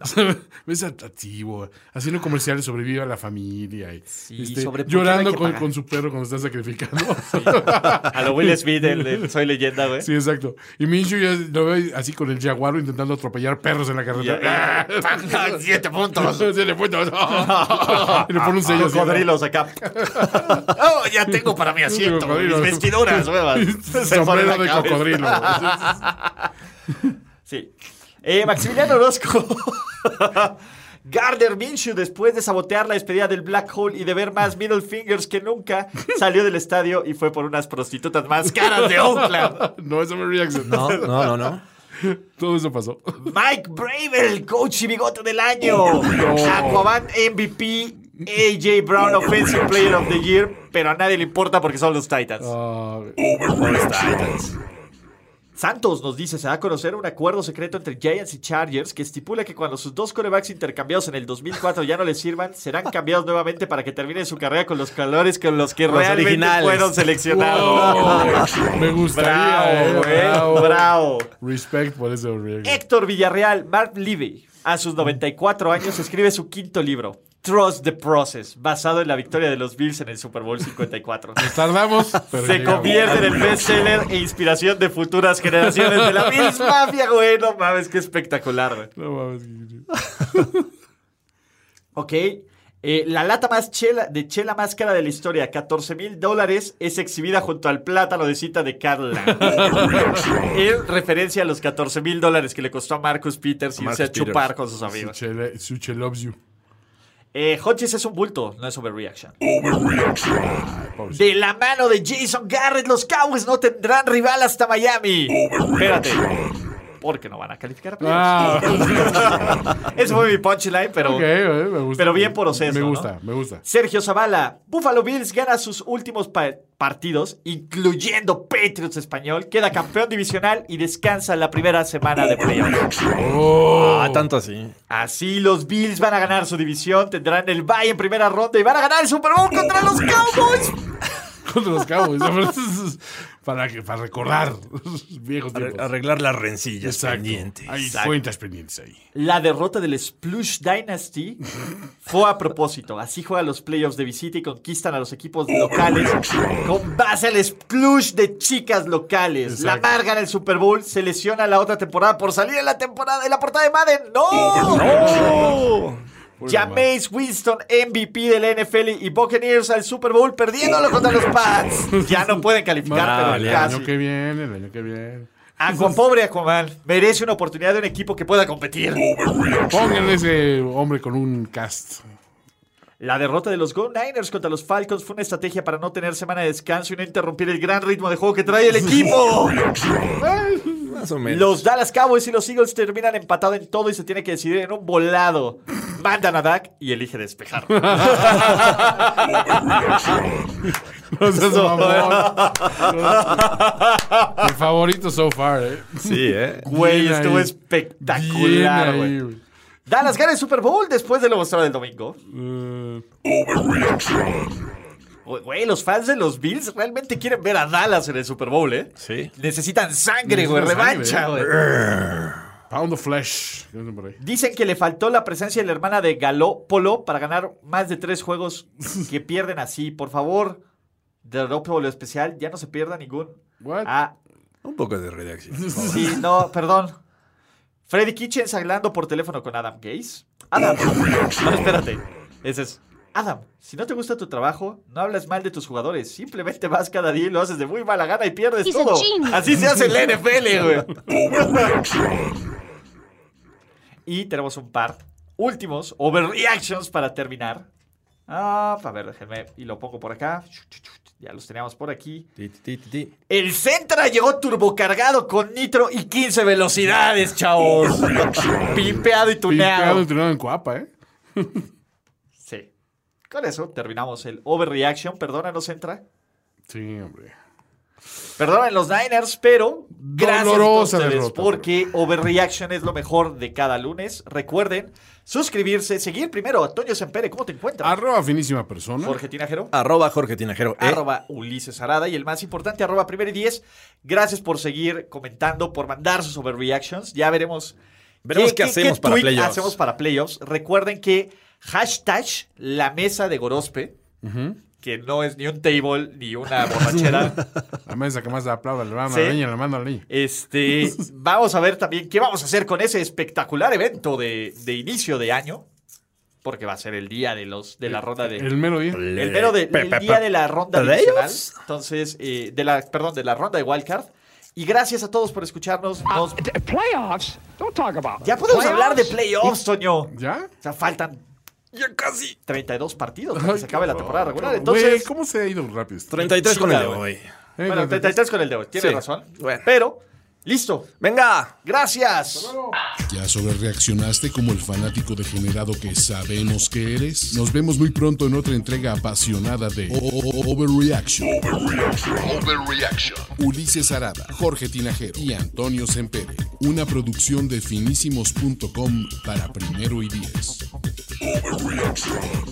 O sea, (laughs) ¿Ves a, a Tebow haciendo comerciales sobre viva la familia? Y, este,
sobre por qué no hay
llorando
que
con,
pagar.
con su perro cuando está sacrificando.
(laughs) A lo Will Smith, el, de Soy Leyenda, güey.
(laughs) sí, exacto. Y Minshew ya lo ve así con el jaguaro intentando atropellar perros en la
Y- y-
carretera. (laughs)
(laughs) ¡Pam! Ah, Siete puntos.
Se le fue todo.
(laughs)
Y le pone un sello. así, ¿no? (laughs)
Cocodrilos acá. (laughs) Oh, ya tengo para mi asiento. güey, Mis
Cocodrilos. (laughs)
vestiduras nuevas. Se ponen
Sombrero de
acá.
cocodrilo.
(laughs)
(laughs)
Sí. Eh, Maximiliano Orozco. (laughs) Gardner Minshew, después de sabotear la despedida del Black Hole y de ver más middle fingers que nunca, salió del estadio y fue por unas prostitutas más caras de Oakland.
No, eso me reaction.
No, no, no, no.
Todo eso pasó.
Mike Bravel, coach y bigote del año. Aquaman MVP AJ Brown Offensive Player of the Year, pero a nadie le importa porque son los Titans.
Oh. Ah,
Santos nos dice, se da a conocer un acuerdo secreto entre Giants y Chargers que estipula que cuando sus dos corebacks intercambiados en el 2004 ya no les sirvan, serán cambiados nuevamente para que terminen su carrera con los calores con los que
Los
realmente
originales.
fueron seleccionados.
Wow. Me gustaría.
bravo,
eh,
bravo. Eh, bravo.
Respect por ese Riego.
Héctor Villarreal, Mark Levy, a sus 94 años escribe su quinto libro, Trust the Process, basado en la victoria de los Bills en el Super Bowl 54.
Nos tardamos, pero
Se
llegamos.
convierte en el bestseller e inspiración de futuras generaciones de la
(laughs)
Bills Mafia, güey. No mames, qué espectacular, güey.
No mames, Guillermo.
Ok. eh, la lata más chela, de chela más cara de la historia, 14 mil dólares, es exhibida junto al plátano de cita
(laughs)
de Carla. en referencia a los 14 mil dólares que le costó a Marcus Peters irse a,
Marcus Peters.
chupar con sus amigos.
Suche- Suche loves you.
Eh, Hodges es un bulto, no es overreaction. De la mano de Jason Garrett, los Cowboys no tendrán rival hasta Miami. Espérate. Porque no van a calificar a playoffs.
Ah,
Ese fue mi punchline, pero.
ok, eh, me gusta.
Pero bien por Oceso,
Me
¿no?
gusta, me (laughs) gusta.
Sergio Zavala, Buffalo Bills gana sus últimos pa- partidos, incluyendo Patriots español, queda campeón divisional y descansa la primera semana de playoffs.
Ah, tanto así.
Así los Bills van a ganar su división, tendrán el bye en primera ronda y van a ganar el Super Bowl contra los Cowboys.
Contra los Cowboys. para, que, para recordar (laughs) viejos tiempos.
Arreglar las rencillas
Exacto.
pendientes.
Hay
Exacto.
cuentas pendientes ahí.
La derrota del Splush Dynasty fue a propósito. Así juegan los playoffs de visita y conquistan a los equipos locales con base al Splush de chicas locales.
Exacto.
La marga en el Super Bowl se lesiona la otra temporada por salir en la temporada en la portada de Madden.
(laughs)
¡No! Jameis Winston, MVP del NFL y Buccaneers al Super Bowl perdiéndolo contra los Pats. Ya no pueden calificar,
(laughs)
pero
el
casi.
año que viene, el año que viene.
Aquaman, pobre Aquaman, merece una oportunidad de un equipo que pueda competir.
Pónganle ese hombre con un cast.
La derrota de los Go Niners contra los Falcons fue una estrategia para no tener semana de descanso y no interrumpir el gran ritmo de juego que trae
(laughs)
el equipo.
Más o menos.
los Dallas Cowboys y los Eagles terminan empatados en todo y se tiene que decidir en un volado. Mandan a Dak y
(laughs)
elige despejar. (laughs) Pues
No seas
(laughs)
mamón. Mi favorito so far, eh.
Sí, ¿eh?
Güey,
Bien
estuvo
ahí.
espectacular,
Bien ahí,
güey. Dallas gana el Super Bowl después de lo mostrado del domingo.
güey. Eh,
Güey, los fans de los Bills realmente quieren ver a Dallas en el Super Bowl, ¿eh?
Sí.
Necesitan sangre, güey,
Necesitan sangre,
revancha,
eh.
güey.
Pound of Flesh. ¿Qué dicen por ahí?
Dicen que le faltó la presencia de la hermana de Galo Polo para ganar más de tres juegos que pierden así. Por favor, de Europa lo especial, ya no se pierda ningún.
What?
Ah,
Un poco de redacción. (laughs)
sí, no, perdón. Freddy Kitchens hablando por teléfono con Adam Gaze. Adam, no, espérate. Ese es. Adam, si no te gusta tu trabajo, no hablas mal de tus jugadores. Simplemente vas cada día y lo haces de muy mala gana y pierdes
He's a
todo.
genius.
Así se hace el NFL, güey. y tenemos un par. Últimos, overreactions para terminar. Ah, a ver, déjenme. Y lo pongo por acá. Ya los teníamos por aquí.
Ti, ti, ti, ti, ti.
El Centra llegó turbocargado con nitro y 15 velocidades, chavos. Pimpeado y
Pintado y
tuneado.
tronado en Coapa, eh.
Sí. Con eso terminamos el overreaction. Perdónanos, Centra.
Sí, hombre.
Perdonen los Niners, pero gracias a
Dolorosa
ustedes
derrota.
porque Overreaction es lo mejor de cada lunes. Recuerden suscribirse, seguir primero a Toño Sempere. ¿Cómo te encuentras?
Arroba finísima persona.
Jorge Tinajero.
Arroba Jorge Tinajero. ¿eh?
arroba Ulises Arada y el más importante, arroba primero y diez. Gracias por seguir comentando, por mandar sus overreactions. Ya veremos.
Veremos qué hacemos para
tweet
playoffs.
hacemos para playoffs. Recuerden que hashtag la mesa de Gorospe, que no es ni un table ni
(laughs)
una borrachera.
La mesa que más da aplauda, le mando
Sí.
a la leña, le mando a la leña.
Este, vamos a ver también qué vamos a hacer con ese espectacular evento de, de inicio de año, porque va a ser el día de los de la ronda de
El mero día.
el mero de-
Pe-
el
pe-
día
pe-
de la ronda
¿Playoffs?
divisional, entonces eh, de la perdón de la ronda de wildcard y gracias a todos por escucharnos. Nos-
Playoffs? Don't talk about
ya podemos hablar de playoffs, Toño. O
¿Ya?
sea, faltan
Ya casi.
32 partidos para que se acabe la temporada regular.
Güey,
Entonces,
¿cómo se ha ido rápido? esto?
33 con el de
Chingado,
hoy.
Eh,
bueno,
no,
33 con el de hoy, tiene
Sí.
razón.
Bueno.
Pero Listo.
Venga.
Gracias.
¿Ya sobre reaccionaste como el fanático degenerado que sabemos que eres? Nos vemos muy pronto en otra entrega apasionada de O- O- O- Overreaction. Overreaction. Overreaction. Ulises Arada, Jorge Tinajero y Antonio Sempere. Una producción de finísimos.com para primero y diez. Overreaction.